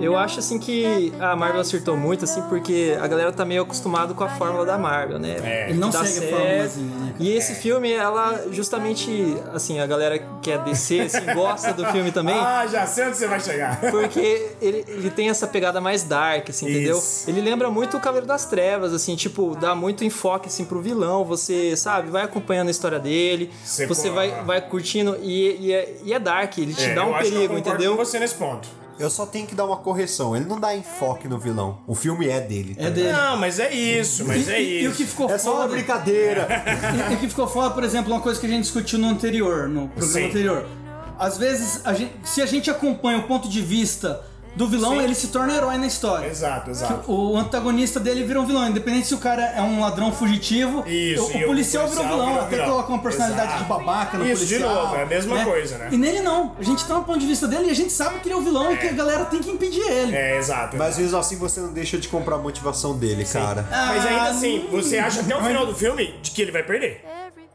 [SPEAKER 5] Eu acho assim que a Marvel acertou muito, assim, porque a galera tá meio acostumada com a fórmula da Marvel, né?
[SPEAKER 4] É.
[SPEAKER 3] Ele não
[SPEAKER 5] Dá
[SPEAKER 3] segue a
[SPEAKER 5] certo.
[SPEAKER 3] formulazinha, né?
[SPEAKER 5] E esse filme, ela justamente, assim, a galera que é DC, assim, gosta do filme também.
[SPEAKER 4] Ah, já sei onde você vai chegar.
[SPEAKER 5] Porque ele, ele tem essa pegada mais dark, assim, entendeu?
[SPEAKER 4] Isso.
[SPEAKER 5] Ele lembra muito o Cavaleiro das Trevas, assim, tipo, dá muito enfoque, assim, pro vilão. Você, sabe, vai acompanhando a história dele,
[SPEAKER 4] Você
[SPEAKER 5] você
[SPEAKER 4] co-
[SPEAKER 5] vai, vai curtindo e, e é, e é dark, ele te
[SPEAKER 4] É,
[SPEAKER 5] dá
[SPEAKER 4] eu acho
[SPEAKER 5] um
[SPEAKER 4] que eu
[SPEAKER 5] perigo,
[SPEAKER 4] concordo
[SPEAKER 5] entendeu?
[SPEAKER 4] com você nesse ponto.
[SPEAKER 6] Eu só tenho que dar uma correção. Ele não dá enfoque no vilão. O filme é dele. tá
[SPEAKER 3] É
[SPEAKER 6] ligado?
[SPEAKER 3] dele.
[SPEAKER 4] Não, mas é isso, mas
[SPEAKER 3] e,
[SPEAKER 4] é
[SPEAKER 3] e-
[SPEAKER 4] isso.
[SPEAKER 3] e o que ficou
[SPEAKER 6] É só uma
[SPEAKER 3] foda.
[SPEAKER 6] brincadeira.
[SPEAKER 3] e, e o que ficou foda, por exemplo, uma coisa que a gente discutiu no anterior, no programa
[SPEAKER 4] Sim.
[SPEAKER 3] anterior. Às vezes, a gente- se a gente acompanha o ponto de vista do vilão, ele se torna herói na história.
[SPEAKER 4] Exato, exato.
[SPEAKER 3] O antagonista dele vira um vilão, independente se o cara é um ladrão fugitivo,
[SPEAKER 4] Isso,
[SPEAKER 3] o,
[SPEAKER 4] e
[SPEAKER 3] o policial vira um vilão,
[SPEAKER 4] virou
[SPEAKER 3] até
[SPEAKER 4] vilão.
[SPEAKER 3] coloca uma personalidade
[SPEAKER 4] Exato.
[SPEAKER 3] de babaca no
[SPEAKER 4] Isso, de
[SPEAKER 3] policial.
[SPEAKER 4] novo, é a mesma coisa, né?
[SPEAKER 3] E nele não, a gente tá no ponto de vista dele e a gente sabe que ele é o vilão e que a galera tem que impedir ele.
[SPEAKER 4] É, exato.
[SPEAKER 6] Mas mesmo assim você não deixa de comprar a motivação dele, cara.
[SPEAKER 4] Mas
[SPEAKER 3] Ah,
[SPEAKER 4] ainda assim, você acha até o final do filme de que ele vai perder.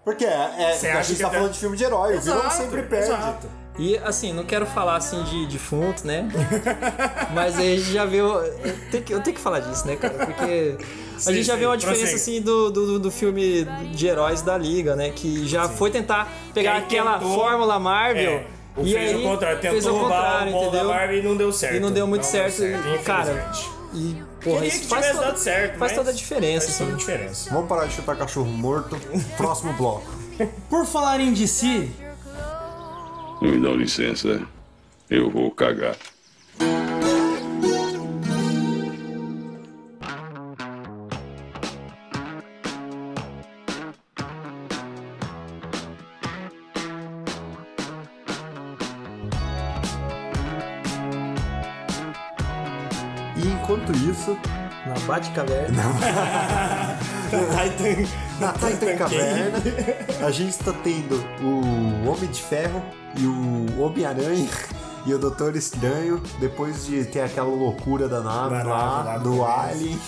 [SPEAKER 6] Porque é,
[SPEAKER 4] Você
[SPEAKER 6] a
[SPEAKER 4] acha
[SPEAKER 6] gente
[SPEAKER 4] que
[SPEAKER 6] tá
[SPEAKER 4] até-
[SPEAKER 6] falando de filme de herói, o vilão
[SPEAKER 4] Exato,
[SPEAKER 6] sempre perde.
[SPEAKER 4] exato.
[SPEAKER 5] E assim, não quero falar assim de defunto, né? Mas aí a gente já viu. Eu tenho que, eu tenho que falar disso, né, cara? Porque a
[SPEAKER 4] Sim,
[SPEAKER 5] gente já
[SPEAKER 4] sim,
[SPEAKER 5] vê uma diferença
[SPEAKER 4] prossegue.
[SPEAKER 5] assim do, do, do filme de heróis da Liga, né? Que já foi tentar pegar
[SPEAKER 4] Quem
[SPEAKER 5] aquela
[SPEAKER 4] tentou-
[SPEAKER 5] fórmula Marvel.
[SPEAKER 4] É, o
[SPEAKER 5] e
[SPEAKER 4] fez
[SPEAKER 5] aí,
[SPEAKER 4] o contrário, tentou
[SPEAKER 5] fez ao
[SPEAKER 4] roubar
[SPEAKER 5] contrário,
[SPEAKER 4] o bolo
[SPEAKER 5] entendeu?
[SPEAKER 4] da Barbie e não deu certo. Então, assim,
[SPEAKER 5] E não deu muito certo. e, cara,
[SPEAKER 4] infelizmente.
[SPEAKER 5] e, porra,
[SPEAKER 4] Queria
[SPEAKER 5] isso
[SPEAKER 4] que
[SPEAKER 5] faz,
[SPEAKER 4] tivesse
[SPEAKER 5] toda,
[SPEAKER 4] dado certo,
[SPEAKER 5] faz
[SPEAKER 4] mas
[SPEAKER 5] toda a diferença,
[SPEAKER 4] faz
[SPEAKER 5] assim.
[SPEAKER 4] toda a diferença.
[SPEAKER 6] Vamos parar de chutar cachorro morto. Próximo bloco.
[SPEAKER 3] Por falar em DC,
[SPEAKER 7] Me dão licença, eu vou cagar.
[SPEAKER 6] E enquanto isso,
[SPEAKER 5] tipo, Na Bate-Caverna.
[SPEAKER 6] na Titan Caverna, a gente tá tendo o Homem de Ferro e o Homem-Aranha e o Doutor Estranho, depois de ter aquela loucura da nave
[SPEAKER 4] Da
[SPEAKER 6] lá,
[SPEAKER 4] nave lá
[SPEAKER 6] do
[SPEAKER 4] do começo.
[SPEAKER 6] Alien,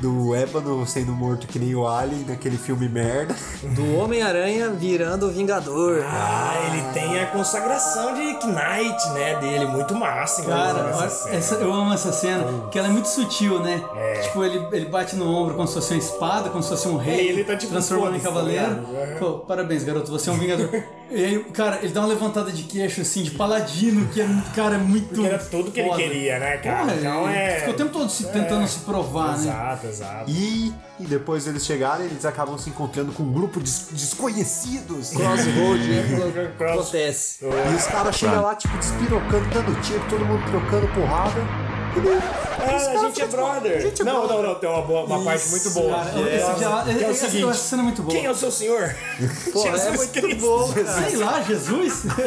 [SPEAKER 6] do Ébano sendo morto que nem o Alien naquele filme merda.
[SPEAKER 5] Do Homem-Aranha virando o Vingador.
[SPEAKER 4] Ah, ele tem a consagração de Knight, né? Dele, muito massa, hein,
[SPEAKER 3] cara,
[SPEAKER 4] essa
[SPEAKER 3] olha,
[SPEAKER 4] cena.
[SPEAKER 3] essa- eu amo essa cena, que ela é muito sutil, né? Tipo, ele, ele bate no ombro como se fosse uma espada, como se fosse um rei,
[SPEAKER 4] É. É, ele tá tipo,
[SPEAKER 3] transformando em
[SPEAKER 4] foda-se, tá
[SPEAKER 3] cavaleiro.
[SPEAKER 4] ligado? Aham.
[SPEAKER 3] Pô, parabéns, garoto, você é um vingador. e aí, cara, ele dá uma levantada de queixo, assim, de paladino, que é, cara, é muito
[SPEAKER 4] Porque era tudo que ele
[SPEAKER 3] foda.
[SPEAKER 4] queria, né, cara?
[SPEAKER 3] Porra,
[SPEAKER 4] então
[SPEAKER 3] ele
[SPEAKER 4] é.
[SPEAKER 3] Ficou o tempo todo se- tentando se provar, né?
[SPEAKER 4] Exato, exato.
[SPEAKER 6] E, e depois eles chegaram eles acabam se encontrando com um grupo de des- desconhecidos.
[SPEAKER 5] Crossroad, né?
[SPEAKER 4] Cross-
[SPEAKER 5] Acontece.
[SPEAKER 6] E os caras chegam lá, tipo, despirocando, dando tiro, todo mundo trocando porrada. E daí,
[SPEAKER 4] Ah, a gente é brother. não, não, não, tem uma, boa, uma parte muito boa.
[SPEAKER 3] Cara, esse diálogo-
[SPEAKER 4] Que é o
[SPEAKER 3] essa-
[SPEAKER 4] seguinte,
[SPEAKER 3] essa cena é muito boa.
[SPEAKER 4] Quem é o seu senhor?
[SPEAKER 5] Pô,
[SPEAKER 4] Jesus
[SPEAKER 5] é muito
[SPEAKER 4] Cristo.
[SPEAKER 5] bom, cara.
[SPEAKER 3] Sei lá, Jesus?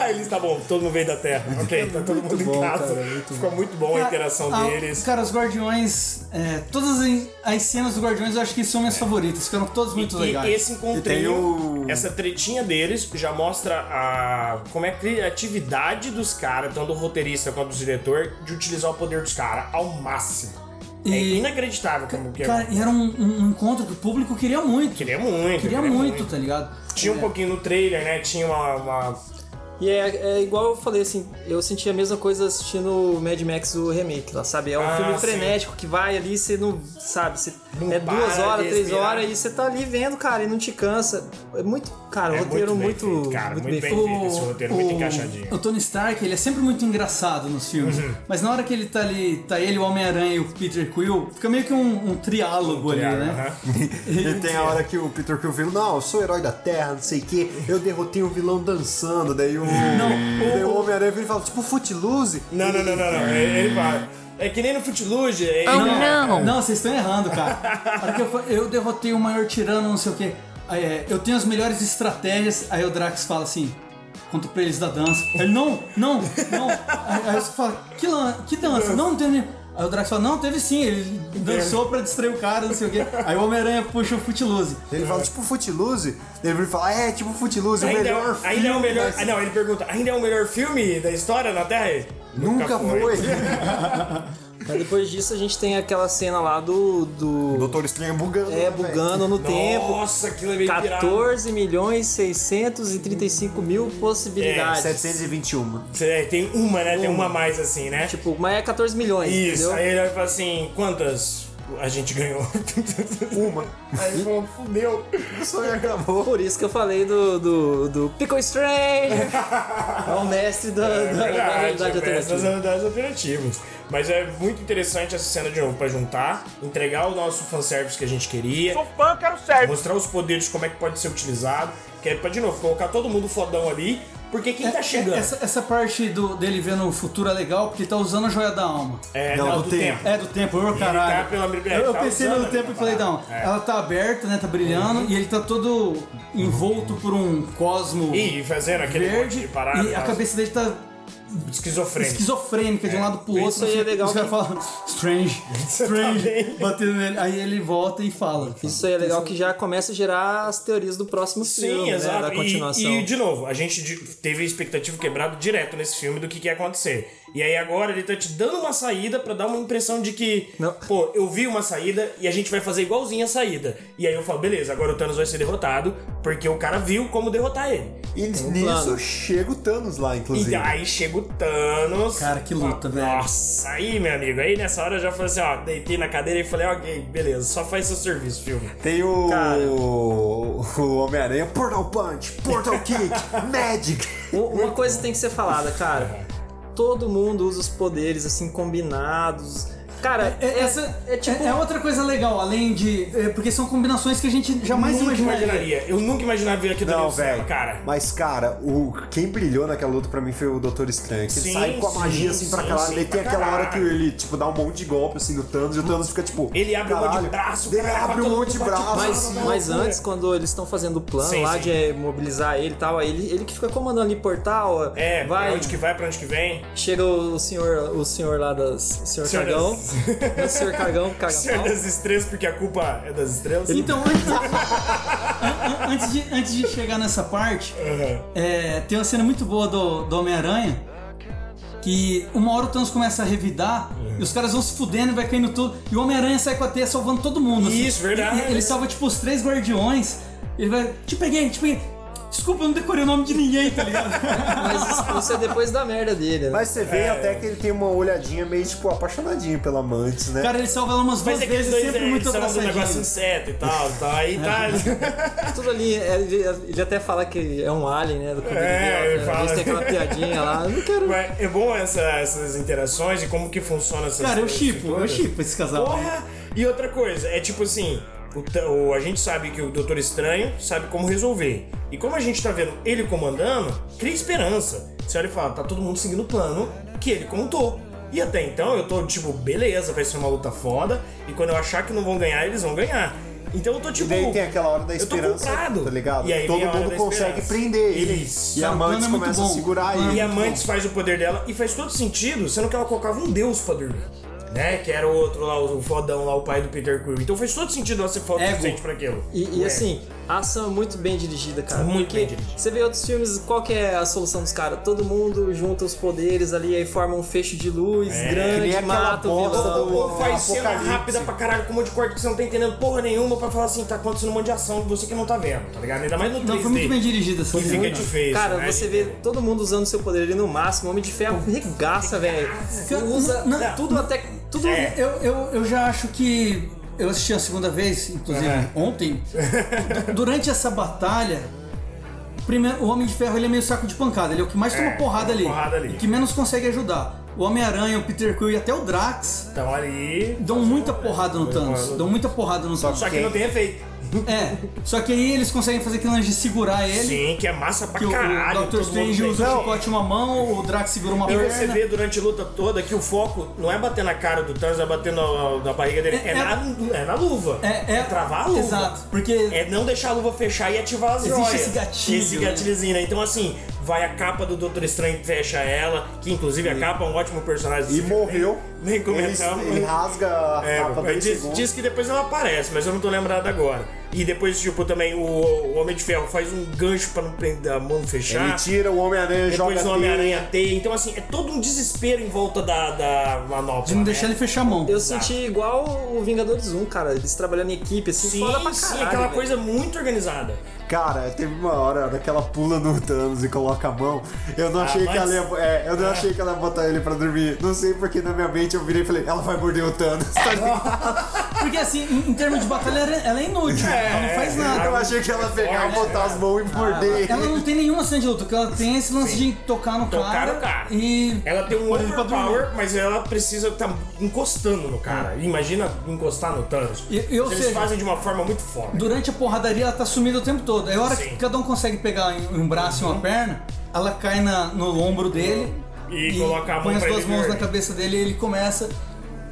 [SPEAKER 4] Aí eles, tá bom, todo mundo veio da Terra. Ok, tá todo mundo em casa. Ficou muito bom a interação
[SPEAKER 3] Ah,
[SPEAKER 4] deles.
[SPEAKER 3] Cara, os Guardiões. é, todas as, as cenas dos Guardiões eu acho que são minhas favoritas. Ficaram todas muito
[SPEAKER 4] É. e
[SPEAKER 3] legais.
[SPEAKER 4] esse encontrinho, essa tretinha deles já mostra a como é a criatividade dos caras, tanto do roteirista quanto do diretor, de utilizar o poder dos caras ao máximo. É
[SPEAKER 3] E-
[SPEAKER 4] inacreditável como que
[SPEAKER 3] Cara,
[SPEAKER 4] é.
[SPEAKER 3] e era um, um encontro que o público queria muito.
[SPEAKER 4] Queria muito.
[SPEAKER 3] Queria muito, tá ligado?
[SPEAKER 4] Tinha um pouquinho no trailer, né? Tinha uma. uma-
[SPEAKER 5] E é, é igual eu falei, assim, eu senti a mesma coisa assistindo o Mad Max o remake lá, sabe? É um
[SPEAKER 4] Ah,
[SPEAKER 5] filme
[SPEAKER 4] sim.
[SPEAKER 5] frenético que vai ali, você não sabe, você
[SPEAKER 4] Não
[SPEAKER 5] é
[SPEAKER 4] para
[SPEAKER 5] duas
[SPEAKER 4] de
[SPEAKER 5] horas, três
[SPEAKER 4] respirar.
[SPEAKER 5] horas, e você tá ali vendo, cara, e não te cansa. É muito, cara,
[SPEAKER 4] É
[SPEAKER 5] o roteiro
[SPEAKER 4] muito
[SPEAKER 5] muito,
[SPEAKER 4] bem feito, cara, muito bem
[SPEAKER 5] feito.
[SPEAKER 4] feito. Esse roteiro muito encaixadinho. Uhum.
[SPEAKER 3] O Tony Stark, ele é sempre muito engraçado nos filmes. Mas na hora que ele tá ali, tá ele, o Homem-Aranha e o Peter Quill, fica meio que um, um triálogo ali,
[SPEAKER 4] Olhar,
[SPEAKER 3] né?
[SPEAKER 4] aham.
[SPEAKER 6] E tem a hora que o Peter Quill vira, não, eu sou herói da Terra, não sei o quê, eu derrotei um vilão dançando, daí o, daí o Homem-Aranha vira e fala, tipo, Footloose?
[SPEAKER 4] Não, não, não, não, não. Ele, ele vai. É que nem no Footloose.
[SPEAKER 3] É
[SPEAKER 4] Ele,
[SPEAKER 3] um Não, não, vocês estão errando, cara. A hora que eu, fa- eu derrotei o maior tirano, não sei o quê. Aí, é, eu tenho as melhores estratégias. Aí o Drax fala assim: conta pra eles da dança. Ele, não, não, não. Aí, aí você fala: que, lan- que dança? Não, não teve. Aí o Drax fala: não, teve sim. Ele dançou pra distrair o cara, não sei o quê. Aí o Homem-Aranha puxa o footloose.
[SPEAKER 6] Ele fala, tipo, Footloose? Daí ele vira e fala, é, tipo, Footloose, o
[SPEAKER 4] É. Ainda, é-
[SPEAKER 6] melhor filme.
[SPEAKER 4] ainda é o melhor.
[SPEAKER 6] da-
[SPEAKER 4] Ah, não, ele pergunta: ainda é o melhor filme da história na Terra? Ele,
[SPEAKER 6] Nunca foi.
[SPEAKER 5] Mas depois disso a gente tem aquela cena lá do. do
[SPEAKER 6] Doutor Estranho bugando.
[SPEAKER 5] é,
[SPEAKER 6] né, velho?
[SPEAKER 5] bugando no tempo.
[SPEAKER 4] Nossa, aquilo é meio pirado.
[SPEAKER 5] 14 milhões 635 mil possibilidades.
[SPEAKER 6] 721.
[SPEAKER 4] É, tem uma, né? Tem uma a mais assim, né?
[SPEAKER 5] Tipo, mas é 14 milhões,
[SPEAKER 4] Isso.
[SPEAKER 5] entendeu?
[SPEAKER 4] Aí ele vai falar assim: quantas a gente ganhou?
[SPEAKER 6] Uma.
[SPEAKER 4] Aí ele falou: fudeu.
[SPEAKER 6] O sonho acabou.
[SPEAKER 5] Por isso que eu falei do, do, do Pickle Stranger. É o mestre da,
[SPEAKER 4] É
[SPEAKER 5] da, da
[SPEAKER 4] verdade,
[SPEAKER 5] realidade
[SPEAKER 4] peças das
[SPEAKER 5] alternativa.
[SPEAKER 4] realidades alternativas. Mas é muito interessante essa cena de novo pra juntar, entregar o nosso fanservice que a gente queria. Sou fã, quero serve. Mostrar os poderes, como é que pode ser utilizado. Que é pra, de novo, colocar todo mundo fodão ali, porque
[SPEAKER 3] É,
[SPEAKER 4] quem tá chegando.
[SPEAKER 3] Essa, essa parte do- dele vendo o futuro é legal porque ele tá usando a joia da alma.
[SPEAKER 4] É,
[SPEAKER 6] Não,
[SPEAKER 4] não,
[SPEAKER 6] do
[SPEAKER 4] do
[SPEAKER 6] tempo.
[SPEAKER 4] tempo.
[SPEAKER 3] É do tempo, eu, caralho.
[SPEAKER 4] tá pela- é,
[SPEAKER 3] eu eu
[SPEAKER 4] tá
[SPEAKER 3] pensei
[SPEAKER 4] usando
[SPEAKER 3] no tempo
[SPEAKER 4] essa
[SPEAKER 3] e falei, não,
[SPEAKER 4] parada. É.
[SPEAKER 3] ela tá aberta, né? Tá brilhando,
[SPEAKER 5] Uhum.
[SPEAKER 3] e ele tá todo envolto por um cosmo
[SPEAKER 4] E fazendo aquele monte
[SPEAKER 3] verde.
[SPEAKER 4] de parada.
[SPEAKER 3] e a
[SPEAKER 4] tal.
[SPEAKER 3] cabeça dele tá
[SPEAKER 4] Esquizofrênica.
[SPEAKER 3] Esquizofrênica, de um lado pro outro.
[SPEAKER 5] Isso aí é legal
[SPEAKER 3] Os caras
[SPEAKER 5] que-
[SPEAKER 3] falam, strange, strange, batendo nele. Aí ele volta e fala.
[SPEAKER 5] Isso aí é legal que já começa a gerar as teorias do próximo filme,
[SPEAKER 4] Sim,
[SPEAKER 5] né,
[SPEAKER 4] exato.
[SPEAKER 5] da
[SPEAKER 4] E-
[SPEAKER 5] continuação.
[SPEAKER 4] E, de novo, a gente de- teve a expectativa quebrada direto nesse filme do que, que ia acontecer. E aí agora ele tá te dando uma saída pra dar uma impressão de que, pô, eu vi uma saída e a gente vai fazer igualzinho a saída. E aí eu falo, beleza, agora o Thanos vai ser derrotado, porque o cara viu como derrotar ele.
[SPEAKER 6] E nisso
[SPEAKER 4] plano.
[SPEAKER 6] chega o Thanos lá, inclusive.
[SPEAKER 4] E aí chega o Thanos.
[SPEAKER 3] Cara, que luta, velho.
[SPEAKER 4] Nossa, aí, meu amigo. Aí nessa hora eu já falei assim, ó, deitei na cadeira e falei, ok, beleza, só faz seu serviço, filme.
[SPEAKER 6] Tem o. O Homem-Aranha, Portal Punch, Portal Kick, Magic.
[SPEAKER 5] U- Uma coisa tem que ser falada, cara. Todo mundo usa os poderes assim combinados. Cara, é,
[SPEAKER 3] É, essa-
[SPEAKER 5] é tipo
[SPEAKER 3] é, é outra coisa legal, além de. é, porque são combinações que a gente jamais
[SPEAKER 4] nunca
[SPEAKER 3] imaginaria.
[SPEAKER 4] Eu nunca imaginaria ver aqui do
[SPEAKER 6] Não,
[SPEAKER 4] Neo Cinema,
[SPEAKER 6] velho.
[SPEAKER 4] cara.
[SPEAKER 6] Mas, cara, o, quem brilhou naquela luta pra mim foi o Doutor Estranho. Que ele
[SPEAKER 4] Sim,
[SPEAKER 6] sai com a
[SPEAKER 4] sim,
[SPEAKER 6] magia assim pra
[SPEAKER 4] sim,
[SPEAKER 6] caralho.
[SPEAKER 4] sim,
[SPEAKER 6] Ele tem
[SPEAKER 4] pra
[SPEAKER 6] aquela hora que
[SPEAKER 4] caralho.
[SPEAKER 6] ele, tipo, dá um monte de golpe assim no Thanos e o Thanos fica tipo.
[SPEAKER 4] Ele abre um monte de
[SPEAKER 6] caralho.
[SPEAKER 4] braço,
[SPEAKER 6] Ele
[SPEAKER 4] cara,
[SPEAKER 6] abre um
[SPEAKER 4] bate-
[SPEAKER 6] monte de
[SPEAKER 4] bate-
[SPEAKER 6] braço.
[SPEAKER 5] Mas,
[SPEAKER 4] Nossa,
[SPEAKER 5] mas
[SPEAKER 4] loucura.
[SPEAKER 5] antes, quando eles estão fazendo o plano
[SPEAKER 4] Sim,
[SPEAKER 5] lá
[SPEAKER 4] sim.
[SPEAKER 5] de eh, mobilizar ele e tal, aí ele, ele que fica comandando ali portal, ó,
[SPEAKER 4] É, pra
[SPEAKER 5] vai,
[SPEAKER 4] onde que vai, pra onde que vem.
[SPEAKER 5] chega o, o senhor, o senhor lá das, o senhor,
[SPEAKER 4] Senhor
[SPEAKER 5] Cagão,
[SPEAKER 4] das-
[SPEAKER 5] né, o senhor Cagão, caga
[SPEAKER 4] Senhor é das Estrelas, porque a culpa é das estrelas.
[SPEAKER 3] Então, antes, an- an- antes de, antes de chegar nessa parte,
[SPEAKER 4] Uhum.
[SPEAKER 3] é, tem uma cena muito boa do, do Homem-Aranha. Que uma hora o Thanos começa a revidar e os caras vão se fudendo e vai caindo tudo. E o Homem-Aranha sai com a teia salvando todo mundo. assim.
[SPEAKER 4] Isso, verdade.
[SPEAKER 3] E- Ele, salva tipo os três guardiões. Ele vai. Te peguei, te peguei. Desculpa, eu não decorei o nome de ninguém, tá ligado?
[SPEAKER 5] Mas isso, isso é depois da merda dele, né?
[SPEAKER 6] Mas você
[SPEAKER 4] É.
[SPEAKER 6] vê até que ele tem uma olhadinha meio, tipo, apaixonadinho pela Mantis, né?
[SPEAKER 3] Cara, ele salva ela umas duas
[SPEAKER 4] Mas é aqueles
[SPEAKER 3] vezes,
[SPEAKER 4] dois
[SPEAKER 3] sempre
[SPEAKER 4] é,
[SPEAKER 3] muito
[SPEAKER 4] são um negócio
[SPEAKER 3] abraçadinho.
[SPEAKER 4] inseto e tal, tá? Aí tá.
[SPEAKER 5] Tudo ali, é, ele, ele até fala que é um alien, né? Do Clube
[SPEAKER 4] É,
[SPEAKER 5] do Dó,
[SPEAKER 4] ele
[SPEAKER 5] né?
[SPEAKER 4] fala.
[SPEAKER 5] Às vezes tem aquela piadinha lá, eu não quero...
[SPEAKER 4] Mas é bom essa- essas interações e como que funciona essas
[SPEAKER 3] Cara, eu
[SPEAKER 4] coisas
[SPEAKER 3] chipo, eu
[SPEAKER 4] todas.
[SPEAKER 3] chipo esse casal.
[SPEAKER 4] Porra! E outra coisa, é tipo assim, o, Ta- o- a gente sabe que o Doutor Estranho sabe como resolver. E como a gente tá vendo ele comandando, cria esperança. Você olha e fala, tá todo mundo seguindo o plano que ele contou. E até então eu tô tipo, beleza, vai ser uma luta foda, e quando eu achar que não vão ganhar, eles vão ganhar. Então eu tô
[SPEAKER 6] E
[SPEAKER 4] tipo.
[SPEAKER 6] daí tem aquela hora da
[SPEAKER 4] eu tô
[SPEAKER 6] esperança,
[SPEAKER 4] comprado.
[SPEAKER 6] tá ligado?
[SPEAKER 4] E aí
[SPEAKER 6] Todo
[SPEAKER 4] vem a hora
[SPEAKER 6] mundo
[SPEAKER 4] da
[SPEAKER 6] consegue
[SPEAKER 4] esperança.
[SPEAKER 6] prender ele.
[SPEAKER 4] Isso.
[SPEAKER 6] E a
[SPEAKER 3] Cara, o plano
[SPEAKER 6] Mantis
[SPEAKER 3] é muito
[SPEAKER 6] começa a
[SPEAKER 3] bom.
[SPEAKER 6] segurar ele.
[SPEAKER 4] E a Mantis faz o poder dela e faz todo sentido, sendo que ela colocava um deus pra dormir. Né? Que era o outro lá, o fodão lá, o pai do Peter Quill. Então faz todo sentido ela ser foda o
[SPEAKER 3] Ego.
[SPEAKER 4] suficiente pra aquilo.
[SPEAKER 5] E, e, assim, a ação é muito bem dirigida, cara.
[SPEAKER 4] Muito
[SPEAKER 5] porque
[SPEAKER 4] bem dirigida.
[SPEAKER 5] Você vê outros filmes, qual que é a solução dos caras? Todo mundo junta os poderes ali, aí forma um fecho de luz
[SPEAKER 4] É,
[SPEAKER 6] Que nem
[SPEAKER 5] grande,
[SPEAKER 6] aquela
[SPEAKER 5] mata o
[SPEAKER 6] bosta
[SPEAKER 5] vilão.
[SPEAKER 6] do-
[SPEAKER 4] Ou faz cena
[SPEAKER 6] Apocalipse.
[SPEAKER 4] rápida pra caralho, com um monte de corte que você não tá entendendo porra nenhuma pra falar assim, tá acontecendo um monte de ação que você que não tá vendo, tá ligado? Ainda mais no 3D.
[SPEAKER 3] Não, foi muito bem dirigida essa
[SPEAKER 4] que fica
[SPEAKER 3] cena.
[SPEAKER 4] difícil,
[SPEAKER 5] Cara,
[SPEAKER 4] né?
[SPEAKER 5] você vê todo mundo usando seu poder ali no máximo. Homem de Ferro regaça, velho. Usa
[SPEAKER 3] Não, não,
[SPEAKER 5] tudo até... Tudo...
[SPEAKER 4] É.
[SPEAKER 3] Eu, eu, eu já acho que. Eu assisti a segunda vez, inclusive
[SPEAKER 4] É.
[SPEAKER 3] ontem. Du- Durante essa batalha, primeiro, o Homem de Ferro ele é meio saco de pancada. Ele é o que mais toma
[SPEAKER 4] É,
[SPEAKER 3] porrada, ali,
[SPEAKER 4] porrada ali.
[SPEAKER 3] e que menos consegue ajudar. O Homem-Aranha, o Peter Quill e até o Drax
[SPEAKER 4] Então ali...
[SPEAKER 3] dão muita porrada no Thanos. Dão muita porrada no Thanos.
[SPEAKER 4] Só que não tem efeito.
[SPEAKER 3] É, só que aí eles conseguem fazer aquilo de segurar ele.
[SPEAKER 4] Sim, que é massa pra
[SPEAKER 3] Que o,
[SPEAKER 4] caralho.
[SPEAKER 3] o Dr.
[SPEAKER 4] todo mundo
[SPEAKER 3] Strange
[SPEAKER 4] tem.
[SPEAKER 3] usa o
[SPEAKER 4] Não,
[SPEAKER 3] chicote em uma mão, o Drax segura uma
[SPEAKER 4] E
[SPEAKER 3] perna.
[SPEAKER 4] você vê durante a luta toda que o foco não é bater na cara do Thanos, é bater na, na barriga dele. É,
[SPEAKER 3] É- é-
[SPEAKER 4] na, é na luva.
[SPEAKER 3] É, é-
[SPEAKER 4] travar a luva.
[SPEAKER 3] Exato, porque
[SPEAKER 4] É não deixar a luva fechar e ativar as
[SPEAKER 3] Existe
[SPEAKER 4] joias.
[SPEAKER 3] esse gatilho,
[SPEAKER 4] Esse
[SPEAKER 3] né?
[SPEAKER 4] gatilhozinho, né? Então, assim, vai a capa do Doutor Estranho fecha ela, que inclusive a capa é um ótimo personagem.
[SPEAKER 6] E morreu.
[SPEAKER 4] Nem comentamos.
[SPEAKER 6] Ele, ele rasga a
[SPEAKER 4] É,
[SPEAKER 6] capa
[SPEAKER 4] mas
[SPEAKER 6] dois
[SPEAKER 4] diz,
[SPEAKER 6] segundos.
[SPEAKER 4] diz que depois ela aparece, mas eu não tô lembrado agora. E depois, tipo, também o, o Homem de Ferro faz um gancho pra não prender a mão fechar.
[SPEAKER 6] Ele tira o Homem-Aranha, joga
[SPEAKER 4] Depois o
[SPEAKER 6] nele.
[SPEAKER 4] Homem-Aranha teia. Então, assim, é todo um desespero em volta da, da manopla.
[SPEAKER 3] de não
[SPEAKER 4] né?
[SPEAKER 3] deixar ele fechar a mão.
[SPEAKER 5] Eu senti igual o Vingadores 1, cara. Eles trabalhando em equipe, assim,
[SPEAKER 4] Sim,
[SPEAKER 5] foda pra
[SPEAKER 4] sim,
[SPEAKER 5] caralho.
[SPEAKER 4] aquela
[SPEAKER 5] velho.
[SPEAKER 4] coisa muito organizada.
[SPEAKER 6] Cara, teve uma hora, a hora que ela pula no Thanos e coloca a mão. Eu não achei
[SPEAKER 4] Ah, mas- Ah.
[SPEAKER 6] que ela ia. É, eu não achei que ela ia botar ele pra dormir. Não sei porque na minha mente eu virei e falei, ela vai morder o Thanos. tá ligado?
[SPEAKER 3] Porque assim, em, em termos de batalha, ela ela é inútil. ela não
[SPEAKER 4] é,
[SPEAKER 3] faz nada.
[SPEAKER 6] eu achei que ela ia pegar, botar
[SPEAKER 4] né?
[SPEAKER 6] as mãos e
[SPEAKER 4] Ah,
[SPEAKER 6] morder.
[SPEAKER 3] Ela não tem nenhuma cena de luta, porque ela tem esse lance de tocar no
[SPEAKER 4] Tocar
[SPEAKER 3] cara.
[SPEAKER 4] o cara.
[SPEAKER 3] E.
[SPEAKER 4] Ela tem um
[SPEAKER 3] Olha ele tá pra
[SPEAKER 4] overpower, mas ela precisa estar encostando no cara. Imagina encostar no Thanos.
[SPEAKER 3] Hum. E- e, ou
[SPEAKER 4] Eles
[SPEAKER 3] seja-
[SPEAKER 4] fazem de uma forma muito foda.
[SPEAKER 3] Durante a porradaria, ela tá sumida o tempo todo. Aí a hora
[SPEAKER 4] Sim. Uhum.
[SPEAKER 3] que cada um consegue pegar um um braço e uma perna, ela cai na- no ombro dele.
[SPEAKER 4] E coloca a mão
[SPEAKER 3] põe as
[SPEAKER 4] pra
[SPEAKER 3] duas
[SPEAKER 4] ele
[SPEAKER 3] mãos na
[SPEAKER 4] morder.
[SPEAKER 3] cabeça dele e ele começa.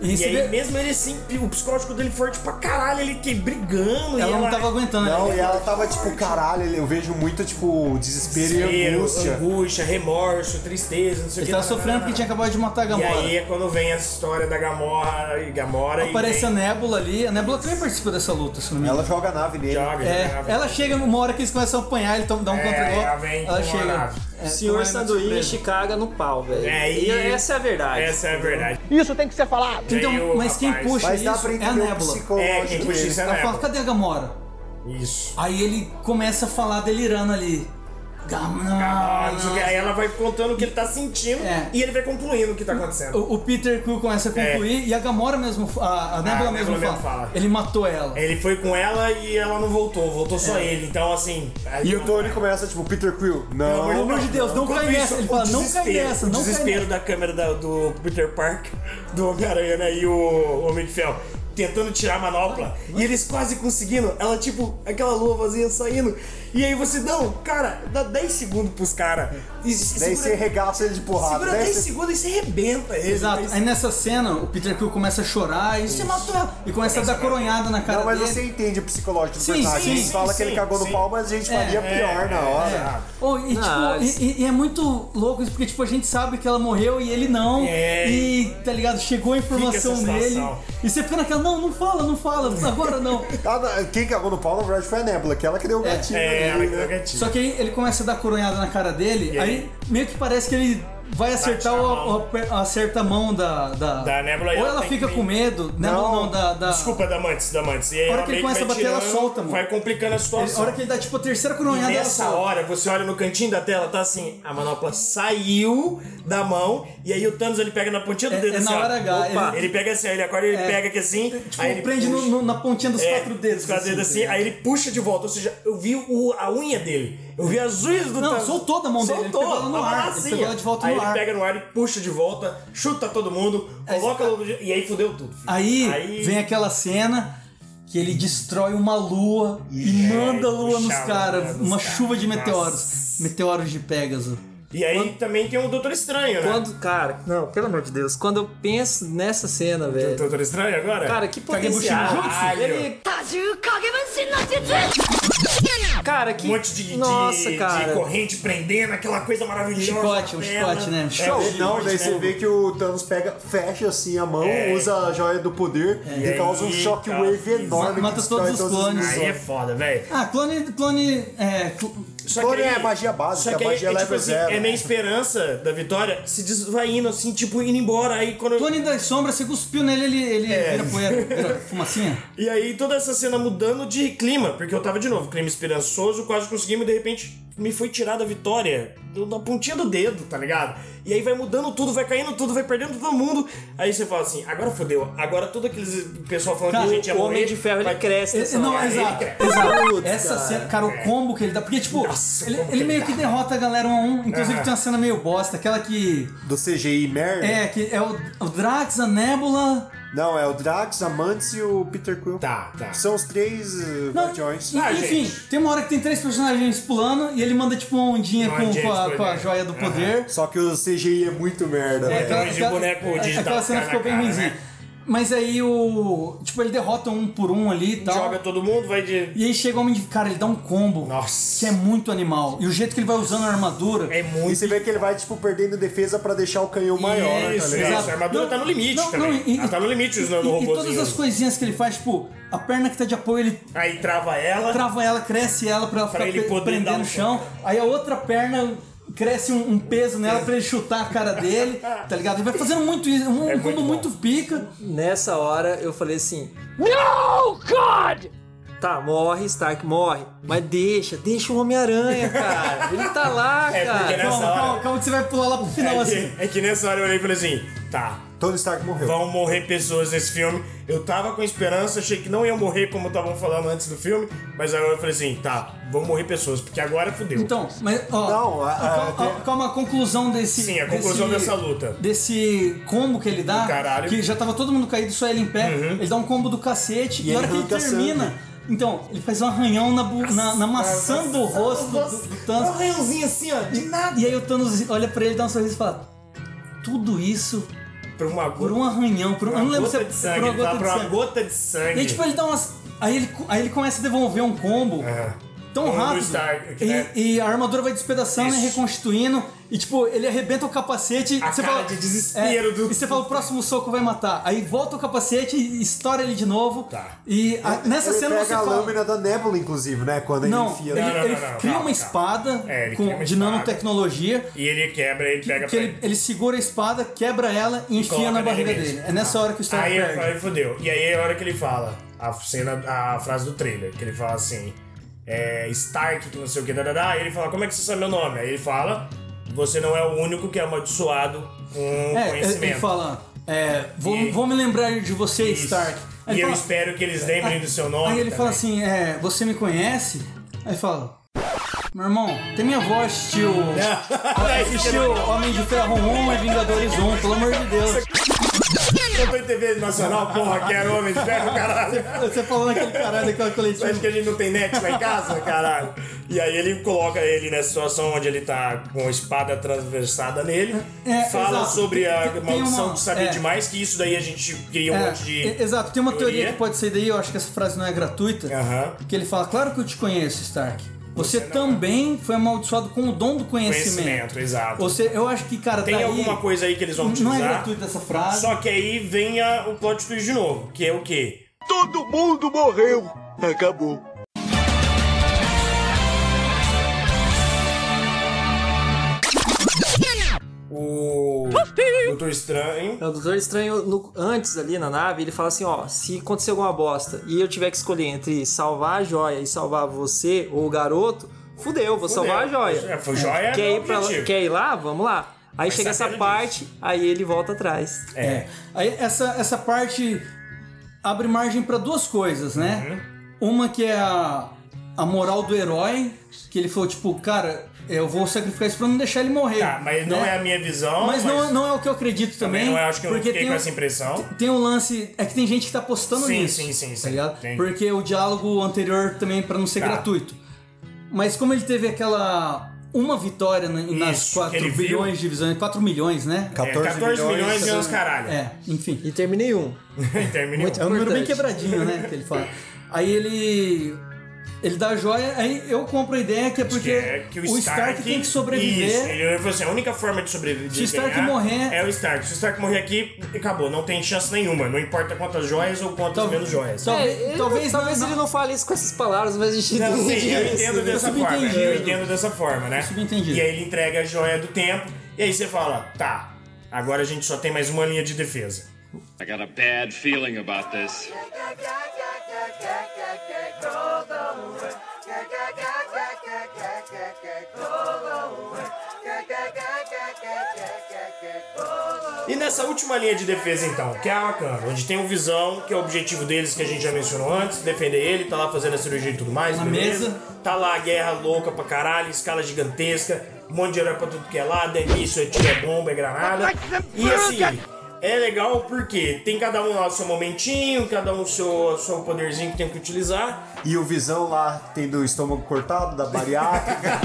[SPEAKER 4] E, aí, mesmo ele assim, o psicológico dele forte pra caralho, ele que brigando. e
[SPEAKER 3] Ela não tava aguentando,
[SPEAKER 6] Não,
[SPEAKER 3] né?
[SPEAKER 6] e ela tava tipo, caralho, eu vejo muito, tipo, desespero e
[SPEAKER 4] Desespero,
[SPEAKER 6] angústia.
[SPEAKER 4] angústia, remorso, tristeza, não sei o
[SPEAKER 3] Ele
[SPEAKER 4] que.
[SPEAKER 3] tava sofrendo porque tinha acabado de matar a
[SPEAKER 4] E
[SPEAKER 3] Gamora.
[SPEAKER 4] aí é quando vem essa história da Gamora e Gamora e
[SPEAKER 3] Aparece a
[SPEAKER 4] vem-
[SPEAKER 3] Nebula ali. A Nebula também participa dessa luta, se não me engano.
[SPEAKER 6] Ela joga a nave nele.
[SPEAKER 4] joga,
[SPEAKER 3] É,
[SPEAKER 4] joga.
[SPEAKER 3] ela chega numa hora que eles começam a apanhar, ele dá um
[SPEAKER 4] É, ela
[SPEAKER 3] contra-golpe.
[SPEAKER 4] vem
[SPEAKER 3] Ela
[SPEAKER 4] com uma
[SPEAKER 3] chega.
[SPEAKER 4] nave.
[SPEAKER 3] É, com
[SPEAKER 5] Senhor
[SPEAKER 3] uma surpresa.
[SPEAKER 5] Sanduíche caga no pau, velho.
[SPEAKER 4] É,
[SPEAKER 5] e...
[SPEAKER 4] e-
[SPEAKER 5] essa é a verdade.
[SPEAKER 4] Essa é a verdade.
[SPEAKER 1] Isso tem que ser falado.
[SPEAKER 4] E aí
[SPEAKER 3] Então,
[SPEAKER 4] o
[SPEAKER 3] mas quem
[SPEAKER 4] rapaz-
[SPEAKER 3] puxa
[SPEAKER 6] Mas
[SPEAKER 3] isso
[SPEAKER 6] dá pra
[SPEAKER 3] é a
[SPEAKER 6] entender o
[SPEAKER 3] Nebula.
[SPEAKER 4] É, quem
[SPEAKER 6] psicológico
[SPEAKER 4] puxa
[SPEAKER 6] dele.
[SPEAKER 4] isso é a
[SPEAKER 3] Ela fala,
[SPEAKER 4] Nebula.
[SPEAKER 3] cadê a Gamora?
[SPEAKER 4] Isso.
[SPEAKER 3] Aí ele começa a falar delirando ali.
[SPEAKER 4] Ah, não sei o
[SPEAKER 3] Gamora.
[SPEAKER 4] que. Aí ela vai contando o que ele tá sentindo
[SPEAKER 3] É.
[SPEAKER 4] e ele vai concluindo o que tá acontecendo.
[SPEAKER 3] O, o Peter Quill começa a concluir e a Gamora mesmo, a, a Nebula
[SPEAKER 4] É. Ah, a
[SPEAKER 3] mesmo
[SPEAKER 4] Nebula
[SPEAKER 3] fala,
[SPEAKER 4] mesmo fala. É.
[SPEAKER 3] Ele matou ela.
[SPEAKER 4] Ele foi com ela e ela não voltou, voltou só
[SPEAKER 3] É.
[SPEAKER 4] ele. Então, assim. aí-
[SPEAKER 6] E o Tony começa, tipo, Peter Quill, não.
[SPEAKER 3] amor de Deus, não
[SPEAKER 4] Enquanto
[SPEAKER 3] cai nessa. Ele
[SPEAKER 4] o
[SPEAKER 3] fala, não cai
[SPEAKER 4] desespero-
[SPEAKER 3] nessa,
[SPEAKER 4] O
[SPEAKER 3] não cai
[SPEAKER 4] desespero da câmera da- do Peter Park, do Homem-Aranha né, e o Homem de Ferro. Tentando tirar a manopla e eles quase conseguindo. Ela, tipo, aquela luvazinha saindo. E aí você, não, cara, dá 10 segundos pros caras.
[SPEAKER 6] Daí você
[SPEAKER 4] Segura,
[SPEAKER 6] regaça ele de porrada.
[SPEAKER 4] segura
[SPEAKER 6] Daí
[SPEAKER 4] 10
[SPEAKER 6] você...
[SPEAKER 4] segundos e você arrebenta ele.
[SPEAKER 3] Exato. Aí nessa cena, o Peter Quill começa a chorar e você matou ela. E começa a dar coronhada na cara
[SPEAKER 6] Não, mas assim,
[SPEAKER 3] dele.
[SPEAKER 6] você entende o psicológico do
[SPEAKER 3] Sim,
[SPEAKER 6] personagem.
[SPEAKER 3] sim,
[SPEAKER 6] Ele
[SPEAKER 3] sim,
[SPEAKER 6] fala que
[SPEAKER 4] sim,
[SPEAKER 6] ele cagou
[SPEAKER 4] sim.
[SPEAKER 6] no pau, mas a gente faria pior na hora.
[SPEAKER 3] Oh, e,
[SPEAKER 5] Ah,
[SPEAKER 3] tipo, e- e, e é muito louco isso, porque tipo, a gente sabe que ela morreu e ele não.
[SPEAKER 4] É.
[SPEAKER 3] E, tá ligado? Chegou a informação
[SPEAKER 4] Fica essa
[SPEAKER 3] nele.
[SPEAKER 4] sensação.
[SPEAKER 3] E você fica naquela, não, não fala, não fala, agora não.
[SPEAKER 6] Ah, não, Quem cagou no pau, na verdade, foi a Nebula, que ela que deu o
[SPEAKER 3] É.
[SPEAKER 6] gatinho.
[SPEAKER 4] É, ela
[SPEAKER 6] nele,
[SPEAKER 4] que
[SPEAKER 6] né?
[SPEAKER 4] dá gatilho.
[SPEAKER 3] Só que aí ele começa a dar coronhada na cara dele,
[SPEAKER 4] E aí?
[SPEAKER 3] aí meio que parece que ele vai acertar
[SPEAKER 4] na
[SPEAKER 3] o,
[SPEAKER 4] mão.
[SPEAKER 3] o- aper- acerta a mão da. Da,
[SPEAKER 4] Da Nebula e
[SPEAKER 3] Ou
[SPEAKER 4] ela
[SPEAKER 3] ela
[SPEAKER 4] tem
[SPEAKER 3] fica
[SPEAKER 4] que vir.
[SPEAKER 3] com medo. Nebula não, da. da-
[SPEAKER 4] Desculpa, Damantes, Damantes. E aí
[SPEAKER 3] A hora
[SPEAKER 4] ela
[SPEAKER 3] que ele
[SPEAKER 4] meio
[SPEAKER 3] começa
[SPEAKER 4] vai
[SPEAKER 3] a bater, ela
[SPEAKER 4] tirando,
[SPEAKER 3] solta, mano.
[SPEAKER 4] Vai complicando a situação.
[SPEAKER 3] A hora que ele dá tipo a terceira coronhada,
[SPEAKER 4] E
[SPEAKER 3] ela
[SPEAKER 4] nessa
[SPEAKER 3] solta.
[SPEAKER 4] hora, você olha no cantinho da tela, tá assim, a manopla saiu da mão, e aí o Thanos ele pega na pontinha do
[SPEAKER 3] É-
[SPEAKER 4] dedo
[SPEAKER 3] é na
[SPEAKER 4] assim, ó.
[SPEAKER 3] hora H,
[SPEAKER 4] Opa,
[SPEAKER 3] ele-
[SPEAKER 4] ele... pega assim, ó, ele acorda, ele
[SPEAKER 3] É.
[SPEAKER 4] pega aqui assim,
[SPEAKER 3] Tipo,
[SPEAKER 4] aí ele
[SPEAKER 3] prende no-
[SPEAKER 4] puxa,
[SPEAKER 3] no- na pontinha dos
[SPEAKER 4] é,
[SPEAKER 3] quatro dedos. tá
[SPEAKER 4] os quatro dedos assim, aí ele puxa de volta, ou seja, eu vi o- a unha dele, eu vi as unhas do
[SPEAKER 3] Não,
[SPEAKER 4] Thanos.
[SPEAKER 3] soltou da mão dele, ele
[SPEAKER 4] soltou,
[SPEAKER 3] pegou ela no
[SPEAKER 4] tava
[SPEAKER 3] ar,
[SPEAKER 4] lá
[SPEAKER 3] ele
[SPEAKER 4] assim,
[SPEAKER 3] pegou
[SPEAKER 4] ó.
[SPEAKER 3] ela de volta
[SPEAKER 4] aí
[SPEAKER 3] no
[SPEAKER 4] ele
[SPEAKER 3] ar.
[SPEAKER 4] pega no ar e puxa de volta, chuta todo mundo,
[SPEAKER 3] Aí-
[SPEAKER 4] coloca logo de- e aí fudeu tudo. filho.
[SPEAKER 3] é. Aí, vem aquela cena que ele destrói uma lua e
[SPEAKER 4] É,
[SPEAKER 3] manda a lua nos
[SPEAKER 4] puxa a lua
[SPEAKER 3] caras.
[SPEAKER 4] nos
[SPEAKER 3] Uma
[SPEAKER 4] cara.
[SPEAKER 3] chuva de meteoros.
[SPEAKER 4] Nossa.
[SPEAKER 3] Meteoros de Pégaso.
[SPEAKER 4] E aí também tem o Doutor Estranho, né?
[SPEAKER 5] Quando, cara, não, pelo amor de Deus, quando eu penso nessa cena, velho.
[SPEAKER 4] Doutor Estranho agora? Tá
[SPEAKER 5] Cara, que
[SPEAKER 3] Kagebushi
[SPEAKER 5] potencial.
[SPEAKER 4] Jutsu?
[SPEAKER 5] Ele, cara, que.
[SPEAKER 4] um monte de, de-
[SPEAKER 5] Nossa,
[SPEAKER 4] de
[SPEAKER 5] cara.
[SPEAKER 4] corrente prendendo, aquela coisa maravilhosa.
[SPEAKER 3] Chicote, o
[SPEAKER 4] Tela.
[SPEAKER 3] chicote, né?
[SPEAKER 4] É,
[SPEAKER 3] Show.
[SPEAKER 6] Não,
[SPEAKER 4] o chicote,
[SPEAKER 6] não, daí
[SPEAKER 4] né?
[SPEAKER 6] você vê que o Thanos pega, fecha assim a mão,
[SPEAKER 4] É.
[SPEAKER 6] usa a joia do poder e
[SPEAKER 4] E
[SPEAKER 6] causa um
[SPEAKER 4] aí,
[SPEAKER 6] shockwave
[SPEAKER 4] cara,
[SPEAKER 6] enorme. que
[SPEAKER 3] mata
[SPEAKER 6] destrói
[SPEAKER 3] todos os clones.
[SPEAKER 4] Aí é foda, velho.
[SPEAKER 3] Ah, clone. clone é, cl-
[SPEAKER 4] Só
[SPEAKER 6] Clone é magia básica,
[SPEAKER 4] só que aí,
[SPEAKER 6] magia
[SPEAKER 4] é, tipo
[SPEAKER 6] level
[SPEAKER 4] assim,
[SPEAKER 6] zero.
[SPEAKER 4] É minha esperança da vitória se des- vai indo assim, tipo, indo embora. Aí quando eu-
[SPEAKER 3] clone das sombras, você cuspiu nele, ele, ele
[SPEAKER 4] É.
[SPEAKER 3] vira poeira, vira fumacinha.
[SPEAKER 4] E aí toda essa cena mudando de clima, porque eu tava de novo, clima esperançoso, quase conseguimos, e de repente me foi tirada a vitória do- da pontinha do dedo, tá ligado? E aí vai mudando tudo, vai caindo tudo, vai perdendo todo mundo. Aí você fala assim, agora fodeu, agora todo aqueles pessoal falando
[SPEAKER 3] Cara,
[SPEAKER 4] que a gente ia
[SPEAKER 5] O
[SPEAKER 4] morrer.
[SPEAKER 5] Homem de Ferro ele
[SPEAKER 4] vai- É,
[SPEAKER 5] cresce.
[SPEAKER 3] Ele-
[SPEAKER 5] nessa
[SPEAKER 3] não,
[SPEAKER 5] hora.
[SPEAKER 3] exato.
[SPEAKER 5] Ele cresce.
[SPEAKER 3] exato.
[SPEAKER 5] Putz,
[SPEAKER 3] Essa
[SPEAKER 5] cara.
[SPEAKER 3] cena, cara, o combo que ele dá. Porque, tipo,
[SPEAKER 4] Nossa, o
[SPEAKER 3] ele,
[SPEAKER 4] combo
[SPEAKER 3] ele
[SPEAKER 4] que
[SPEAKER 3] meio
[SPEAKER 4] ele
[SPEAKER 3] que
[SPEAKER 4] dá. Ah.
[SPEAKER 3] derrota a galera um a um. Inclusive, tem uma cena meio bosta, aquela que.
[SPEAKER 6] Do CGI merda.
[SPEAKER 3] É, que é o, o Drax, a Nebula.
[SPEAKER 6] Não, é o Drax, a Mantis e o Peter Quill.
[SPEAKER 4] Tá, tá.
[SPEAKER 6] São os três eh,
[SPEAKER 3] Não,
[SPEAKER 6] guardiões.
[SPEAKER 3] e-
[SPEAKER 4] Ah,
[SPEAKER 3] enfim,
[SPEAKER 4] gente.
[SPEAKER 3] tem uma hora que tem três personagens pulando e ele manda, tipo, uma ondinha
[SPEAKER 4] Uma
[SPEAKER 3] com,
[SPEAKER 4] ondinha
[SPEAKER 3] com a,
[SPEAKER 4] de
[SPEAKER 3] com a
[SPEAKER 4] poder.
[SPEAKER 3] joia do
[SPEAKER 4] Aham.
[SPEAKER 3] poder.
[SPEAKER 6] Só que o CGI é muito merda,
[SPEAKER 3] É,
[SPEAKER 6] velho.
[SPEAKER 3] aquela, é,
[SPEAKER 4] Hoje o boneco digital
[SPEAKER 3] aquela cena
[SPEAKER 4] cara
[SPEAKER 3] ficou
[SPEAKER 4] na
[SPEAKER 3] bem
[SPEAKER 4] cara,
[SPEAKER 3] ruimzinha.
[SPEAKER 4] né?
[SPEAKER 3] Mas aí o. Tipo, ele derrota um por um ali e tal.
[SPEAKER 5] Então-
[SPEAKER 4] Joga todo mundo, vai de.
[SPEAKER 3] E aí chega o homem de. Cara, ele dá um combo.
[SPEAKER 4] Nossa.
[SPEAKER 3] Que é muito animal. E o jeito que ele vai usando a armadura.
[SPEAKER 4] É
[SPEAKER 6] E
[SPEAKER 4] muito.
[SPEAKER 6] você vê que ele vai, tipo, perdendo defesa pra deixar o canhão maior,
[SPEAKER 4] Isso,
[SPEAKER 6] tá
[SPEAKER 4] é.
[SPEAKER 6] ligado?
[SPEAKER 4] a armadura tá no limite também. Ela tá no limite, os
[SPEAKER 3] e, e, e todas
[SPEAKER 4] nanorobozinhos.
[SPEAKER 3] as coisinhas que ele faz, tipo, a perna que tá de apoio, ele
[SPEAKER 4] Aí trava ela.
[SPEAKER 3] trava ela, cresce ela pra ela ficar
[SPEAKER 4] ele
[SPEAKER 3] pre-
[SPEAKER 4] poder
[SPEAKER 3] prender
[SPEAKER 4] dar
[SPEAKER 3] no
[SPEAKER 4] um
[SPEAKER 3] chão. Aí a outra perna cresce um, um peso nela pra ele chutar a cara dele, tá ligado? Ele vai fazendo muito isso, um
[SPEAKER 4] É
[SPEAKER 3] combo
[SPEAKER 4] muito
[SPEAKER 3] muito,
[SPEAKER 4] bom.
[SPEAKER 3] pica.
[SPEAKER 5] Nessa hora eu falei assim:
[SPEAKER 1] No, God!
[SPEAKER 5] tá, morre, Stark, morre. Mas deixa, deixa o Homem-Aranha, cara. Ele tá lá,
[SPEAKER 4] É,
[SPEAKER 5] cara.
[SPEAKER 4] porque nessa
[SPEAKER 3] Calma,
[SPEAKER 4] hora-
[SPEAKER 3] calma, calma que você vai pular lá pro final
[SPEAKER 4] é,
[SPEAKER 3] assim.
[SPEAKER 4] que, é que nessa hora eu olhei e falei assim: tá,
[SPEAKER 6] Tony Stark morreu.
[SPEAKER 4] vão morrer pessoas nesse filme. Eu tava com esperança, achei que não iam morrer como estavam falando antes do filme, mas agora eu falei assim: tá, vão morrer pessoas, porque agora fudeu.
[SPEAKER 3] Então, mas ó,
[SPEAKER 6] Não, a- a-
[SPEAKER 3] calma,
[SPEAKER 6] tem-
[SPEAKER 3] calma, a conclusão desse.
[SPEAKER 4] é, Sim, a conclusão
[SPEAKER 3] desse-
[SPEAKER 4] dessa luta.
[SPEAKER 3] Desse combo que ele dá,
[SPEAKER 4] Do caralho. Uhum.
[SPEAKER 3] que já tava todo mundo caído, só ele em pé, ele dá um combo do cacete e,
[SPEAKER 6] ele
[SPEAKER 3] a hora que ele
[SPEAKER 6] arranca
[SPEAKER 3] termina.
[SPEAKER 6] sangue.
[SPEAKER 3] Então, ele faz um arranhão na, bu- na, na maçã do rosto do, do Thanos.
[SPEAKER 4] arranhãozinho assim, ó, de nada.
[SPEAKER 3] E aí o Thanos olha pra ele, dá um sorriso e fala: Tudo isso
[SPEAKER 4] por uma gota.
[SPEAKER 3] Por um arranhão, por um-
[SPEAKER 4] Por
[SPEAKER 3] eu
[SPEAKER 4] uma
[SPEAKER 3] não lembro se
[SPEAKER 4] gota
[SPEAKER 3] é
[SPEAKER 4] de
[SPEAKER 3] por
[SPEAKER 4] sangue.
[SPEAKER 3] uma
[SPEAKER 4] Ele
[SPEAKER 3] gota
[SPEAKER 4] tá
[SPEAKER 3] de
[SPEAKER 4] por uma
[SPEAKER 3] sangue.
[SPEAKER 4] gota de sangue.
[SPEAKER 3] E aí, tipo, ele dá umas. Aí ele, aí ele começa a devolver um combo
[SPEAKER 4] Ah,
[SPEAKER 3] tão
[SPEAKER 4] É, Combo
[SPEAKER 3] rápido.
[SPEAKER 4] Stark,
[SPEAKER 3] e,
[SPEAKER 4] né?
[SPEAKER 3] e a armadura vai despedaçando
[SPEAKER 4] Isso.
[SPEAKER 3] e reconstituindo. E tipo, ele arrebenta o capacete.
[SPEAKER 4] A
[SPEAKER 3] você
[SPEAKER 4] cara
[SPEAKER 3] fala,
[SPEAKER 4] de desespero
[SPEAKER 3] É,
[SPEAKER 4] do-
[SPEAKER 3] E você fala, o próximo soco vai matar. Aí volta o capacete e estoura ele de novo.
[SPEAKER 4] Tá.
[SPEAKER 3] E a- Ah, nessa
[SPEAKER 6] ele
[SPEAKER 3] cena
[SPEAKER 6] pega
[SPEAKER 3] você
[SPEAKER 6] a
[SPEAKER 3] fala.
[SPEAKER 6] lâmina da Nebula, inclusive, né? Quando ele
[SPEAKER 3] Não,
[SPEAKER 6] enfia
[SPEAKER 3] ele,
[SPEAKER 6] na-
[SPEAKER 4] Não, não,
[SPEAKER 3] ele
[SPEAKER 4] não, não,
[SPEAKER 3] cria
[SPEAKER 4] calma,
[SPEAKER 3] uma
[SPEAKER 4] calma.
[SPEAKER 3] espada
[SPEAKER 4] É, ele
[SPEAKER 3] com,
[SPEAKER 4] cria uma
[SPEAKER 3] de
[SPEAKER 4] espada.
[SPEAKER 3] nanotecnologia.
[SPEAKER 4] E ele quebra, ele pega
[SPEAKER 3] Que
[SPEAKER 4] pra
[SPEAKER 3] ele, ele segura a espada, quebra ela e enfia
[SPEAKER 4] coloca
[SPEAKER 3] na
[SPEAKER 4] nele
[SPEAKER 3] barriga
[SPEAKER 4] mesmo.
[SPEAKER 3] dele. É nessa hora que o Stark
[SPEAKER 4] Aí
[SPEAKER 3] perde.
[SPEAKER 4] ele fodeu. E aí é a hora que ele fala a cena, a frase do trailer, que ele fala assim, é, Stark, que não sei o que, dadadá. Aí ele fala, como é que você sabe meu nome? Aí ele fala, você não é o único que é amaldiçoado com
[SPEAKER 3] É,
[SPEAKER 4] um conhecimento.
[SPEAKER 3] ele fala, é, vou,
[SPEAKER 4] E-
[SPEAKER 3] vou me lembrar de você,
[SPEAKER 4] Isso.
[SPEAKER 3] Stark.
[SPEAKER 4] e
[SPEAKER 3] Aí ele
[SPEAKER 4] eu
[SPEAKER 3] fala-
[SPEAKER 4] espero que eles lembrem do seu nome.
[SPEAKER 3] Aí ele
[SPEAKER 4] também.
[SPEAKER 3] fala assim, é, você me conhece? Aí fala, meu irmão, tem minha voz, tio.
[SPEAKER 4] É
[SPEAKER 3] Assistiu
[SPEAKER 4] né?
[SPEAKER 3] Homem de Ferro 1 e Vingadores 1, pelo amor de Deus.
[SPEAKER 4] Eu tô em TV Nacional, porra, que era homem de ferro, caralho.
[SPEAKER 3] Você falando aquele caralho daquela
[SPEAKER 4] Você acha
[SPEAKER 3] coletiva.
[SPEAKER 4] que a gente não tem net lá em casa, caralho? E aí ele coloca ele nessa situação onde ele tá com a espada transversada nele,
[SPEAKER 3] É,
[SPEAKER 4] fala
[SPEAKER 3] exato.
[SPEAKER 4] sobre a
[SPEAKER 3] Tem- tem
[SPEAKER 4] maldição
[SPEAKER 3] uma-
[SPEAKER 4] de saber
[SPEAKER 3] é.
[SPEAKER 4] demais, que isso daí a gente cria um
[SPEAKER 3] É,
[SPEAKER 4] monte de.
[SPEAKER 3] e- exato, tem uma teoria.
[SPEAKER 4] teoria.
[SPEAKER 3] que pode ser daí, eu acho que essa frase não é gratuita.
[SPEAKER 4] Aham.
[SPEAKER 3] Que ele fala, claro que eu te conheço, Stark. Você, também foi amaldiçoado com o dom do conhecimento.
[SPEAKER 4] Conhecimento, exato.
[SPEAKER 3] Você, eu acho que, cara,
[SPEAKER 4] Tem
[SPEAKER 3] daí-
[SPEAKER 4] alguma coisa aí que eles vão
[SPEAKER 3] Não
[SPEAKER 4] utilizar.
[SPEAKER 3] é gratuita essa frase.
[SPEAKER 4] Só que aí vem a- o plot twist de novo, que é o quê?
[SPEAKER 8] Todo mundo morreu. Acabou.
[SPEAKER 4] O Doutor Estranho.
[SPEAKER 5] É, O Doutor Estranho, no- antes ali na nave, ele fala assim: ó, se acontecer alguma bosta e eu tiver que escolher entre salvar a joia e salvar você ou o garoto, fudeu, vou salvar a
[SPEAKER 4] É,
[SPEAKER 5] joia.
[SPEAKER 4] foi joia.
[SPEAKER 5] Quer
[SPEAKER 4] é
[SPEAKER 5] ir, pra,
[SPEAKER 4] objetivo.
[SPEAKER 5] quer ir lá? Vamos lá. Aí chega essa
[SPEAKER 4] sabendo
[SPEAKER 5] parte, aí ele volta atrás.
[SPEAKER 3] É. Aí essa, essa parte abre margem para duas coisas, né?
[SPEAKER 4] Uhum.
[SPEAKER 3] Uma que é a, a moral do herói, que ele falou, tipo, cara, eu vou sacrificar isso pra não deixar ele morrer.
[SPEAKER 4] Tá, mas não
[SPEAKER 3] né?
[SPEAKER 4] é a minha visão.
[SPEAKER 3] Mas não, não é o que eu acredito também.
[SPEAKER 4] Também não é, acho que eu não
[SPEAKER 3] porque
[SPEAKER 4] fiquei
[SPEAKER 3] tem
[SPEAKER 4] com
[SPEAKER 3] um-
[SPEAKER 4] essa impressão.
[SPEAKER 3] Tem um lance. É que tem gente que tá postando
[SPEAKER 4] Sim,
[SPEAKER 3] nisso.
[SPEAKER 4] sim, sim, sim.
[SPEAKER 3] Tá ligado?
[SPEAKER 4] Entendi.
[SPEAKER 3] Porque o diálogo anterior também, é pra não ser
[SPEAKER 4] Tá.
[SPEAKER 3] gratuito. Mas como ele teve aquela. Uma vitória na- nas
[SPEAKER 4] Isso, que
[SPEAKER 3] 4
[SPEAKER 4] ele viu.
[SPEAKER 3] bilhões de visões, 4 milhões, né?
[SPEAKER 6] 14,
[SPEAKER 4] é, 14 milhões,
[SPEAKER 6] milhões
[SPEAKER 4] e uns caralho.
[SPEAKER 3] É, enfim.
[SPEAKER 5] E terminei um.
[SPEAKER 4] Termina
[SPEAKER 5] Muito
[SPEAKER 3] É um número bem
[SPEAKER 5] Importante.
[SPEAKER 3] quebradinho, né? Que ele fala. Aí ele. Ele dá a joia, aí eu compro a ideia que é porque
[SPEAKER 4] que é que o,
[SPEAKER 3] o Stark, tem que sobreviver.
[SPEAKER 4] Isso, ele falou assim, a única forma de sobreviver
[SPEAKER 3] Se o Stark
[SPEAKER 4] ganhar
[SPEAKER 3] morrer-
[SPEAKER 4] é o Stark. Se o Stark morrer aqui, acabou, não tem chance nenhuma. Não importa quantas joias ou quantas
[SPEAKER 3] Tal-
[SPEAKER 4] menos joias.
[SPEAKER 3] tal-
[SPEAKER 5] É, ele-
[SPEAKER 3] talvez
[SPEAKER 5] talvez ele
[SPEAKER 4] Ah,
[SPEAKER 5] não fale isso com essas palavras, mas a gente
[SPEAKER 4] Não, sim, Então,
[SPEAKER 5] entende
[SPEAKER 4] assim, eu
[SPEAKER 5] isso,
[SPEAKER 4] entendo
[SPEAKER 5] né?
[SPEAKER 4] dessa forma.
[SPEAKER 3] Subentendido.
[SPEAKER 4] Eu entendo dessa forma, né?
[SPEAKER 3] Subentendido.
[SPEAKER 4] E aí ele entrega a joia do tempo, e aí você fala, tá, agora a gente só tem mais uma linha de defesa.
[SPEAKER 12] I got a bad feeling about this.
[SPEAKER 4] E nessa última linha de defesa, então, que é a Wakanda, onde tem o Visão, que é o objetivo deles, que a gente já mencionou antes, defender ele, tá lá fazendo a cirurgia e tudo mais,
[SPEAKER 3] Na
[SPEAKER 4] beleza?
[SPEAKER 3] mesa.
[SPEAKER 4] Tá lá a guerra louca pra caralho, escala gigantesca, um monte de herói pra tudo que é lado, é isso, é tiro, é bomba, é granada. E assim, é legal porque tem cada um lá o seu momentinho, cada um o seu, o seu poderzinho que tem que utilizar.
[SPEAKER 6] E o Visão lá tendo o estômago cortado, da bariátrica.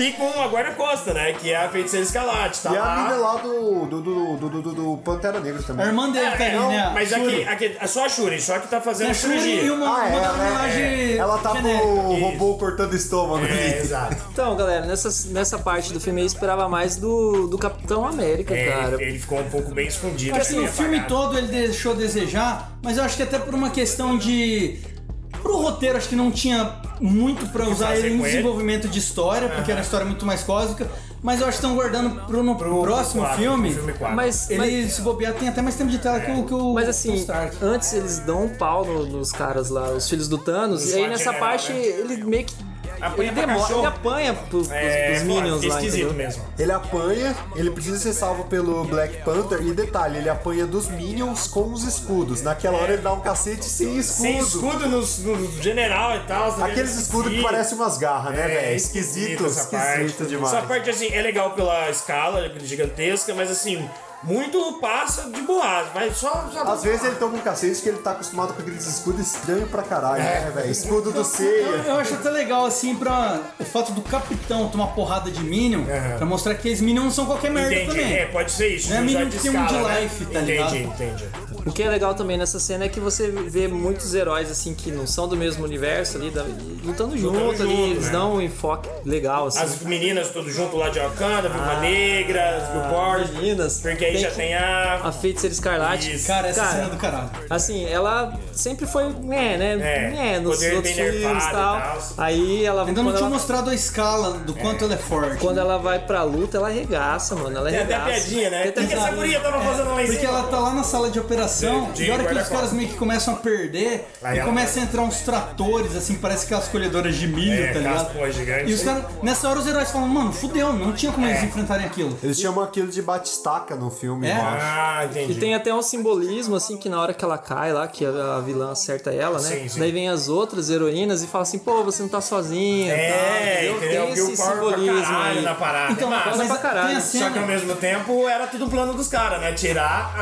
[SPEAKER 4] E com a guarda-costa, né? Que é a feiticeira escalate, tá
[SPEAKER 6] e a
[SPEAKER 4] lá.
[SPEAKER 6] mina lá do, do, do, do, do- do Pantera Negra
[SPEAKER 3] A
[SPEAKER 6] também.
[SPEAKER 3] irmã dele tá ali,
[SPEAKER 4] é, Não,
[SPEAKER 3] né?
[SPEAKER 4] mas
[SPEAKER 3] Shuri.
[SPEAKER 4] aqui, aqui, é só a Shuri, só que tá fazendo
[SPEAKER 3] Tem a Shuri
[SPEAKER 4] cirurgia.
[SPEAKER 3] e uma,
[SPEAKER 6] Ah,
[SPEAKER 3] uma
[SPEAKER 6] ela,
[SPEAKER 3] homenagem
[SPEAKER 6] é, ela tá com
[SPEAKER 3] genérica.
[SPEAKER 6] o
[SPEAKER 4] Isso.
[SPEAKER 6] robô cortando o estômago
[SPEAKER 4] É,
[SPEAKER 6] ali.
[SPEAKER 4] exato.
[SPEAKER 5] Então, galera, nessa, nessa parte do filme eu esperava mais do, do Capitão América,
[SPEAKER 4] É,
[SPEAKER 5] cara.
[SPEAKER 4] ele, ele ficou um pouco bem escondido.
[SPEAKER 3] Assim,
[SPEAKER 4] bem
[SPEAKER 3] o filme
[SPEAKER 4] apagado.
[SPEAKER 3] todo ele deixou a desejar, mas eu acho que até por uma questão de. Pro roteiro, acho que não tinha muito pra usar
[SPEAKER 4] fazer
[SPEAKER 3] ele em
[SPEAKER 4] com ele.
[SPEAKER 3] desenvolvimento de história, porque era uma história muito mais cósmica. Mas eu acho que estão guardando pro no
[SPEAKER 4] Pro- pro
[SPEAKER 3] próximo
[SPEAKER 4] quatro,
[SPEAKER 3] filme.
[SPEAKER 4] pro filme quatro.
[SPEAKER 5] Mas,
[SPEAKER 3] Ele,
[SPEAKER 5] mas-
[SPEAKER 3] se bobear, tem até mais tempo de tela que o. Que o
[SPEAKER 5] Mas
[SPEAKER 3] que o
[SPEAKER 5] assim,
[SPEAKER 3] Stark.
[SPEAKER 5] antes eles dão um pau no- nos caras lá, os filhos do Thanos,
[SPEAKER 4] Os
[SPEAKER 5] e aí
[SPEAKER 4] SWAT
[SPEAKER 5] nessa
[SPEAKER 4] general,
[SPEAKER 5] parte
[SPEAKER 4] né?
[SPEAKER 5] ele meio que.
[SPEAKER 4] Apanha
[SPEAKER 5] ele
[SPEAKER 4] pra
[SPEAKER 5] demora,
[SPEAKER 4] cachorro.
[SPEAKER 5] ele apanha pros, pros,
[SPEAKER 4] É,
[SPEAKER 5] pros minions
[SPEAKER 4] fica
[SPEAKER 5] lá.
[SPEAKER 4] esquisito
[SPEAKER 5] entendeu?
[SPEAKER 4] mesmo.
[SPEAKER 6] Ele apanha, ele precisa ser salvo pelo Black Panther. E detalhe, ele apanha dos Minions com os escudos. Naquela hora ele dá um cacete sem escudo.
[SPEAKER 4] Sem escudo né? no, no general e tal. sabe?
[SPEAKER 6] Aqueles escudos que
[SPEAKER 4] Esquisito.
[SPEAKER 6] parecem umas garras, né, velho?
[SPEAKER 4] É,
[SPEAKER 6] Esquisito,
[SPEAKER 4] esquisito essa
[SPEAKER 6] esquisito
[SPEAKER 4] parte.
[SPEAKER 6] demais.
[SPEAKER 4] Essa parte, assim, é legal pela escala gigantesca, mas, assim, Muito passa de boas, mas só. só
[SPEAKER 6] Às vezes ele toma um cacete que ele tá acostumado com aqueles escudos estranhos pra caralho,
[SPEAKER 4] É.
[SPEAKER 6] né, velho? Escudo do
[SPEAKER 3] Eu,
[SPEAKER 6] ceia.
[SPEAKER 3] eu acho até legal, assim, pra o fato do capitão tomar porrada de Minion, pra mostrar que esses Minions não são qualquer merda
[SPEAKER 4] Entendi,
[SPEAKER 3] também.
[SPEAKER 4] é, pode ser isso.
[SPEAKER 3] Não é
[SPEAKER 4] já
[SPEAKER 3] Minion que tem um de
[SPEAKER 4] descala, né?
[SPEAKER 3] life, tá ligado?
[SPEAKER 4] Entendi, entendi.
[SPEAKER 5] O que é legal também nessa cena é que você vê muitos heróis assim que não são do mesmo universo ali, da- lutando junto ali,
[SPEAKER 4] junto,
[SPEAKER 5] eles
[SPEAKER 4] né?
[SPEAKER 5] dão um enfoque legal assim.
[SPEAKER 4] As meninas tudo junto lá de Alcântara, Viúva
[SPEAKER 5] Ah,
[SPEAKER 4] Negra, as Billboard.
[SPEAKER 5] meninas.
[SPEAKER 4] Porque aí já tem a-
[SPEAKER 5] A Feiticeira Escarlate.
[SPEAKER 4] Isso.
[SPEAKER 3] Cara, essa cena é do caralho.
[SPEAKER 5] Assim, ela sempre foi, né, né,
[SPEAKER 4] É,
[SPEAKER 5] né, nos
[SPEAKER 4] poder
[SPEAKER 5] outros
[SPEAKER 4] bem nerfado
[SPEAKER 5] filmes e
[SPEAKER 4] e
[SPEAKER 5] tal.
[SPEAKER 4] tal.
[SPEAKER 5] Aí ela
[SPEAKER 3] Ainda não
[SPEAKER 5] quando
[SPEAKER 3] tinha
[SPEAKER 5] ela,
[SPEAKER 3] mostrado a escala do quanto ela é forte.
[SPEAKER 5] quando ela vai pra luta, ela arregaça, mano. Ela
[SPEAKER 4] Tem até
[SPEAKER 5] arregaça.
[SPEAKER 4] a piadinha, né?
[SPEAKER 5] Tem até
[SPEAKER 4] O que que essa
[SPEAKER 5] piadinha.
[SPEAKER 4] guria tava fazendo lá em
[SPEAKER 3] É, Porque
[SPEAKER 4] cima?
[SPEAKER 3] ela tá lá na sala de operação
[SPEAKER 4] Sim,
[SPEAKER 3] e a hora que
[SPEAKER 4] guarda
[SPEAKER 3] os caras
[SPEAKER 4] costas.
[SPEAKER 3] meio que começam a perder,
[SPEAKER 4] Aí
[SPEAKER 3] e
[SPEAKER 4] ela-
[SPEAKER 3] começa a entrar uns tratores, assim, parece que as colhedoras de milho,
[SPEAKER 4] É,
[SPEAKER 3] tá
[SPEAKER 4] aquelas
[SPEAKER 3] ligado?
[SPEAKER 4] porra gigantes. É.
[SPEAKER 3] E os caras, nessa hora os heróis falam, mano, fudeu, não tinha como eles enfrentarem aquilo.
[SPEAKER 6] Eles chamam aquilo de batistaca no filme,
[SPEAKER 3] É?
[SPEAKER 6] eu acho.
[SPEAKER 4] Ah,
[SPEAKER 5] E
[SPEAKER 4] entendi.
[SPEAKER 5] tem até um simbolismo, assim, que na hora que ela cai lá, que a a vilã acerta ela, né?
[SPEAKER 4] Sim, sim.
[SPEAKER 5] Daí vem as outras heroínas e fala assim, pô, você não tá sozinha.
[SPEAKER 4] É,
[SPEAKER 5] tal,
[SPEAKER 4] entendeu?
[SPEAKER 5] Tem
[SPEAKER 4] Viu
[SPEAKER 5] esse
[SPEAKER 4] o power pra
[SPEAKER 5] simbolismo
[SPEAKER 4] caralho
[SPEAKER 5] aí.
[SPEAKER 4] na parada.
[SPEAKER 3] Então,
[SPEAKER 4] é massa.
[SPEAKER 5] mas- pra caralho.
[SPEAKER 3] tem a cena...
[SPEAKER 4] Só que ao mesmo tempo era tudo um plano dos caras, né? Tirar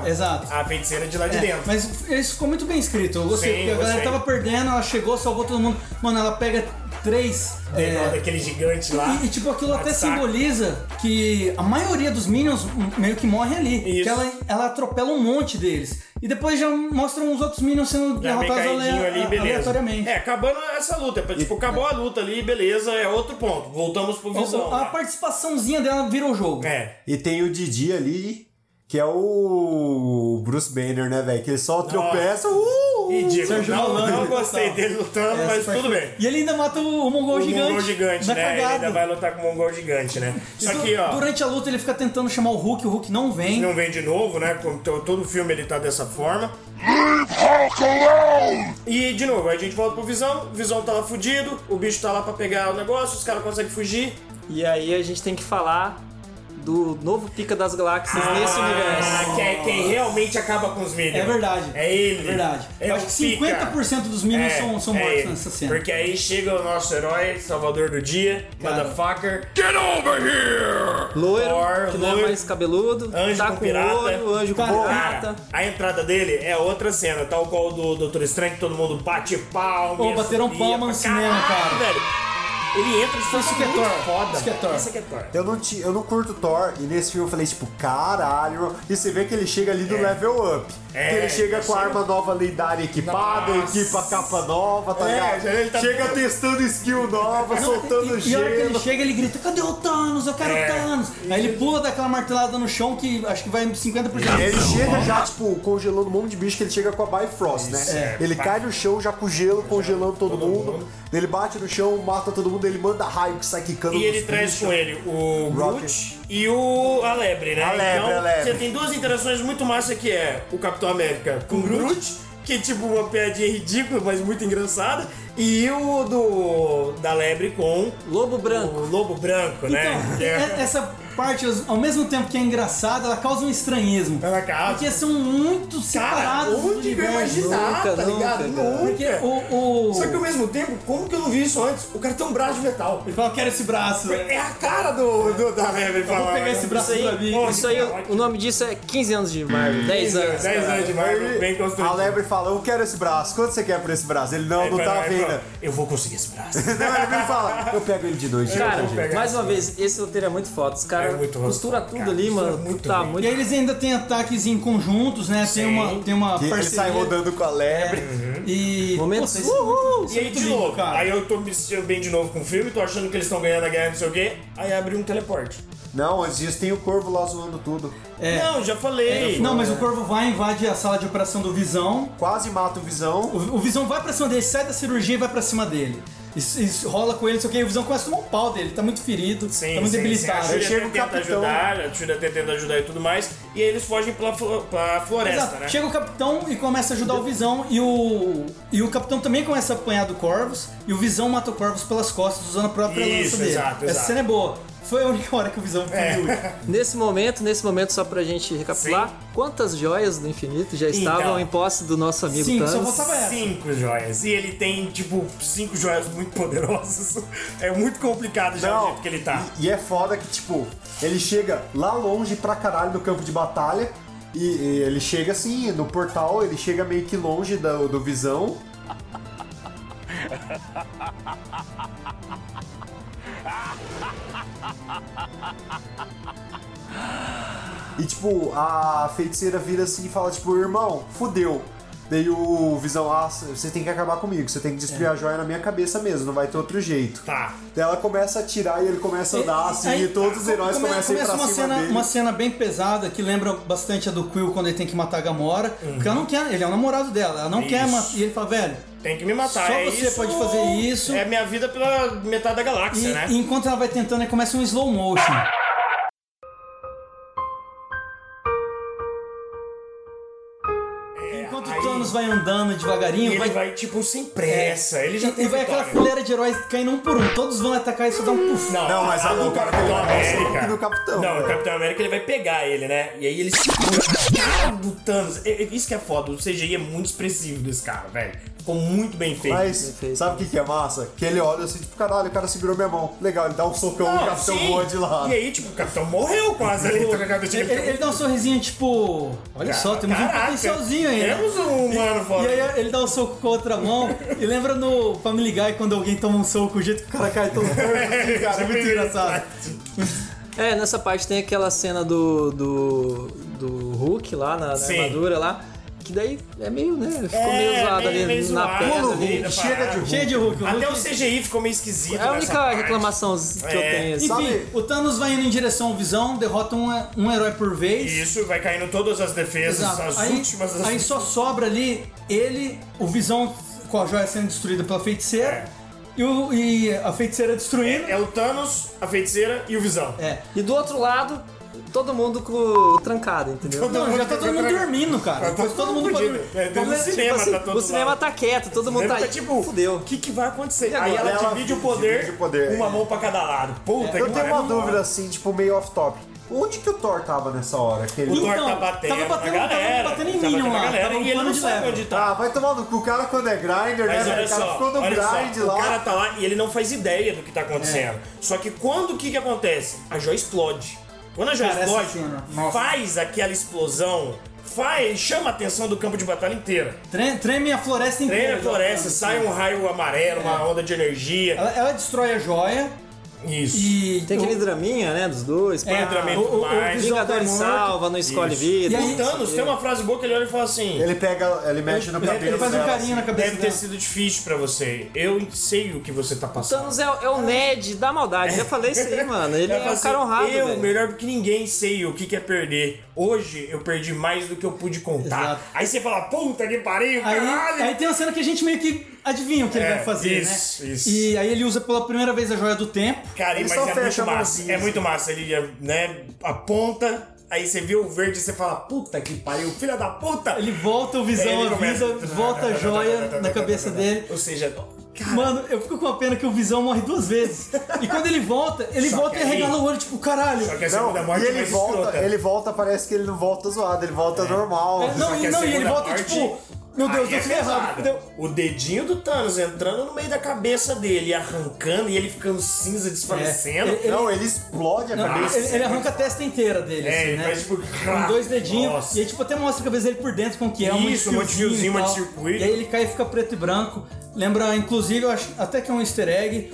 [SPEAKER 4] a,
[SPEAKER 3] Exato.
[SPEAKER 4] a feiticeira de lá de
[SPEAKER 3] É,
[SPEAKER 4] Ah, dentro.
[SPEAKER 3] Mas isso ficou muito bem escrito. Eu gostei,
[SPEAKER 4] Sim,
[SPEAKER 3] porque a galera
[SPEAKER 4] gostei.
[SPEAKER 3] tava perdendo, ela chegou, salvou todo mundo. Mano, ela pega três. é,
[SPEAKER 4] Dentro Daquele gigante lá.
[SPEAKER 3] e, e, tipo, aquilo até
[SPEAKER 4] Batistaca.
[SPEAKER 3] simboliza que a maioria dos Minions meio que morre ali.
[SPEAKER 4] Isso.
[SPEAKER 3] Que ela, ela atropela um monte deles. E depois já mostram os outros Minions sendo
[SPEAKER 4] Já bem
[SPEAKER 3] derrotados
[SPEAKER 4] né? caidinho
[SPEAKER 3] ale-
[SPEAKER 4] ali,
[SPEAKER 3] a-
[SPEAKER 4] beleza.
[SPEAKER 3] um aleatoriamente.
[SPEAKER 4] É, acabando essa luta. Tipo, acabou a luta ali, beleza, é outro ponto. Voltamos pro Visão.
[SPEAKER 3] A, a
[SPEAKER 4] né?
[SPEAKER 3] participaçãozinha dela virou o jogo.
[SPEAKER 4] É.
[SPEAKER 6] E tem o Didi ali, que é o Bruce Banner, né, velho? Que ele só tropeça. Uh!
[SPEAKER 4] Ridículo.
[SPEAKER 3] Sérgio
[SPEAKER 4] Não,
[SPEAKER 3] Malandro.
[SPEAKER 4] não gostei dele lutando,
[SPEAKER 3] Essa
[SPEAKER 4] mas
[SPEAKER 3] parte-
[SPEAKER 4] tudo bem.
[SPEAKER 3] É, E ele ainda mata o, o Mongol
[SPEAKER 4] O
[SPEAKER 3] Gigante.
[SPEAKER 4] Mongol gigante,
[SPEAKER 3] na
[SPEAKER 4] né? Ele
[SPEAKER 3] cagada.
[SPEAKER 4] ainda vai lutar com o Mongol gigante, né? Só
[SPEAKER 3] Du-
[SPEAKER 4] que, ó.
[SPEAKER 3] Durante a luta ele fica tentando chamar o Hulk, o Hulk não vem.
[SPEAKER 4] Não vem de novo, né? Como to- Todo filme ele tá dessa forma. E de novo, aí a gente volta pro Visão, o Visão tá lá fudido, o bicho tá lá pra pegar o negócio, os caras conseguem fugir.
[SPEAKER 5] E aí a gente tem que falar do novo Pica das Galáxias nesse universo.
[SPEAKER 4] Ah, que é quem realmente acaba com os minions.
[SPEAKER 3] É verdade.
[SPEAKER 4] É ele.
[SPEAKER 3] É verdade.
[SPEAKER 4] É
[SPEAKER 3] Eu
[SPEAKER 4] o
[SPEAKER 3] acho que
[SPEAKER 4] Pica.
[SPEAKER 3] 50% dos minions
[SPEAKER 4] É,
[SPEAKER 3] são, são
[SPEAKER 4] é
[SPEAKER 3] mortos
[SPEAKER 4] ele.
[SPEAKER 3] nessa cena.
[SPEAKER 4] Porque aí chega o nosso herói, salvador do dia,
[SPEAKER 3] Cara.
[SPEAKER 4] motherfucker.
[SPEAKER 7] Get over here!
[SPEAKER 5] Loiro,
[SPEAKER 4] Thor,
[SPEAKER 5] que não é
[SPEAKER 4] loiro,
[SPEAKER 5] mais cabeludo,
[SPEAKER 4] Anjo
[SPEAKER 5] tá
[SPEAKER 4] com
[SPEAKER 5] com
[SPEAKER 4] pirata.
[SPEAKER 5] ouro, anjo com
[SPEAKER 3] Cara,
[SPEAKER 5] pirata.
[SPEAKER 4] Cara, a entrada dele é outra cena, tal qual do Doutor Estranho, que todo mundo bate palma.
[SPEAKER 3] Ô, bateram
[SPEAKER 4] assobia
[SPEAKER 3] palma no
[SPEAKER 4] pra
[SPEAKER 3] cinema,
[SPEAKER 4] caralho,
[SPEAKER 3] cara.
[SPEAKER 4] velho. Ele entra de forma
[SPEAKER 3] Isso que é
[SPEAKER 4] muito
[SPEAKER 3] Thor.
[SPEAKER 4] foda.
[SPEAKER 3] Isso que é
[SPEAKER 4] velho.
[SPEAKER 3] Thor.
[SPEAKER 4] Isso que é Thor.
[SPEAKER 6] Eu não, ti- eu não curto Thor, e nesse filme eu falei, tipo, caralho. E você vê que ele chega ali do level up.
[SPEAKER 4] É,
[SPEAKER 6] que ele chega
[SPEAKER 4] ele
[SPEAKER 6] com a
[SPEAKER 4] chega-
[SPEAKER 6] arma nova lendária equipada,
[SPEAKER 4] Nossa.
[SPEAKER 6] equipa a capa nova, tá
[SPEAKER 4] É, já ele
[SPEAKER 6] ligado?
[SPEAKER 4] tá-
[SPEAKER 6] Chega testando skill nova, soltando
[SPEAKER 3] e, e a hora que ele
[SPEAKER 6] gelo.
[SPEAKER 3] chega, ele grita: Cadê o Thanos? Eu quero
[SPEAKER 4] É.
[SPEAKER 3] o Thanos. Aí ele pula daquela martelada no chão que acho que vai 50%.
[SPEAKER 6] Ele chega já, tipo, congelando um monte de bicho que ele chega com a Bifrost, né?
[SPEAKER 4] é.
[SPEAKER 6] Ele cai no chão já com gelo, congelando todo, mundo. Ele bate no chão, mata todo mundo, ele manda raio que sai quicando
[SPEAKER 4] E
[SPEAKER 6] nos
[SPEAKER 4] ele traz
[SPEAKER 6] bichos.
[SPEAKER 4] com ele o
[SPEAKER 6] Rocket.
[SPEAKER 4] Groot e o a Lebre, né?
[SPEAKER 6] A Lebre,
[SPEAKER 4] então,
[SPEAKER 6] a Lebre.
[SPEAKER 4] você tem duas interações muito massa que é o Capitão América com o Groot, que é tipo uma piadinha ridícula, mas muito engraçada, e o do da Lebre com
[SPEAKER 5] Lobo branco.
[SPEAKER 4] o Lobo Branco, né?
[SPEAKER 3] Então,
[SPEAKER 4] Que
[SPEAKER 3] e-
[SPEAKER 4] é-
[SPEAKER 3] essa parte, ao mesmo tempo que é engraçada, ela causa um estranhismo.
[SPEAKER 4] Ela causa.
[SPEAKER 3] Porque são muito
[SPEAKER 4] Cara,
[SPEAKER 3] separados do
[SPEAKER 4] onde que eu ia
[SPEAKER 3] universo.
[SPEAKER 4] imaginar,
[SPEAKER 5] Nunca,
[SPEAKER 4] tá
[SPEAKER 5] nunca,
[SPEAKER 4] ligado?
[SPEAKER 5] cara.
[SPEAKER 3] Porque
[SPEAKER 4] Nunca.
[SPEAKER 3] o. o...
[SPEAKER 4] Só que ao mesmo tempo, como que eu não vi isso antes? O cara tem um braço de metal.
[SPEAKER 3] Ele fala: Quero esse braço.
[SPEAKER 4] É a cara do, do da Lebre né?
[SPEAKER 3] Vou
[SPEAKER 4] falando.
[SPEAKER 3] pegar esse braço pra mim.
[SPEAKER 5] Isso aí, o nome disso é 15 anos de Marvel, 10 anos.
[SPEAKER 4] 10 anos de Marvel, bem
[SPEAKER 6] A
[SPEAKER 4] construído.
[SPEAKER 6] Lebre fala, eu quero esse braço. Quanto você quer por esse braço? Ele, não,
[SPEAKER 4] Aí
[SPEAKER 6] não
[SPEAKER 4] vai
[SPEAKER 6] tá
[SPEAKER 4] lá e
[SPEAKER 6] vendo.
[SPEAKER 4] fala, Eu vou conseguir esse braço.
[SPEAKER 6] Não, ele vem e fala, eu pego ele de dois de
[SPEAKER 5] Cara,
[SPEAKER 6] outra jeito.
[SPEAKER 5] mais uma vez, esse roteiro é muito foda. Os
[SPEAKER 4] É
[SPEAKER 5] caras
[SPEAKER 4] muito foda.
[SPEAKER 5] costuram tudo
[SPEAKER 4] Cara,
[SPEAKER 5] ali,
[SPEAKER 4] isso é
[SPEAKER 5] mano.
[SPEAKER 4] muito
[SPEAKER 5] tá
[SPEAKER 4] bem.
[SPEAKER 3] E
[SPEAKER 5] muito
[SPEAKER 3] aí eles ainda têm ataques em conjuntos, né? Tem uma, tem uma
[SPEAKER 6] Que ele
[SPEAKER 3] parceria.
[SPEAKER 6] sai rodando com a Lebre.
[SPEAKER 3] E.
[SPEAKER 5] Momentos.
[SPEAKER 3] Pô, isso é muito-
[SPEAKER 5] Uhul!
[SPEAKER 3] isso
[SPEAKER 4] E
[SPEAKER 3] é
[SPEAKER 4] aí,
[SPEAKER 3] muito
[SPEAKER 4] de
[SPEAKER 3] lindo,
[SPEAKER 4] novo,
[SPEAKER 3] cara.
[SPEAKER 4] aí eu tô me sentindo bem de novo com o filme, tô achando que eles estão ganhando a guerra, não sei o quê, aí abre um teleporte.
[SPEAKER 6] Não, antes disso tem o corvo lá zoando tudo.
[SPEAKER 3] É.
[SPEAKER 4] Não, já falei.
[SPEAKER 3] Não, mas o Corvo vai, invade a sala de operação do Visão.
[SPEAKER 6] Quase mata o Visão.
[SPEAKER 3] O, o Visão vai pra cima dele, sai da cirurgia e vai pra cima dele. Isso, isso rola com ele, não sei o que. E o Visão começa a tomar um pau dele. Ele tá muito ferido,
[SPEAKER 4] Sim,
[SPEAKER 3] tá muito
[SPEAKER 4] sim,
[SPEAKER 3] debilitado.
[SPEAKER 4] sim. A
[SPEAKER 6] Chega
[SPEAKER 4] Shuri
[SPEAKER 6] o
[SPEAKER 4] tenta
[SPEAKER 6] capitão.
[SPEAKER 4] ajudar, a Shuri tentando ajudar e tudo mais, e aí eles fogem pra, flo- pra floresta,
[SPEAKER 3] Exato.
[SPEAKER 4] né?
[SPEAKER 3] ah, Chega o capitão e começa a ajudar o Visão e o e o capitão também começa a apanhar do Corvus e o Visão mata o Corvus pelas costas usando a própria lança
[SPEAKER 4] Isso,
[SPEAKER 3] dele.
[SPEAKER 4] exato, É.
[SPEAKER 3] Essa
[SPEAKER 4] exato.
[SPEAKER 3] cena é boa. Foi a única hora que o Visão foi útil.
[SPEAKER 5] Nesse momento, nesse momento, só pra gente recapitular, quantas joias do infinito já estavam
[SPEAKER 4] Então.
[SPEAKER 5] em posse do nosso amigo Thanos?
[SPEAKER 4] Cinco joias. E ele tem, tipo, cinco joias muito poderosas. É muito complicado já o jeito que ele tá.
[SPEAKER 6] E é foda que, tipo, ele chega lá longe pra caralho do campo de batalha. E, e ele chega assim, no portal, ele chega meio que longe da- do visão. E tipo, a feiticeira vira assim e fala, tipo, irmão, fudeu. Daí o Visão, ah, você tem que acabar comigo, você tem que destruir a joia na minha cabeça mesmo, não vai ter outro jeito.
[SPEAKER 4] Tá.
[SPEAKER 6] Daí ela começa a tirar e ele começa a andar assim,
[SPEAKER 3] Aí,
[SPEAKER 6] e todos os heróis
[SPEAKER 3] come-
[SPEAKER 6] começam a ir pra
[SPEAKER 3] uma
[SPEAKER 6] cima
[SPEAKER 3] cena,
[SPEAKER 6] dele.
[SPEAKER 3] uma cena bem pesada que lembra bastante a do Quill quando ele tem que matar a Gamora. Porque ela não quer, ele é o namorado dela, ela não quer
[SPEAKER 4] Uhum. Isso.
[SPEAKER 3] matar. E ele fala, velho.
[SPEAKER 4] Tem que me matar.
[SPEAKER 3] Só
[SPEAKER 4] é
[SPEAKER 3] você
[SPEAKER 4] isso,
[SPEAKER 3] pode fazer isso.
[SPEAKER 4] É minha vida pela metade da galáxia,
[SPEAKER 3] E,
[SPEAKER 4] né?
[SPEAKER 3] e enquanto ela vai tentando, aí começa um slow motion. Enquanto o Thanos vai andando devagarinho,
[SPEAKER 4] É, ele
[SPEAKER 3] vai, É,
[SPEAKER 4] vai, tipo, sem pressa. Ele já
[SPEAKER 3] e,
[SPEAKER 4] tem
[SPEAKER 3] e vai
[SPEAKER 4] vitória.
[SPEAKER 3] aquela fileira de heróis caindo um por um. Todos vão atacar e só dá um puff.
[SPEAKER 6] Não, mas a é do Capitão América. do Capitão.
[SPEAKER 4] Não, o Capitão América ele vai pegar ele, né? E aí ele segura do Thanos. E- e- Isso que é foda, o CGI é muito expressivo desse cara, velho. Ficou muito bem feito.
[SPEAKER 6] Mas sabe o que, que é massa? Que ele olha assim, tipo, caralho, o cara segurou minha mão. Legal, ele dá um socão no
[SPEAKER 4] Não,
[SPEAKER 6] Capitão
[SPEAKER 4] sim.
[SPEAKER 6] voa de lá.
[SPEAKER 4] E aí, tipo, o Capitão morreu quase ali. tá ligado?
[SPEAKER 3] Ele, ele- ele dá um sorrisinho, tipo. Olha só, temos um
[SPEAKER 4] Ah, Caraca,
[SPEAKER 3] potencialzinho aí. né?
[SPEAKER 4] Temos um humano
[SPEAKER 3] E
[SPEAKER 4] foda.
[SPEAKER 3] aí ele dá um soco com a outra mão. e lembra no Family Guy quando alguém toma um soco, o jeito que o cara cai todo torto, assim, cara. É muito engraçado.
[SPEAKER 5] É, nessa parte tem aquela cena do, do, do Hulk lá na, na
[SPEAKER 4] Sim.
[SPEAKER 5] armadura lá. Que daí é meio, né? Ficou
[SPEAKER 4] É,
[SPEAKER 5] meio zoado
[SPEAKER 4] meio-
[SPEAKER 5] ali
[SPEAKER 4] meio
[SPEAKER 5] na
[SPEAKER 4] zoado,
[SPEAKER 5] perna.
[SPEAKER 4] né,
[SPEAKER 5] ali.
[SPEAKER 4] parada.
[SPEAKER 3] Cheio de Hulk.
[SPEAKER 4] Até o
[SPEAKER 3] Hulk-
[SPEAKER 4] CGI ficou meio esquisito.
[SPEAKER 5] É a
[SPEAKER 4] nessa
[SPEAKER 5] única
[SPEAKER 4] parte.
[SPEAKER 5] reclamação que eu
[SPEAKER 4] É.
[SPEAKER 5] tenho. assim.
[SPEAKER 3] Enfim,
[SPEAKER 5] Sabe?
[SPEAKER 3] o Thanos vai indo em direção ao Visão, derrota um, um herói por vez.
[SPEAKER 4] Isso, vai caindo todas as defesas, as
[SPEAKER 3] aí,
[SPEAKER 4] últimas. As...
[SPEAKER 3] aí só sobra ali ele, o Visão com a joia sendo destruída pela feiticeira e, o- e a feiticeira destruindo.
[SPEAKER 4] É o Thanos, a feiticeira e o Visão.
[SPEAKER 3] É.
[SPEAKER 5] E do outro lado, todo mundo com trancado, entendeu?
[SPEAKER 3] Não, já tá todo mundo dormindo,
[SPEAKER 4] Tá
[SPEAKER 3] cara. Depois todo mundo pode
[SPEAKER 4] fudido. É, dentro do
[SPEAKER 5] Tipo
[SPEAKER 4] cinema,
[SPEAKER 5] assim,
[SPEAKER 4] tá todo
[SPEAKER 5] o cinema
[SPEAKER 4] lado.
[SPEAKER 5] tá quieto, todo mundo
[SPEAKER 4] Lembra
[SPEAKER 5] tá
[SPEAKER 4] que é
[SPEAKER 5] aí.
[SPEAKER 4] tipo,
[SPEAKER 5] fudeu.
[SPEAKER 4] O que, que vai acontecer?
[SPEAKER 5] E agora?
[SPEAKER 4] Aí ela,
[SPEAKER 6] Ela
[SPEAKER 4] divide o poder,
[SPEAKER 6] divide o poder,
[SPEAKER 4] uma
[SPEAKER 6] é.
[SPEAKER 4] mão pra cada lado. Puta que
[SPEAKER 6] Eu tenho
[SPEAKER 4] pariu.
[SPEAKER 6] uma dúvida assim, tipo, meio off-top. Onde que o Thor tava nessa hora? Que ele-
[SPEAKER 4] O Thor tá
[SPEAKER 3] Então,
[SPEAKER 4] batendo,
[SPEAKER 3] tava batendo-
[SPEAKER 4] na galera.
[SPEAKER 3] tava batendo em
[SPEAKER 4] Tá
[SPEAKER 3] Minion
[SPEAKER 4] na
[SPEAKER 3] lá,
[SPEAKER 4] galera,
[SPEAKER 3] tava um
[SPEAKER 4] e ele
[SPEAKER 3] pano
[SPEAKER 4] não
[SPEAKER 3] de
[SPEAKER 4] sabe
[SPEAKER 3] leva.
[SPEAKER 4] onde tá.
[SPEAKER 6] Ah, vai tomar no cu. O cara quando é grinder, né?
[SPEAKER 4] Mas olha
[SPEAKER 6] velho? O cara
[SPEAKER 4] só,
[SPEAKER 6] ficou no
[SPEAKER 4] olha só,
[SPEAKER 6] grind lá.
[SPEAKER 4] o cara tá lá e ele não faz ideia do que tá acontecendo.
[SPEAKER 3] É.
[SPEAKER 4] Só que quando o que que acontece? A joia explode. Quando a joia
[SPEAKER 3] Cara, essa
[SPEAKER 4] explode,
[SPEAKER 3] cena, nossa.
[SPEAKER 4] faz aquela explosão, faz, chama a atenção do campo de batalha inteira.
[SPEAKER 3] Tre- Treme a floresta inteira.
[SPEAKER 4] Treina a floresta, sai um raio amarelo,
[SPEAKER 3] É.
[SPEAKER 4] uma onda de energia.
[SPEAKER 3] Ela, ela destrói a joia
[SPEAKER 4] Isso.
[SPEAKER 3] e.
[SPEAKER 5] Tem aquele draminha, né? Dos dois.
[SPEAKER 3] É,
[SPEAKER 5] pá.
[SPEAKER 4] Entra meio
[SPEAKER 3] o-
[SPEAKER 4] tudo
[SPEAKER 3] o- o
[SPEAKER 4] mais.
[SPEAKER 3] Visão tá
[SPEAKER 5] Vingadores
[SPEAKER 3] morto.
[SPEAKER 5] salva, não escolhe
[SPEAKER 4] Isso.
[SPEAKER 5] vida.
[SPEAKER 3] E aí-
[SPEAKER 4] O Thanos tem uma frase boa que ele olha e fala assim:
[SPEAKER 6] Ele pega, ele mexe no
[SPEAKER 3] Ele-
[SPEAKER 6] cabelo
[SPEAKER 3] Ele faz um
[SPEAKER 6] dela,
[SPEAKER 3] carinho na cabeça
[SPEAKER 4] Deve ter
[SPEAKER 3] dela.
[SPEAKER 4] sido difícil pra você. Eu sei o que você tá
[SPEAKER 5] O
[SPEAKER 4] passando.
[SPEAKER 5] Thanos é, é o Ned da maldade. Já falei isso aí, mano. Ele
[SPEAKER 4] Ela fala
[SPEAKER 5] é um cara
[SPEAKER 4] assim,
[SPEAKER 5] honrado,
[SPEAKER 4] Eu,
[SPEAKER 5] velho.
[SPEAKER 4] melhor do que ninguém, sei o que que é perder. Hoje eu perdi mais do que eu pude contar.
[SPEAKER 3] Exato.
[SPEAKER 4] Aí você fala, puta que pariu,
[SPEAKER 3] Aí,
[SPEAKER 4] caralho!
[SPEAKER 3] aí tem uma cena que a gente meio que adivinha o que ele
[SPEAKER 4] É,
[SPEAKER 3] vai fazer,
[SPEAKER 4] isso,
[SPEAKER 3] né?
[SPEAKER 4] isso.
[SPEAKER 3] E aí ele usa pela primeira vez a joia do tempo.
[SPEAKER 4] Cara,
[SPEAKER 6] Ele
[SPEAKER 4] mas
[SPEAKER 6] só
[SPEAKER 4] é
[SPEAKER 6] fecha
[SPEAKER 4] muito
[SPEAKER 6] a
[SPEAKER 4] massa.
[SPEAKER 6] mãozinha,
[SPEAKER 4] É
[SPEAKER 6] assim.
[SPEAKER 4] muito massa. Ele, né, aponta, aí você vê o verde e você fala, puta que pariu, filha da puta!
[SPEAKER 3] Ele volta o
[SPEAKER 4] Aí
[SPEAKER 3] visão,
[SPEAKER 4] ele começa-
[SPEAKER 3] avisa, volta a joia na cabeça dele.
[SPEAKER 4] Ou seja,
[SPEAKER 3] Mano, eu fico com a pena que o visão morre duas vezes. E quando ele volta, ele
[SPEAKER 4] Só
[SPEAKER 3] volta
[SPEAKER 4] que
[SPEAKER 3] e
[SPEAKER 4] aí-
[SPEAKER 3] arregala o olho, tipo, caralho.
[SPEAKER 4] só que a
[SPEAKER 6] Não,
[SPEAKER 4] segunda morte
[SPEAKER 6] e
[SPEAKER 4] é
[SPEAKER 6] ele
[SPEAKER 4] mais
[SPEAKER 6] volta,
[SPEAKER 4] escrota.
[SPEAKER 6] ele volta, parece que ele não volta zoado, ele volta normal.
[SPEAKER 3] É, não,
[SPEAKER 4] Só que
[SPEAKER 3] e,
[SPEAKER 4] a
[SPEAKER 3] não, e ele
[SPEAKER 4] segunda
[SPEAKER 3] volta,
[SPEAKER 4] parte,
[SPEAKER 3] tipo, meu Deus,
[SPEAKER 4] aí é
[SPEAKER 3] deu errado.
[SPEAKER 4] pesada.
[SPEAKER 3] fudeu.
[SPEAKER 4] O dedinho do Thanos entrando no meio da cabeça dele, arrancando e ele ficando cinza, desfalecendo.
[SPEAKER 3] É, ele-
[SPEAKER 6] Não, ele explode a
[SPEAKER 3] Não,
[SPEAKER 6] cabeça.
[SPEAKER 3] ele, ele arranca a testa inteira dele,
[SPEAKER 4] É,
[SPEAKER 3] assim,
[SPEAKER 4] ele
[SPEAKER 3] né?
[SPEAKER 4] faz, tipo,
[SPEAKER 3] Com dois dedinhos.
[SPEAKER 4] Nossa.
[SPEAKER 3] E aí, tipo, até mostra a cabeça dele por dentro, como que é.
[SPEAKER 4] Isso, um monte de fiozinho,
[SPEAKER 3] e
[SPEAKER 4] um monte
[SPEAKER 3] tal.
[SPEAKER 4] de circuito.
[SPEAKER 3] E aí ele cai e fica preto e branco. Lembra, inclusive, eu acho até que é um easter egg.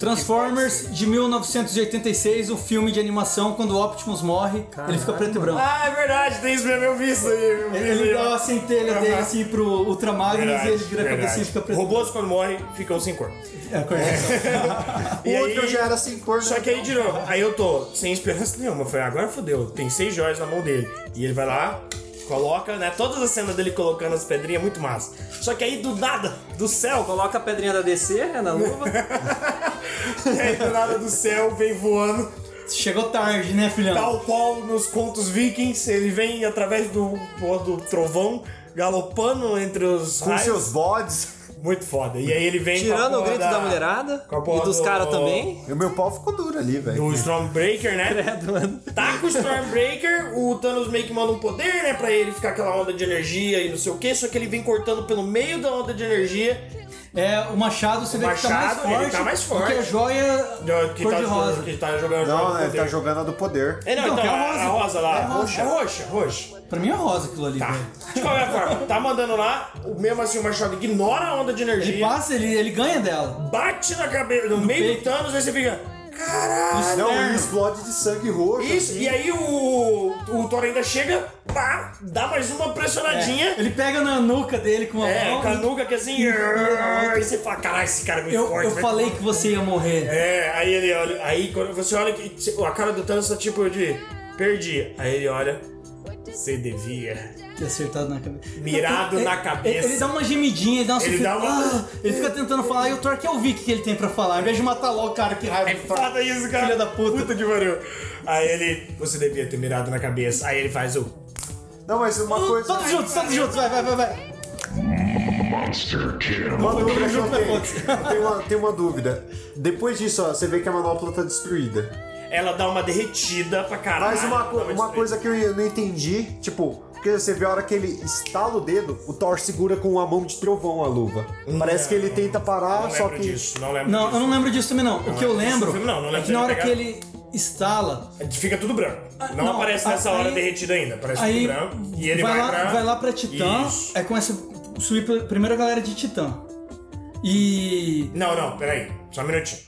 [SPEAKER 3] Transformers de 1986, o filme de animação, quando o Optimus morre, ele fica preto e branco.
[SPEAKER 4] Ah, é verdade, tem isso mesmo, eu vi isso aí. eu vi
[SPEAKER 3] Ele,
[SPEAKER 4] isso aí.
[SPEAKER 3] ele dá uma centelha dele
[SPEAKER 4] é Aham.
[SPEAKER 3] assim pro Ultra Magnus e
[SPEAKER 4] Verdade,
[SPEAKER 3] ele vira a
[SPEAKER 4] verdade.
[SPEAKER 3] cabecinha e fica preto.
[SPEAKER 4] Robôs quando morrem ficam sem cor.
[SPEAKER 3] É, correto.
[SPEAKER 6] O outro já era sem cor,
[SPEAKER 4] Só
[SPEAKER 6] né?
[SPEAKER 4] que aí de novo, aí eu tô sem esperança nenhuma. Eu Falei, agora fodeu, tem seis joias na mão dele. E ele vai lá, coloca, né? Todas as cenas dele colocando as pedrinhas, muito massa. Só que aí do nada, do céu,
[SPEAKER 5] Coloca a pedrinha da DC, né, na luva.
[SPEAKER 4] e aí do nada do céu vem voando,
[SPEAKER 3] Chegou tarde, né, filhão?
[SPEAKER 4] tal qual nos contos vikings, ele vem através do, do trovão, galopando entre os
[SPEAKER 6] Com
[SPEAKER 4] raios.
[SPEAKER 6] seus bodes.
[SPEAKER 4] Muito foda. E aí ele vem. com a
[SPEAKER 5] Tirando o
[SPEAKER 4] porra
[SPEAKER 5] grito da mulherada
[SPEAKER 4] com a porra
[SPEAKER 5] e dos
[SPEAKER 4] do-
[SPEAKER 5] caras também.
[SPEAKER 6] E o meu pau ficou duro ali, velho.
[SPEAKER 4] Do Stormbreaker, né? Tá com o Stormbreaker, o Thanos meio que manda um poder, né? Pra ele ficar aquela onda de energia e não sei o que, só que ele vem cortando pelo meio da onda de energia.
[SPEAKER 3] É, o machado você
[SPEAKER 4] o
[SPEAKER 3] vê
[SPEAKER 4] machado,
[SPEAKER 3] que tá mais
[SPEAKER 4] ele
[SPEAKER 3] forte.
[SPEAKER 4] tá mais forte.
[SPEAKER 3] Porque a joia
[SPEAKER 4] Do- que tá,
[SPEAKER 3] cor-de-rosa.
[SPEAKER 4] que tá jogando a joia
[SPEAKER 6] Não,
[SPEAKER 4] do
[SPEAKER 6] ele
[SPEAKER 4] poder.
[SPEAKER 6] tá jogando a do poder.
[SPEAKER 4] É, não, então,
[SPEAKER 3] Então, que é
[SPEAKER 4] a,
[SPEAKER 3] rosa.
[SPEAKER 4] a rosa lá.
[SPEAKER 3] É roxa.
[SPEAKER 4] É roxa, roxa.
[SPEAKER 3] Pra mim é rosa aquilo ali.
[SPEAKER 4] Tá.
[SPEAKER 3] velho.
[SPEAKER 4] De qualquer forma, tá mandando lá, o- mesmo assim o Machado ignora a onda de energia.
[SPEAKER 3] Ele passa, ele, ele ganha dela.
[SPEAKER 4] bate na cabeça, no, meio do
[SPEAKER 3] peito.
[SPEAKER 4] Thanos, aí você fica.
[SPEAKER 6] Não,
[SPEAKER 4] Caralho!
[SPEAKER 6] ele explode de sangue roxo.
[SPEAKER 4] né? Isso,
[SPEAKER 6] assim.
[SPEAKER 4] e aí o, o Thor ainda chega, pá, dá mais uma pressionadinha.
[SPEAKER 3] Ele pega na nuca dele com uma
[SPEAKER 4] É,
[SPEAKER 3] mão.
[SPEAKER 4] com a nuca que assim. E você fala, caralho, esse cara é muito
[SPEAKER 3] Eu,
[SPEAKER 4] forte.
[SPEAKER 3] eu
[SPEAKER 4] velho."
[SPEAKER 3] falei que você ia morrer.
[SPEAKER 4] É, aí ele olha. Aí quando você olha que tipo, a cara do Thanos tá tipo de. Perdi. Aí ele olha. Você devia.
[SPEAKER 3] Ter acertado na cabeça.
[SPEAKER 4] Mirado
[SPEAKER 3] Ele- tá-
[SPEAKER 4] na
[SPEAKER 3] ele-
[SPEAKER 4] cabeça.
[SPEAKER 3] Ele, dá uma gemidinha, ele dá uma
[SPEAKER 4] Ele
[SPEAKER 3] sofrida.
[SPEAKER 4] dá uma-
[SPEAKER 3] Ah, ele fica tentando falar e o Thor quer ouvir o que que ele tem pra falar. Ao invés de matar logo o cara, que raiva.
[SPEAKER 4] É
[SPEAKER 3] do Thor.
[SPEAKER 4] foda isso, cara.
[SPEAKER 3] Filha da puta.
[SPEAKER 4] Puta que pariu. Aí ele. Você devia ter mirado na cabeça. Aí ele faz o.
[SPEAKER 6] Não, mas uma coisa.
[SPEAKER 4] tá
[SPEAKER 6] assim.
[SPEAKER 3] Todos juntos, todos juntos, vai, vai, vai, vai.
[SPEAKER 7] Monster kill.
[SPEAKER 6] Uma dúvida que eu tenho. Eu tenho uma, tenho uma dúvida. Depois disso, ó, você vê que a manopla tá destruída.
[SPEAKER 4] Ela dá uma derretida pra caralho. tá é
[SPEAKER 6] Mas uma, co-
[SPEAKER 4] Dá
[SPEAKER 6] uma coisa que eu não entendi, tipo, porque você vê a hora que ele estala o dedo, o Thor segura com a mão de trovão a luva. Parece que ele tenta parar,
[SPEAKER 4] Não
[SPEAKER 6] só
[SPEAKER 4] lembro
[SPEAKER 6] que.
[SPEAKER 4] disso, não lembro
[SPEAKER 3] Não,
[SPEAKER 4] disso.
[SPEAKER 3] eu não lembro disso também, não. O que eu
[SPEAKER 4] lembro disso
[SPEAKER 3] lembro
[SPEAKER 4] do filme, não, não
[SPEAKER 3] é
[SPEAKER 4] lembro
[SPEAKER 3] que na hora
[SPEAKER 4] dele
[SPEAKER 3] que
[SPEAKER 4] pegar.
[SPEAKER 3] ele estala,
[SPEAKER 4] Fica tudo branco.
[SPEAKER 3] Ah,
[SPEAKER 4] Não,
[SPEAKER 3] não,
[SPEAKER 4] aparece nessa
[SPEAKER 3] aí-
[SPEAKER 4] hora derretido ainda. Aparece
[SPEAKER 3] aí
[SPEAKER 4] tudo branco. um, E ele vai,
[SPEAKER 3] vai, lá,
[SPEAKER 4] pra...
[SPEAKER 3] vai lá pra Titã,
[SPEAKER 4] Isso.
[SPEAKER 3] é com essa subir pela primeira galera de Titã. E
[SPEAKER 4] Não, não, peraí. Só um minutinho.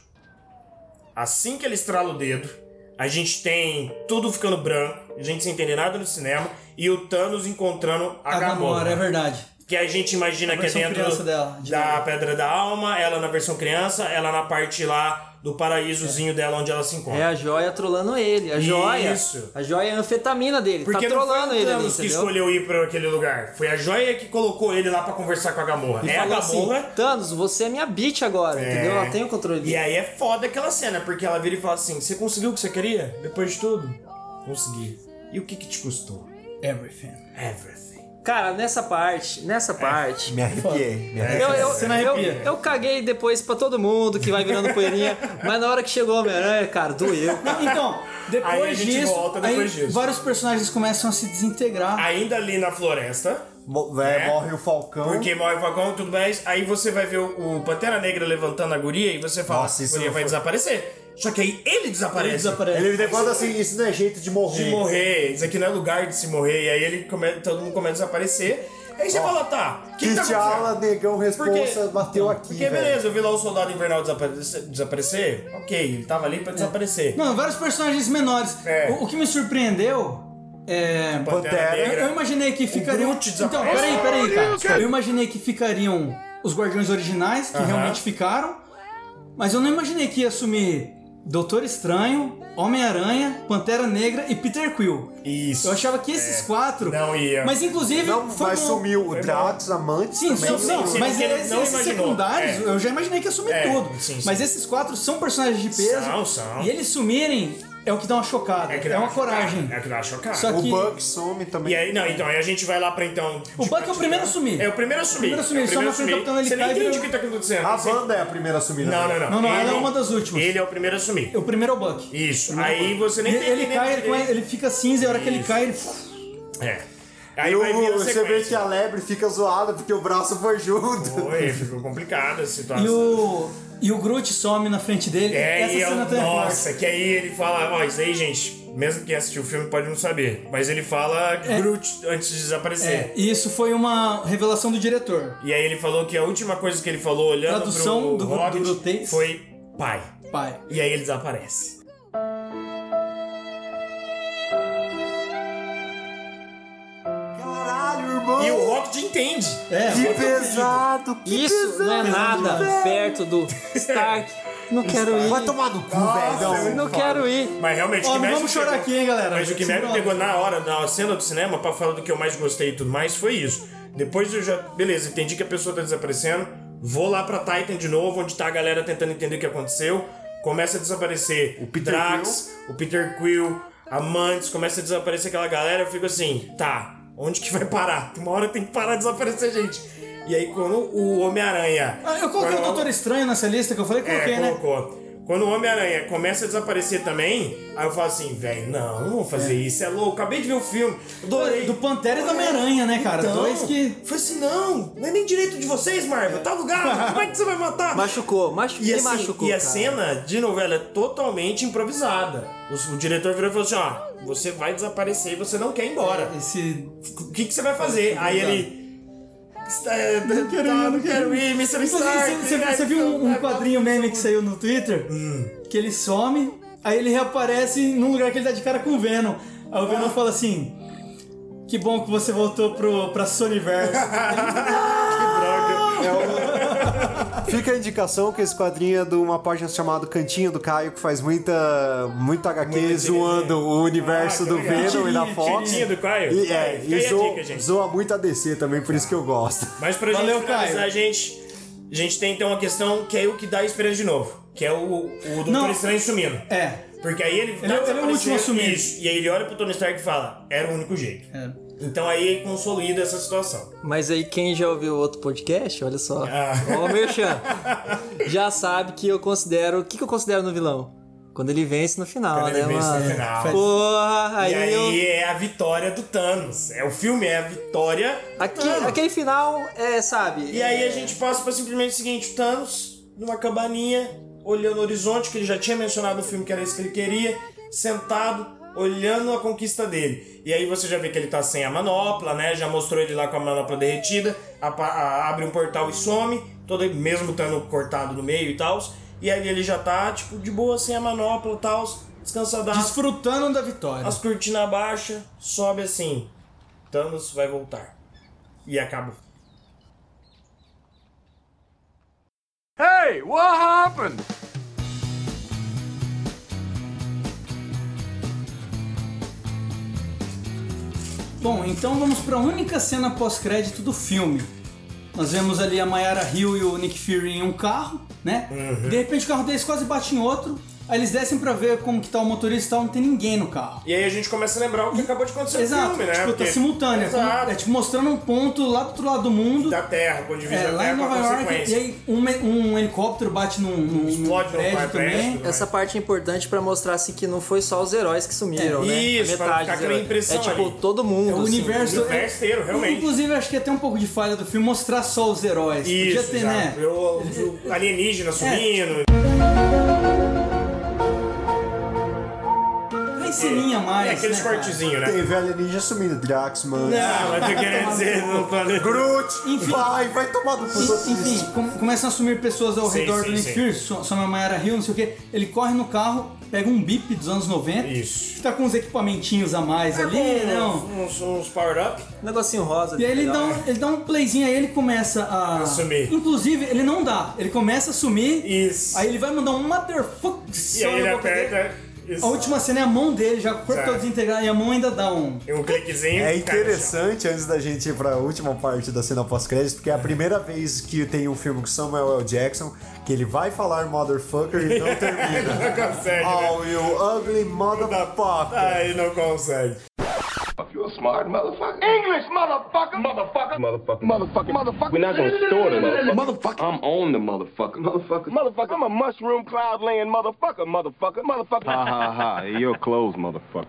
[SPEAKER 4] Assim que ele estrala o dedo, a gente tem tudo ficando branco, a gente sem entender nada no cinema, e o Thanos encontrando a,
[SPEAKER 3] a
[SPEAKER 4] Gamora.
[SPEAKER 3] Gamora, é verdade.
[SPEAKER 4] Que a gente imagina que é
[SPEAKER 3] versão
[SPEAKER 4] dentro
[SPEAKER 3] criança dela, de
[SPEAKER 4] da
[SPEAKER 3] novo.
[SPEAKER 4] Pedra da Alma, ela na versão criança, ela na parte lá do paraísozinho dela onde ela se encontra.
[SPEAKER 5] É a joia trolando ele. A joia.
[SPEAKER 4] Isso.
[SPEAKER 5] A joia é a anfetamina dele.
[SPEAKER 4] Porque
[SPEAKER 5] tá
[SPEAKER 4] não foi
[SPEAKER 5] trolando
[SPEAKER 4] o
[SPEAKER 5] ele ali,
[SPEAKER 4] Thanos que
[SPEAKER 5] entendeu?
[SPEAKER 4] escolheu ir pra aquele lugar. Foi a joia que colocou ele lá pra conversar com a Gamorra.
[SPEAKER 5] E
[SPEAKER 4] é a
[SPEAKER 5] falou
[SPEAKER 4] Gamorra
[SPEAKER 5] assim, Thanos, você é minha bitch agora, entendeu? Ela tem o controle
[SPEAKER 4] E
[SPEAKER 5] dele.
[SPEAKER 4] aí é foda aquela cena, porque ela vira e fala assim: Você conseguiu o que você queria? Depois de tudo? Consegui. E o que, que te custou?
[SPEAKER 3] Everything.
[SPEAKER 4] Everything.
[SPEAKER 5] Cara, nessa parte,
[SPEAKER 4] É.
[SPEAKER 5] nessa parte...
[SPEAKER 6] Me arrepiei. Me arrepiei.
[SPEAKER 5] Eu, eu,
[SPEAKER 3] Você não
[SPEAKER 5] eu,
[SPEAKER 3] arrepia.
[SPEAKER 5] eu caguei depois pra todo mundo que vai virando poeirinha, mas na hora que chegou o Homem-Aranha, cara, doeu.
[SPEAKER 3] Então, depois
[SPEAKER 4] Aí a gente
[SPEAKER 3] disso,
[SPEAKER 4] volta depois
[SPEAKER 3] aí
[SPEAKER 4] disso.
[SPEAKER 3] vários personagens começam a se desintegrar.
[SPEAKER 4] Ainda ali na floresta,
[SPEAKER 6] Mo- véi,
[SPEAKER 4] É.
[SPEAKER 6] Morre o Falcão.
[SPEAKER 4] porque morre o vagão e tudo mais, aí você vai ver o, o Pantera Negra levantando a guria e você fala:
[SPEAKER 6] Nossa, isso
[SPEAKER 4] A guria
[SPEAKER 6] não
[SPEAKER 4] vai
[SPEAKER 6] foi-
[SPEAKER 4] desaparecer. Só que aí ele desaparece.
[SPEAKER 3] Ele desaparece.
[SPEAKER 6] Ele levanta assim, isso não é jeito de morrer.
[SPEAKER 4] De morrer, isso aqui não é lugar de se morrer. E aí ele come- todo mundo começa a desaparecer. Aí você fala: Tá, o que, que tá acontecendo?
[SPEAKER 6] T'Challa, negão, responsa, bateu aqui,
[SPEAKER 4] Porque
[SPEAKER 6] velho.
[SPEAKER 4] beleza, eu vi lá o soldado invernal desaparecer, desaparecer, ok, ele tava ali
[SPEAKER 6] É.
[SPEAKER 4] pra desaparecer.
[SPEAKER 3] Não, vários personagens menores.
[SPEAKER 4] É.
[SPEAKER 3] O, o que me surpreendeu é.
[SPEAKER 4] Pantera
[SPEAKER 3] Eu, eu
[SPEAKER 4] Negra.
[SPEAKER 3] imaginei que ficariam.
[SPEAKER 4] Groot
[SPEAKER 3] Então,
[SPEAKER 4] desaparece.
[SPEAKER 3] peraí, peraí, cara. Eu imaginei que ficariam os Guardiões originais, que
[SPEAKER 4] Aham.
[SPEAKER 3] realmente ficaram. Mas eu não imaginei que ia assumir Doutor Estranho, Homem-Aranha, Pantera Negra e Peter Quill.
[SPEAKER 4] Isso.
[SPEAKER 3] Eu achava que esses quatro.
[SPEAKER 4] É, Não ia.
[SPEAKER 3] Mas inclusive.
[SPEAKER 6] Não,
[SPEAKER 3] foi
[SPEAKER 6] mas
[SPEAKER 3] bom.
[SPEAKER 6] sumiu o Drax, Amantes
[SPEAKER 3] Sim, sim,
[SPEAKER 6] também.
[SPEAKER 3] sim,
[SPEAKER 4] sim,
[SPEAKER 3] mas
[SPEAKER 4] porque ele
[SPEAKER 3] esses,
[SPEAKER 4] não
[SPEAKER 3] esses
[SPEAKER 4] imaginou.
[SPEAKER 3] secundários,
[SPEAKER 4] É.
[SPEAKER 3] eu já imaginei que ia sumir
[SPEAKER 4] É,
[SPEAKER 3] tudo.
[SPEAKER 4] sim, sim.
[SPEAKER 3] Mas esses quatro são personagens de peso.
[SPEAKER 4] São, são.
[SPEAKER 3] E eles sumirem é o que dá uma chocada. É,
[SPEAKER 4] que dá
[SPEAKER 3] uma
[SPEAKER 4] chocada,
[SPEAKER 3] coragem.
[SPEAKER 4] É que dá uma chocada.
[SPEAKER 3] Só
[SPEAKER 6] O
[SPEAKER 3] que-
[SPEAKER 6] Buck some também.
[SPEAKER 4] E aí, não, então, aí a gente vai lá pra então.
[SPEAKER 3] O Buck é o primeiro a sumir.
[SPEAKER 4] É o primeiro a sumir.
[SPEAKER 3] O primeiro a sumir,
[SPEAKER 4] É o
[SPEAKER 3] ele só
[SPEAKER 4] primeiro
[SPEAKER 3] na frente do
[SPEAKER 4] a sumir.
[SPEAKER 3] capitão, ele
[SPEAKER 4] Você nem
[SPEAKER 3] cai e
[SPEAKER 4] entende
[SPEAKER 3] vira-
[SPEAKER 4] o que tá acontecendo.
[SPEAKER 6] A
[SPEAKER 4] Você-
[SPEAKER 6] Wanda é a primeira a sumir. na
[SPEAKER 4] Não,
[SPEAKER 6] vida.
[SPEAKER 4] não, não.
[SPEAKER 3] Não, não,
[SPEAKER 4] ele,
[SPEAKER 3] ela é uma das últimas.
[SPEAKER 4] Ele é o primeiro a sumir.
[SPEAKER 3] O primeiro é o Buck.
[SPEAKER 4] Isso. Aí você nem
[SPEAKER 3] E-
[SPEAKER 4] entende.
[SPEAKER 3] ele
[SPEAKER 4] nem
[SPEAKER 3] cai, ele,
[SPEAKER 4] entende.
[SPEAKER 3] ele fica cinza, e a hora que ele cai, ele.
[SPEAKER 4] É. Aí
[SPEAKER 6] E o-
[SPEAKER 4] vai vir a
[SPEAKER 6] você vê que
[SPEAKER 4] sequência.
[SPEAKER 6] a lebre fica zoada porque o braço foi junto.
[SPEAKER 4] Foi, ficou complicada a
[SPEAKER 3] E
[SPEAKER 4] situação.
[SPEAKER 3] o. E o Groot some na frente dele.
[SPEAKER 4] É,
[SPEAKER 3] Essa
[SPEAKER 4] e
[SPEAKER 3] cena
[SPEAKER 4] eu,
[SPEAKER 3] também é forte.
[SPEAKER 4] nossa, que aí ele fala, ó, isso aí, gente, mesmo quem assistiu o filme pode não saber, mas ele fala Groot antes de desaparecer.
[SPEAKER 3] É, e isso foi uma revelação do diretor.
[SPEAKER 4] E aí ele falou que a última coisa que ele falou olhando
[SPEAKER 3] Tradução
[SPEAKER 4] pro
[SPEAKER 3] do-
[SPEAKER 4] Rocket
[SPEAKER 3] do Grotesque.
[SPEAKER 4] foi pai.
[SPEAKER 3] Pai.
[SPEAKER 4] E aí ele desaparece.
[SPEAKER 6] Caralho, irmão.
[SPEAKER 4] E o Rocket entende.
[SPEAKER 3] É,
[SPEAKER 6] Que pesado, que
[SPEAKER 5] Isso
[SPEAKER 6] pesado.
[SPEAKER 5] não é nada
[SPEAKER 6] velho.
[SPEAKER 5] perto do Stark. Não quero ir.
[SPEAKER 6] Vai tomar no cu, velho.
[SPEAKER 5] Não quero ir.
[SPEAKER 4] Mas realmente,
[SPEAKER 3] Ó,
[SPEAKER 4] o que
[SPEAKER 3] não
[SPEAKER 4] mais
[SPEAKER 3] vamos
[SPEAKER 4] me
[SPEAKER 3] chorar
[SPEAKER 4] pegou-
[SPEAKER 3] aqui, hein, galera.
[SPEAKER 4] Mas o que mais me
[SPEAKER 3] Segura.
[SPEAKER 4] pegou na hora, na cena do cinema, pra falar do que eu mais gostei e tudo mais, foi isso. Depois eu já. Beleza, entendi que a pessoa tá desaparecendo. Vou lá pra Titan de novo, onde tá a galera tentando entender o que aconteceu. Começa a desaparecer o
[SPEAKER 6] Peter
[SPEAKER 4] Drax, o Peter Quill, Amantes, começa a desaparecer aquela galera. Eu fico assim, tá, onde que vai parar? Uma hora tem que parar de desaparecer, gente. E aí quando o Homem-Aranha.
[SPEAKER 3] Ah, eu coloquei o
[SPEAKER 4] quando-
[SPEAKER 3] Doutor Estranho nessa lista que eu falei, coloquei,
[SPEAKER 4] é,
[SPEAKER 3] né?
[SPEAKER 4] colocou. Quando o Homem-Aranha começa a desaparecer também, aí eu falo assim, velho, não, não vou fazer isso, é louco, acabei de ver o filme, adorei.
[SPEAKER 3] Do Pantera e do Homem-Aranha, né, cara?
[SPEAKER 4] Então,
[SPEAKER 3] Dois que-
[SPEAKER 4] Foi assim, não, não é nem direito de vocês, Marvel, tá alugado, como é que você vai matar?
[SPEAKER 5] Machucou, machucou.
[SPEAKER 4] E,
[SPEAKER 5] ele
[SPEAKER 4] assim,
[SPEAKER 5] machucou,
[SPEAKER 4] e a
[SPEAKER 5] cara.
[SPEAKER 4] cena de novela é totalmente improvisada. O, o diretor virou e falou assim: ó, você vai desaparecer e você não quer ir embora.
[SPEAKER 3] Esse.
[SPEAKER 4] O que, que você vai fazer? Aí ele. "Está- tá, não quero ir, né? Mr. Stark.
[SPEAKER 3] Inclusive, você, você- você
[SPEAKER 4] Tipo,
[SPEAKER 3] viu um, um quadrinho meme que saiu no Twitter? Que ele some, aí ele reaparece num lugar que ele dá de cara com o Venom. Aí o Venom fala assim: Que bom que você voltou pro, pra Sonyverse.
[SPEAKER 6] Fica a indicação que esse quadrinho é de uma página chamada Cantinho do Caio, que faz muita, muito HQ zoando o universo
[SPEAKER 4] Ah, que
[SPEAKER 6] do
[SPEAKER 4] legal.
[SPEAKER 6] Venom e da
[SPEAKER 4] Tirinha,
[SPEAKER 6] Fox.
[SPEAKER 4] tirinha do Caio.
[SPEAKER 6] E, é,
[SPEAKER 4] Fica
[SPEAKER 6] e
[SPEAKER 4] aí a
[SPEAKER 6] zoa,
[SPEAKER 4] dica, gente.
[SPEAKER 6] zoa muito a DC também, por isso que eu gosto.
[SPEAKER 4] Mas pra
[SPEAKER 3] Valeu,
[SPEAKER 4] gente finalizar,
[SPEAKER 3] Caio.
[SPEAKER 4] a gente, a gente tem então uma questão que é o que dá esperança de novo. Que é o, o Doutor
[SPEAKER 3] Não.
[SPEAKER 4] Estranho sumindo.
[SPEAKER 3] é.
[SPEAKER 4] Porque aí ele,
[SPEAKER 3] Ele é- ele é o
[SPEAKER 4] desaparecendo,
[SPEAKER 3] último a sumir.
[SPEAKER 4] isso. E aí ele olha pro Tony Stark e fala, era o único jeito.
[SPEAKER 3] É.
[SPEAKER 4] Então aí ele consolida essa situação.
[SPEAKER 5] Mas aí quem já ouviu o outro podcast, olha só.
[SPEAKER 4] Ah.
[SPEAKER 5] Ó, o Merchan. já sabe que eu considero. O que, que eu considero no vilão? Quando ele vence no final,
[SPEAKER 4] Quando
[SPEAKER 5] né,
[SPEAKER 4] ele vence no
[SPEAKER 5] mano?
[SPEAKER 4] final.
[SPEAKER 5] Porra, aí,
[SPEAKER 4] e aí
[SPEAKER 5] eu.
[SPEAKER 4] é a vitória do Thanos. É, o filme é a vitória do
[SPEAKER 5] Aqui-
[SPEAKER 4] Thanos.
[SPEAKER 5] aquele final é, sabe?
[SPEAKER 4] Ah. E aí a gente passa pra simplesmente o seguinte, o Thanos, numa cabaninha, olhando o horizonte, que ele já tinha mencionado no filme que era isso que ele queria, sentado, olhando a conquista dele. E aí você já vê que ele tá sem a manopla, né? Já mostrou ele lá com a manopla derretida, a pa- a- abre um portal e some, todo mesmo estando cortado no meio e tal. E aí ele já tá, tipo, de boa, sem a manopla e tal, descansadaço,
[SPEAKER 3] Desfrutando da vitória.
[SPEAKER 4] as cortinas abaixam, sobe assim, Thanos vai voltar. E acaba.
[SPEAKER 8] Hey, what happened?
[SPEAKER 3] Bom, então vamos para a única cena pós-crédito do filme. Nós vemos ali a Mayara Hill e o Nick Fury em um carro, né? De repente o carro deles quase bate em outro. Aí eles descem para ver como que tá o motorista, e tal, não tem ninguém no carro.
[SPEAKER 4] E aí a gente começa a lembrar o que acabou de acontecer
[SPEAKER 3] Exato,
[SPEAKER 4] no filme, né?
[SPEAKER 3] tipo,
[SPEAKER 4] Porque-
[SPEAKER 3] tá simultânea.
[SPEAKER 4] Exato. Tá,
[SPEAKER 3] É tipo mostrando um ponto lá do outro lado do mundo.
[SPEAKER 4] Da Terra, quando divide
[SPEAKER 3] É,
[SPEAKER 4] a
[SPEAKER 3] lá
[SPEAKER 4] Terra
[SPEAKER 3] em
[SPEAKER 4] com a
[SPEAKER 3] Nova York, e
[SPEAKER 4] consequência.
[SPEAKER 3] aí um, me- um helicóptero bate num, num,
[SPEAKER 4] Explode
[SPEAKER 3] num
[SPEAKER 4] num
[SPEAKER 3] prédio
[SPEAKER 4] prédio,
[SPEAKER 3] também.
[SPEAKER 4] né?
[SPEAKER 5] Essa parte é importante pra mostrar assim, que não foi só os heróis que sumiram,
[SPEAKER 4] É,
[SPEAKER 5] né? A
[SPEAKER 4] isso, pra ficar
[SPEAKER 5] metade dos
[SPEAKER 4] aquela
[SPEAKER 5] heróis.
[SPEAKER 4] impressão
[SPEAKER 5] É tipo
[SPEAKER 4] ali.
[SPEAKER 5] todo mundo.
[SPEAKER 3] É o
[SPEAKER 5] assim.
[SPEAKER 3] universo. é,
[SPEAKER 4] o universo inteiro, um realmente.
[SPEAKER 3] Inclusive, acho que até um pouco de falha do filme mostrar só os heróis. Podia
[SPEAKER 4] Isso,
[SPEAKER 3] ter,
[SPEAKER 4] exato.
[SPEAKER 3] né? É, tipo,
[SPEAKER 4] Eu- o alienígena subindo.
[SPEAKER 3] Nem ceninha mais.
[SPEAKER 4] É aqueles
[SPEAKER 3] né, cara?
[SPEAKER 4] cortezinhos, né?
[SPEAKER 6] Teve alienígena sumindo, Draxman.
[SPEAKER 4] Ah, mas eu queria dizer no planeta.
[SPEAKER 6] Groot,
[SPEAKER 3] Enfim.
[SPEAKER 6] vai, vai tomar no cu.
[SPEAKER 3] E- Enfim, com- começam a sumir pessoas ao
[SPEAKER 4] Sim,
[SPEAKER 3] redor
[SPEAKER 4] sim,
[SPEAKER 3] do Nick
[SPEAKER 4] sim.
[SPEAKER 3] Fury, so- some a Mayara Hill, não sei o quê. Ele corre no carro, pega um bip dos anos 90,
[SPEAKER 4] Isso.
[SPEAKER 3] que tá com uns equipamentinhos a mais
[SPEAKER 4] Tá
[SPEAKER 3] ali, né? não.
[SPEAKER 4] Uns, uns- uns power-up.
[SPEAKER 5] Um negocinho rosa.
[SPEAKER 3] E aí ele
[SPEAKER 5] legal.
[SPEAKER 3] dá, um, ele dá um playzinho, aí ele começa a...
[SPEAKER 4] A sumir.
[SPEAKER 3] Inclusive, ele não dá. Ele começa a sumir,
[SPEAKER 4] Isso.
[SPEAKER 3] aí ele vai mandar um motherfucker
[SPEAKER 4] e aí ele aperta. Isso.
[SPEAKER 3] A última cena é a mão dele, já com o corpo todo
[SPEAKER 4] Certo.
[SPEAKER 3] desintegrado, e a mão ainda dá um...
[SPEAKER 4] Um cliquezinho.
[SPEAKER 6] É
[SPEAKER 4] cai no chão.
[SPEAKER 6] interessante, antes da gente ir pra última parte da cena pós-crédito, porque é a primeira vez que tem um filme com Samuel L. Jackson que ele vai falar motherfucker e não termina.
[SPEAKER 4] Não consegue, né?
[SPEAKER 6] oh, you ugly motherfucker.
[SPEAKER 4] Aí não consegue.
[SPEAKER 9] You a smart motherfucker. English motherfucker. Motherfucker. Motherfucker. Motherfucker. Motherfucker. We're not gonna store the motherfucker. Motherfucker. I'm on the motherfucker. Motherfucker. Motherfucker. I'm a mushroom cloud laying motherfucker. Motherfucker. Motherfucker. Ha ha ha. You're closed, motherfucker.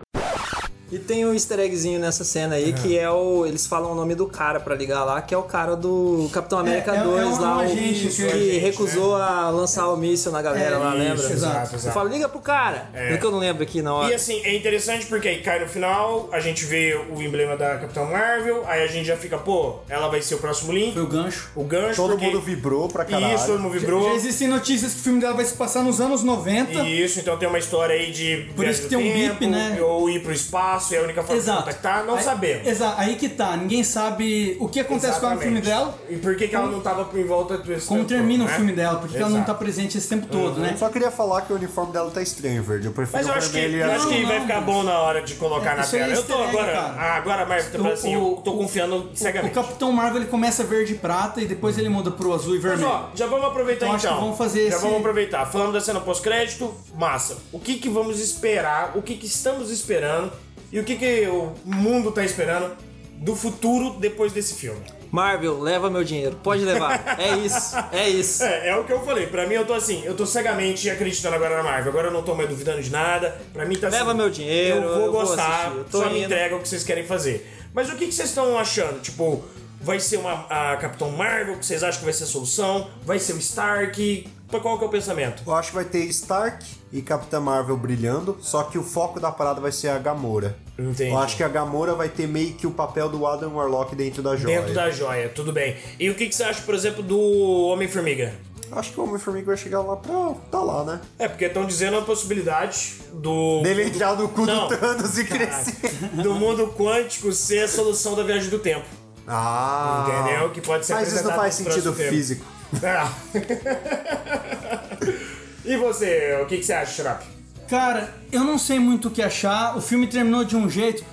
[SPEAKER 5] E tem um easter eggzinho nessa cena aí, que é o. Eles falam o nome do cara pra ligar lá, que é o cara do Capitão América
[SPEAKER 3] é- é
[SPEAKER 5] 2
[SPEAKER 3] um
[SPEAKER 5] lá, o
[SPEAKER 3] agente,
[SPEAKER 5] que
[SPEAKER 3] um agente,
[SPEAKER 5] recusou a lançar o míssil na galera
[SPEAKER 3] É,
[SPEAKER 5] lá,
[SPEAKER 3] isso,
[SPEAKER 5] lembra?
[SPEAKER 3] exato,
[SPEAKER 5] Eu
[SPEAKER 4] exato.
[SPEAKER 5] falo, liga pro cara!
[SPEAKER 4] É.
[SPEAKER 5] Porque eu não lembro aqui na
[SPEAKER 4] E
[SPEAKER 5] hora.
[SPEAKER 4] assim, é interessante porque aí cai no final, a gente vê o emblema da Capitão Marvel, aí a gente já fica, pô, ela vai ser o próximo link,
[SPEAKER 3] Foi o gancho.
[SPEAKER 4] o gancho.
[SPEAKER 6] Todo
[SPEAKER 4] porque-
[SPEAKER 6] mundo vibrou pra caralho.
[SPEAKER 4] Isso, todo mundo vibrou.
[SPEAKER 3] Já existem notícias que o filme dela vai se passar nos anos 90.
[SPEAKER 4] Isso, então tem uma história aí de.
[SPEAKER 3] Por isso que tem
[SPEAKER 4] viagem
[SPEAKER 3] um
[SPEAKER 4] do
[SPEAKER 3] bip, né?
[SPEAKER 4] Ou ir pro espaço, é a única forma de
[SPEAKER 3] Exato.
[SPEAKER 4] contactar, tá, não
[SPEAKER 3] aí,
[SPEAKER 4] sabemos.
[SPEAKER 3] Exato, aí que tá. Ninguém sabe o que acontece com ela no filme dela,
[SPEAKER 4] E por que, que ela não tava em volta do esse
[SPEAKER 3] como
[SPEAKER 4] tempo
[SPEAKER 3] termina
[SPEAKER 4] todo,
[SPEAKER 3] o
[SPEAKER 4] né?
[SPEAKER 3] filme dela, porque ela não tá
[SPEAKER 4] Exato. Uhum.
[SPEAKER 3] presente esse tempo todo, né?
[SPEAKER 6] Só queria falar que o uniforme dela tá estranho, verde. Eu prefiro
[SPEAKER 4] é- Mas eu
[SPEAKER 6] o
[SPEAKER 4] acho que,
[SPEAKER 6] vermelho e
[SPEAKER 4] eu acho
[SPEAKER 6] azul.
[SPEAKER 4] que
[SPEAKER 3] Não,
[SPEAKER 4] vai
[SPEAKER 3] não,
[SPEAKER 4] ficar
[SPEAKER 3] mas-
[SPEAKER 4] bom na hora de colocar
[SPEAKER 3] É,
[SPEAKER 4] na
[SPEAKER 3] isso aí é
[SPEAKER 4] tela. Eu tô
[SPEAKER 3] easter egg,
[SPEAKER 4] agora.
[SPEAKER 3] cara.
[SPEAKER 4] ah, Agora, Marvel, tá
[SPEAKER 3] O-
[SPEAKER 4] assim,
[SPEAKER 3] o-
[SPEAKER 4] eu tô confiando
[SPEAKER 3] O
[SPEAKER 4] cegamente.
[SPEAKER 3] Capitão Marvel ele começa verde e prata e depois ele muda pro azul e
[SPEAKER 4] Mas
[SPEAKER 3] vermelho.
[SPEAKER 4] ó, já vamos aproveitar
[SPEAKER 3] Então,
[SPEAKER 4] então.
[SPEAKER 3] acho que vamos fazer
[SPEAKER 4] já
[SPEAKER 3] esse-
[SPEAKER 4] vamos aproveitar. Falando da cena pós-crédito, massa. O que que vamos esperar? O que que estamos esperando? E o que que o mundo tá esperando do futuro depois desse filme?
[SPEAKER 5] Marvel, leva meu dinheiro. Pode levar. É isso. É isso.
[SPEAKER 4] É, é o que eu falei. Pra mim, eu tô assim, eu tô cegamente acreditando agora na Marvel. Agora eu não tô mais duvidando de nada. Pra mim tá
[SPEAKER 5] Leva
[SPEAKER 4] assim,
[SPEAKER 5] meu dinheiro,
[SPEAKER 4] Eu vou
[SPEAKER 5] eu vou
[SPEAKER 4] gostar,
[SPEAKER 5] assistir, eu tô
[SPEAKER 4] só me
[SPEAKER 5] indo.
[SPEAKER 4] entrega o que vocês querem fazer. Mas o que, que vocês estão achando? Tipo, vai ser uma, a Capitão Marvel, que vocês acham que vai ser a solução? Vai ser o Stark? Qual que é o pensamento?
[SPEAKER 6] Eu acho que vai ter Stark e Capitã Marvel brilhando, só que o foco da parada vai ser a Gamora.
[SPEAKER 4] Entendi.
[SPEAKER 6] Eu acho que a Gamora vai ter meio que o papel do Adam Warlock dentro da joia.
[SPEAKER 4] Dentro da joia, tudo bem. E o que, que você acha, por exemplo, do Homem-Formiga?
[SPEAKER 6] Acho que o Homem-Formiga vai chegar lá pra... tá lá, né?
[SPEAKER 4] É, porque estão dizendo a possibilidade do.
[SPEAKER 6] Dele entrar no cu
[SPEAKER 4] Não.
[SPEAKER 6] do Thanos e
[SPEAKER 4] Caraca.
[SPEAKER 6] crescer.
[SPEAKER 4] Do mundo quântico ser a solução da viagem do tempo.
[SPEAKER 6] Ah...
[SPEAKER 4] Entendeu? Que pode ser
[SPEAKER 6] Mas isso não
[SPEAKER 4] apresentado
[SPEAKER 6] faz
[SPEAKER 4] no próximo
[SPEAKER 6] sentido
[SPEAKER 4] tempo.
[SPEAKER 6] físico.
[SPEAKER 4] É. e você, o que, que você acha, Shrap?
[SPEAKER 3] Cara, eu não sei muito o que achar. O filme terminou de um jeito,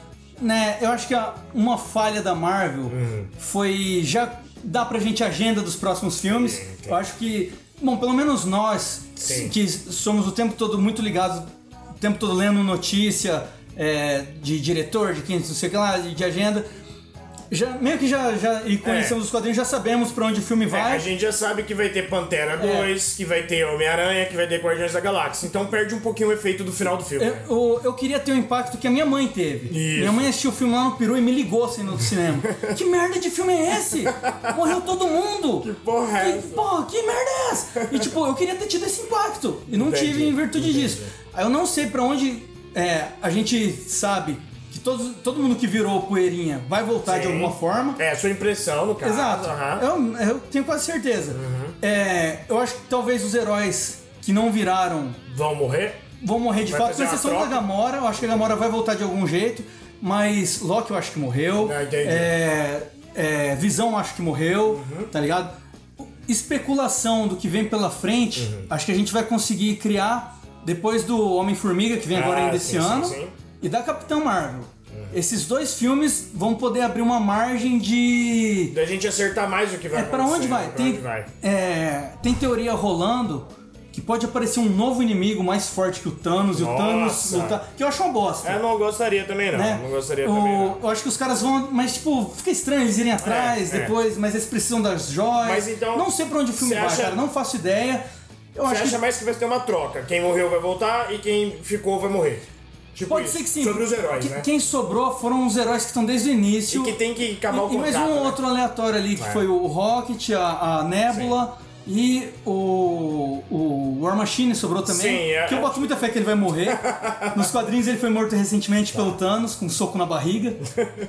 [SPEAKER 3] né? Eu acho que a- uma falha da Marvel
[SPEAKER 4] Uhum.
[SPEAKER 3] foi já dá pra gente a agenda dos próximos filmes. eu acho que, bom, pelo menos nós
[SPEAKER 4] Sim.
[SPEAKER 3] que somos o tempo todo muito ligados, o tempo todo lendo notícia é, de diretor, de quem não sei o que lá, de de agenda. Já, meio que já, já e conhecemos os quadrinhos, já sabemos pra onde o filme vai.
[SPEAKER 4] É.
[SPEAKER 3] É.
[SPEAKER 4] a gente já sabe que vai ter Pantera 2, que vai ter Homem-Aranha, que vai ter Guardiões da Galáxia. Então perde um pouquinho o efeito do final do filme.
[SPEAKER 3] Eu, É, eu, eu queria ter o impacto que a minha mãe teve.
[SPEAKER 4] Isso.
[SPEAKER 3] Minha mãe assistiu o filme lá no Peru e me ligou saindo do cinema. que merda de filme é esse? Morreu todo mundo! Que
[SPEAKER 4] porra é
[SPEAKER 3] que, Porra, que merda é essa? E tipo, eu queria ter tido esse impacto. E não
[SPEAKER 4] Entendi,
[SPEAKER 3] tive em virtude disso. Aí eu não sei pra onde é, a gente sabe que todos, todo mundo que virou poeirinha vai voltar de
[SPEAKER 4] Sim.
[SPEAKER 3] alguma forma.
[SPEAKER 4] É, a sua impressão, no caso.
[SPEAKER 3] Exato.
[SPEAKER 4] Aham. Uhum.
[SPEAKER 3] Eu, eu tenho quase certeza. É, eu acho que talvez os heróis que não viraram
[SPEAKER 4] Vão morrer?
[SPEAKER 3] vão morrer de
[SPEAKER 4] Vai
[SPEAKER 3] fato, com
[SPEAKER 4] fazer uma
[SPEAKER 3] exceção da
[SPEAKER 4] troca?
[SPEAKER 3] Gamora. Eu acho que a Gamora vai voltar de algum jeito, mas Loki eu acho que morreu.
[SPEAKER 4] Ah, entendi.
[SPEAKER 3] É, é, Visão eu acho que morreu,
[SPEAKER 4] Uhum.
[SPEAKER 3] tá ligado? Especulação do que vem pela frente,
[SPEAKER 4] Uhum.
[SPEAKER 3] acho que a gente vai conseguir criar depois do Homem-Formiga, que vem agora
[SPEAKER 4] Ah,
[SPEAKER 3] ainda
[SPEAKER 4] sim,
[SPEAKER 3] esse
[SPEAKER 4] sim,
[SPEAKER 3] ano,
[SPEAKER 4] sim. Uhum.
[SPEAKER 3] e da Capitão Marvel. Esses dois filmes vão poder abrir uma margem de
[SPEAKER 4] Da gente acertar mais o que vai
[SPEAKER 3] é pra
[SPEAKER 4] acontecer.
[SPEAKER 3] onde vai?
[SPEAKER 4] Pra
[SPEAKER 3] Tem,
[SPEAKER 4] onde vai.
[SPEAKER 3] é, tem teoria rolando que pode aparecer um novo inimigo mais forte que o Thanos e o Thanos
[SPEAKER 4] Nossa.
[SPEAKER 3] lutar, que eu acho uma bosta.
[SPEAKER 4] É, não gostaria também não.
[SPEAKER 3] né?
[SPEAKER 4] Não gostaria
[SPEAKER 3] O-
[SPEAKER 4] também não.
[SPEAKER 3] Eu acho que os caras vão. Mas, tipo, fica estranho eles irem atrás
[SPEAKER 4] É, é.
[SPEAKER 3] depois, mas eles precisam das joias.
[SPEAKER 4] Mas então,
[SPEAKER 3] não sei pra onde o filme
[SPEAKER 4] você
[SPEAKER 3] vai,
[SPEAKER 4] acha-
[SPEAKER 3] cara. Não faço ideia. Eu
[SPEAKER 4] Você
[SPEAKER 3] acho
[SPEAKER 4] acha
[SPEAKER 3] que
[SPEAKER 4] mais que vai ter uma troca? Quem morreu vai voltar e quem ficou vai morrer. Tipo
[SPEAKER 3] Pode
[SPEAKER 4] isso.
[SPEAKER 3] ser que sim.
[SPEAKER 4] Sobre os heróis,
[SPEAKER 3] Que-
[SPEAKER 4] né?
[SPEAKER 3] Quem sobrou foram os heróis que estão desde o início.
[SPEAKER 4] E que tem que acabar o
[SPEAKER 3] E- E mais
[SPEAKER 4] contrato,
[SPEAKER 3] um
[SPEAKER 4] né?
[SPEAKER 3] outro aleatório ali, que
[SPEAKER 4] É.
[SPEAKER 3] foi o Rocket, a, a Nebula e o, o War Machine sobrou também.
[SPEAKER 4] Sim, é-
[SPEAKER 3] Que eu boto muita fé que ele vai morrer. Nos quadrinhos ele foi morto recentemente pelo
[SPEAKER 4] Tá.
[SPEAKER 3] Thanos, com um soco na barriga.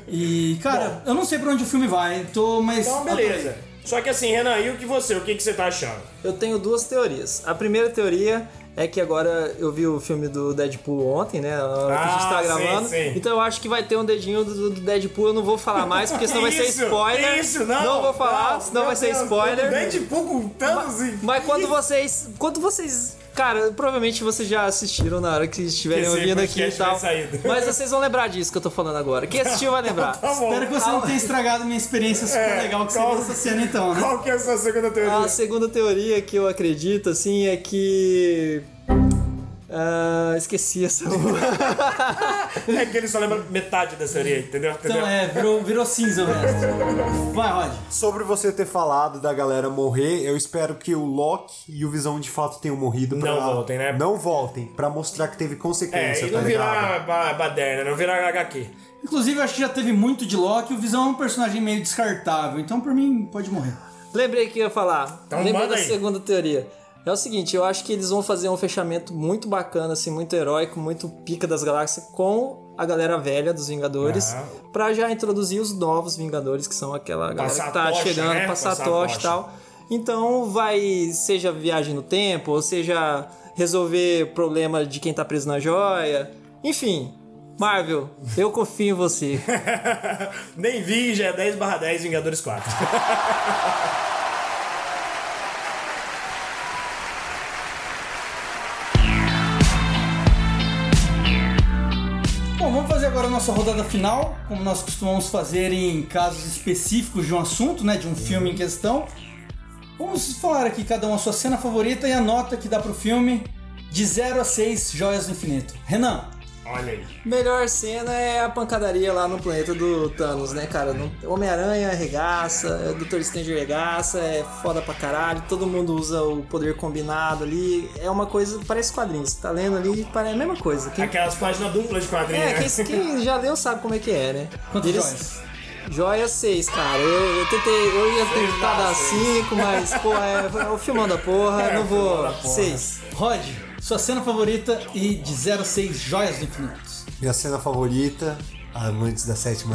[SPEAKER 3] E, cara, eu não sei pra onde o filme vai, tô, mas.
[SPEAKER 4] Então, beleza. Só que assim, Renan, e o que você? O que, que você tá achando?
[SPEAKER 5] Eu tenho duas teorias. A primeira teoria é que agora eu vi o filme do Deadpool ontem, né? Na hora que a gente tá
[SPEAKER 4] Ah, sim,
[SPEAKER 5] gravando.
[SPEAKER 4] sim.
[SPEAKER 5] Então eu acho que vai ter um dedinho do, do Deadpool, eu não vou falar mais, porque senão vai ser
[SPEAKER 4] Isso,
[SPEAKER 5] spoiler.
[SPEAKER 4] Isso, não.
[SPEAKER 5] vou falar,
[SPEAKER 4] não,
[SPEAKER 5] senão
[SPEAKER 4] meu
[SPEAKER 5] vai ser
[SPEAKER 4] Deus,
[SPEAKER 5] spoiler.
[SPEAKER 4] Bem de pouco, tantos e...
[SPEAKER 5] Mas quando vocês. Quando vocês. Cara, provavelmente vocês já assistiram na hora que estiverem
[SPEAKER 4] Esse
[SPEAKER 5] ouvindo aqui e
[SPEAKER 4] podcast
[SPEAKER 5] tal.
[SPEAKER 4] vai sair. Tá
[SPEAKER 5] Mas vocês vão lembrar disso que eu tô falando agora. Quem assistiu vai lembrar.
[SPEAKER 4] bom.
[SPEAKER 3] Espero que você não tenha estragado minha experiência super
[SPEAKER 4] É,
[SPEAKER 3] legal que
[SPEAKER 4] qual-
[SPEAKER 3] você viu essa cena, então, né?
[SPEAKER 4] Qual que é a sua segunda teoria?
[SPEAKER 5] A segunda teoria que eu acredito, assim, é que. Ah, esqueci essa.
[SPEAKER 4] É que ele só lembra metade da teoria, entendeu? entendeu?
[SPEAKER 3] Então é, virou, virou cinza o resto. Vai, Rod.
[SPEAKER 6] Sobre você ter falado da galera morrer, eu espero que o Loki e o Visão de fato tenham morrido. Pra...
[SPEAKER 4] Não voltem, né?
[SPEAKER 6] Não voltem, pra mostrar que teve
[SPEAKER 4] É,
[SPEAKER 6] consequência,
[SPEAKER 4] e
[SPEAKER 6] tá
[SPEAKER 4] não
[SPEAKER 6] ligado?
[SPEAKER 4] virar ba- baderna, não virar HQ.
[SPEAKER 3] Inclusive, eu acho que já teve muito de Loki. O Visão é um personagem meio descartável, então por mim pode morrer.
[SPEAKER 5] Lembrei que eu ia falar.
[SPEAKER 4] Então
[SPEAKER 5] Lembrei
[SPEAKER 4] manda
[SPEAKER 5] da
[SPEAKER 4] aí.
[SPEAKER 5] segunda teoria. É o seguinte, eu acho que eles vão fazer um fechamento muito bacana, assim, muito heróico, muito pica das galáxias com a galera velha dos Vingadores,
[SPEAKER 4] Ah.
[SPEAKER 5] pra já introduzir os novos Vingadores, que são aquela galera
[SPEAKER 4] Passar
[SPEAKER 5] que
[SPEAKER 4] a
[SPEAKER 5] tá
[SPEAKER 4] tocha,
[SPEAKER 5] chegando,
[SPEAKER 4] né?
[SPEAKER 5] passar a
[SPEAKER 4] Passar a
[SPEAKER 5] tocha e
[SPEAKER 4] tocha.
[SPEAKER 5] tal. Então vai, seja viagem no tempo, ou seja resolver problema de quem tá preso na joia. Enfim, Marvel, eu confio em você.
[SPEAKER 4] Nem vi, já é 10 barra 10 Vingadores 4.
[SPEAKER 3] Bom, vamos fazer agora a nossa rodada final, como nós costumamos fazer em casos específicos de um assunto, né, de um filme em questão. Vamos falar aqui cada um a sua cena favorita e a nota que dá pro filme de 0 a 6 Joias do Infinito. Renan,
[SPEAKER 4] Olha aí.
[SPEAKER 5] Melhor cena é a pancadaria lá no planeta do Thanos, né, cara? No- Homem-Aranha arregaça, é, Doutor Strange arregaça, é foda pra caralho, todo mundo usa o poder combinado ali. É uma coisa, parece quadrinhos. Tá lendo ali, parece a mesma coisa. Quem-
[SPEAKER 4] Aquelas páginas duplas de quadrinho,
[SPEAKER 5] É,
[SPEAKER 4] né?
[SPEAKER 5] quem, quem já leu sabe como é que é, né?
[SPEAKER 4] Quantas
[SPEAKER 5] Eles-
[SPEAKER 4] joias?
[SPEAKER 5] Joia 6, cara. Eu, eu tentei, eu ia tentar dar 5, mas, pô, é, é o filmão da porra,
[SPEAKER 3] É,
[SPEAKER 5] não
[SPEAKER 3] o filmão da
[SPEAKER 5] vou.
[SPEAKER 3] porra.
[SPEAKER 5] 6.
[SPEAKER 3] Rod, sua cena favorita e de 0 a 6 joias do infinito.
[SPEAKER 6] Minha cena favorita, Amantes da Sétima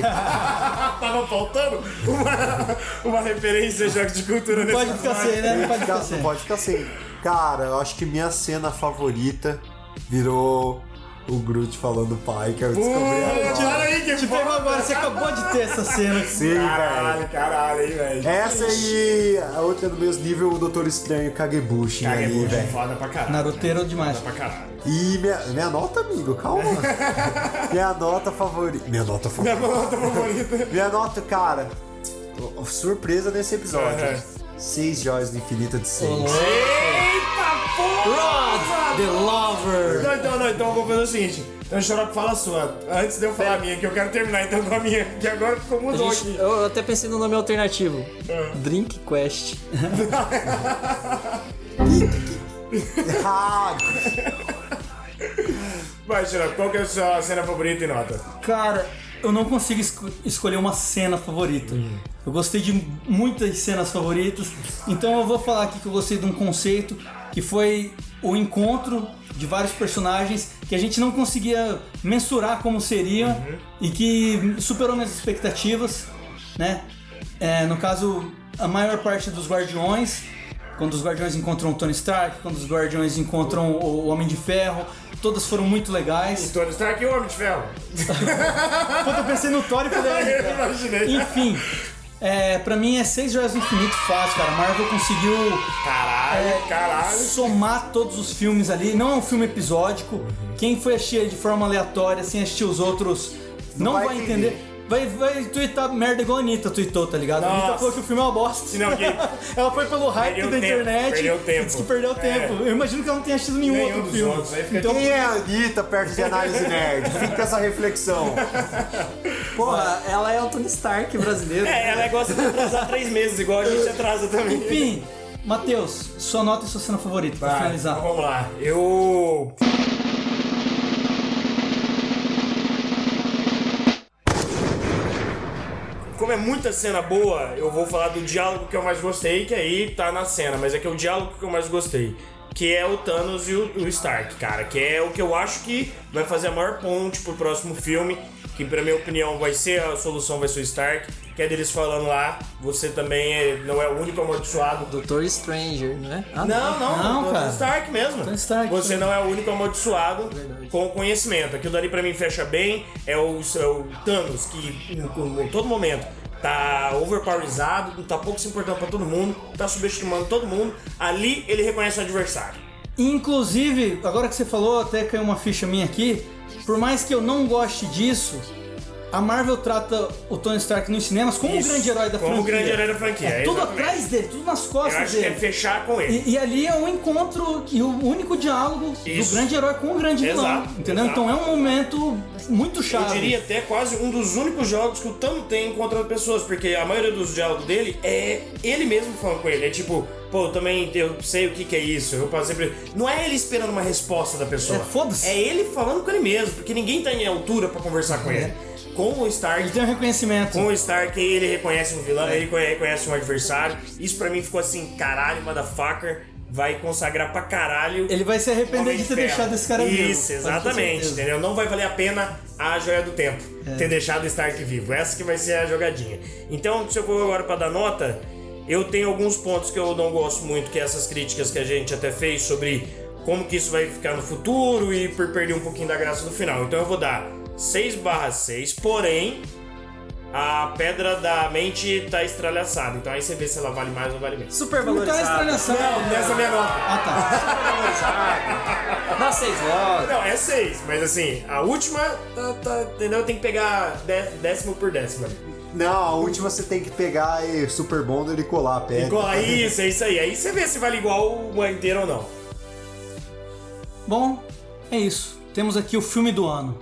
[SPEAKER 4] Tava faltando uma, uma referência a jogos de cultura nesse quadro.
[SPEAKER 3] né?
[SPEAKER 6] Não, Não pode ficar sem. Cara, eu acho que minha cena favorita virou o Groot falando pai, que eu descobri
[SPEAKER 4] Putz,
[SPEAKER 6] agora.
[SPEAKER 4] olha aí que
[SPEAKER 3] Te
[SPEAKER 4] foda.
[SPEAKER 3] pegou agora, você acabou de ter essa cena.
[SPEAKER 6] Sim,
[SPEAKER 4] Caralho,
[SPEAKER 6] velho.
[SPEAKER 4] caralho, hein, velho.
[SPEAKER 6] Essa e a outra do mesmo nível, o Doutor Estranho Kagebushi ali,
[SPEAKER 4] Kagebushi,
[SPEAKER 6] velho.
[SPEAKER 4] é foda pra caralho.
[SPEAKER 3] Naruteiro demais.
[SPEAKER 4] Foda pra caralho.
[SPEAKER 6] E minha, minha nota, amigo, calma. minha nota favorita. Minha nota favorita.
[SPEAKER 4] Minha nota favorita.
[SPEAKER 6] minha nota, cara. Surpresa nesse episódio. Seis joias do infinito de seis.
[SPEAKER 4] Eita porra!
[SPEAKER 6] Rod the Lover.
[SPEAKER 4] Não, então, não, então eu vou fazer o seguinte. Então o Xarope fala a sua. Antes de eu falar a minha, que eu quero terminar então com a minha, que agora ficou
[SPEAKER 5] A
[SPEAKER 4] mudou
[SPEAKER 5] gente-
[SPEAKER 4] aqui.
[SPEAKER 5] eu até pensei no nome alternativo. Drink Quest.
[SPEAKER 6] Ah,
[SPEAKER 4] Vai, Xarope, qual que é a sua cena favorita e nota?
[SPEAKER 3] Cara, eu não consigo esco- escolher uma cena favorita. Eu gostei de muitas cenas favoritas, então eu vou falar aqui que eu gostei de um conceito que foi o encontro de vários personagens que a gente não conseguia mensurar como seria e que superou minhas expectativas, né? É, no caso, a maior parte dos Guardiões, quando os Guardiões encontram o Tony Stark, quando os Guardiões encontram o o Homem de Ferro, todas foram muito legais.
[SPEAKER 4] O Tony Stark e o Homem de Ferro.
[SPEAKER 3] Quando eu pensei no Thor e falei, "Ah,
[SPEAKER 4] Eu imaginei.
[SPEAKER 3] enfim, é, pra mim é seis joias do infinito fácil, cara. A Marvel conseguiu
[SPEAKER 4] Caralho,
[SPEAKER 3] é,
[SPEAKER 4] caralho.
[SPEAKER 3] somar todos os filmes ali. Não é um filme episódico. Quem foi assistir de forma aleatória, sem assistir os outros, não,
[SPEAKER 6] vai
[SPEAKER 3] vai entender. Vai, vai tweetar merda igual a Anitta tweetou, tá ligado? A Anitta
[SPEAKER 4] Nossa.
[SPEAKER 3] falou que o filme é uma bosta.
[SPEAKER 4] Não, que-
[SPEAKER 3] Ela foi pelo hype
[SPEAKER 4] Perdeu
[SPEAKER 3] da
[SPEAKER 4] tempo,
[SPEAKER 3] internet.
[SPEAKER 4] perdeu tempo. É.
[SPEAKER 3] Disse que perdeu tempo. Eu imagino que ela não tenha assistido nenhum,
[SPEAKER 4] Nenhum
[SPEAKER 3] outro
[SPEAKER 4] dos
[SPEAKER 3] filme.
[SPEAKER 4] outros, aí fica
[SPEAKER 3] então,
[SPEAKER 6] Quem é a Anitta perto de análise nerd? Fica essa reflexão.
[SPEAKER 5] Porra, ela é o Tony Stark brasileiro.
[SPEAKER 4] É, ela gosta de atrasar três meses, igual a gente atrasa também.
[SPEAKER 3] enfim, Matheus, sua nota e sua cena favorita pra
[SPEAKER 4] Vai,
[SPEAKER 3] finalizar.
[SPEAKER 4] então vamos lá. Eu. Como é muita cena boa, eu vou falar do diálogo que eu mais gostei, que aí tá na cena, mas é que é o diálogo que eu mais gostei. Que é o Thanos e o o Stark, cara. Que é o que eu acho que vai fazer a maior ponte pro próximo filme. Que, pra minha opinião, vai ser a solução, vai ser o Stark. Que é deles falando lá, você também é- não é o único amaldiçoado
[SPEAKER 5] Doutor Stranger, né? Ah,
[SPEAKER 4] não, não,
[SPEAKER 3] Não,
[SPEAKER 4] não
[SPEAKER 3] cara.
[SPEAKER 4] Stark mesmo.
[SPEAKER 3] Tony Stark.
[SPEAKER 4] Você não é o único amaldiçoado com o conhecimento. Aquilo dali pra mim fecha bem. É o, é o Thanos, que em, em todo momento tá overpowerizado, tá pouco se importando pra todo mundo, tá subestimando todo mundo. Ali ele reconhece o adversário.
[SPEAKER 3] Inclusive, agora que você falou, até caiu uma ficha minha aqui. Por mais que eu não goste disso, a Marvel trata o Tony Stark nos cinemas como
[SPEAKER 4] Isso,
[SPEAKER 3] o grande herói da
[SPEAKER 4] como
[SPEAKER 3] franquia.
[SPEAKER 4] o grande herói da franquia,
[SPEAKER 3] É, tudo
[SPEAKER 4] exatamente.
[SPEAKER 3] atrás dele, tudo nas
[SPEAKER 4] Eu
[SPEAKER 3] costas
[SPEAKER 4] acho que é
[SPEAKER 3] dele.
[SPEAKER 4] fechar com ele.
[SPEAKER 3] E, e ali é o encontro e o único diálogo
[SPEAKER 4] Isso.
[SPEAKER 3] do grande herói com o grande vilão.
[SPEAKER 4] Exato,
[SPEAKER 3] entendeu?
[SPEAKER 4] exato.
[SPEAKER 3] Então é um momento muito
[SPEAKER 4] Eu
[SPEAKER 3] chave.
[SPEAKER 4] diria até quase um dos únicos jogos que o Tano tem encontrando pessoas, porque a maioria dos diálogos dele é ele mesmo falando com ele. É tipo, pô, eu também eu sei o que, que é isso, eu passei por isso. Não é ele esperando uma resposta da pessoa.
[SPEAKER 3] É, foda-se.
[SPEAKER 4] É ele falando com ele mesmo, porque ninguém tá em altura pra conversar
[SPEAKER 3] É.
[SPEAKER 4] com ele. Com o Stark,
[SPEAKER 3] Ele tem um reconhecimento.
[SPEAKER 4] com o Stark, ele reconhece um
[SPEAKER 3] É.
[SPEAKER 4] vilão, ele reconhece um adversário. Isso pra mim ficou assim, caralho, motherfucker. Vai consagrar pra caralho
[SPEAKER 3] Ele vai se arrepender
[SPEAKER 4] Homem
[SPEAKER 3] de ter
[SPEAKER 4] Ferro.
[SPEAKER 3] deixado esse cara vivo.
[SPEAKER 4] Isso, exatamente, entendeu? Não vai valer a pena a joia do tempo
[SPEAKER 3] É.
[SPEAKER 4] ter deixado o Stark vivo. Essa que vai ser a jogadinha. Então, se eu for agora pra dar nota, eu tenho alguns pontos que eu não gosto muito, que é essas críticas que a gente até fez sobre como que isso vai ficar no futuro e por perder um pouquinho da graça do final. Então eu vou dar 6 barra 6, porém a pedra da mente tá estralhaçada. Então aí você vê se ela vale mais ou vale menos.
[SPEAKER 5] Super
[SPEAKER 3] Não tá
[SPEAKER 5] valorizado.
[SPEAKER 3] estranhação.
[SPEAKER 4] Nessa é a minha nota.
[SPEAKER 3] Ah,
[SPEAKER 5] Dá 6 votos.
[SPEAKER 4] Não, é seis, mas assim, a última, tá, tá, entendeu? Tem que pegar dé- décimo por décimo.
[SPEAKER 6] Não, a última você tem que pegar e super bonder e colar a pedra.
[SPEAKER 4] Igual a isso, é isso aí. Aí você vê se vale igual uma inteira ou não.
[SPEAKER 3] tá. Bom, é isso. Temos aqui o filme do ano.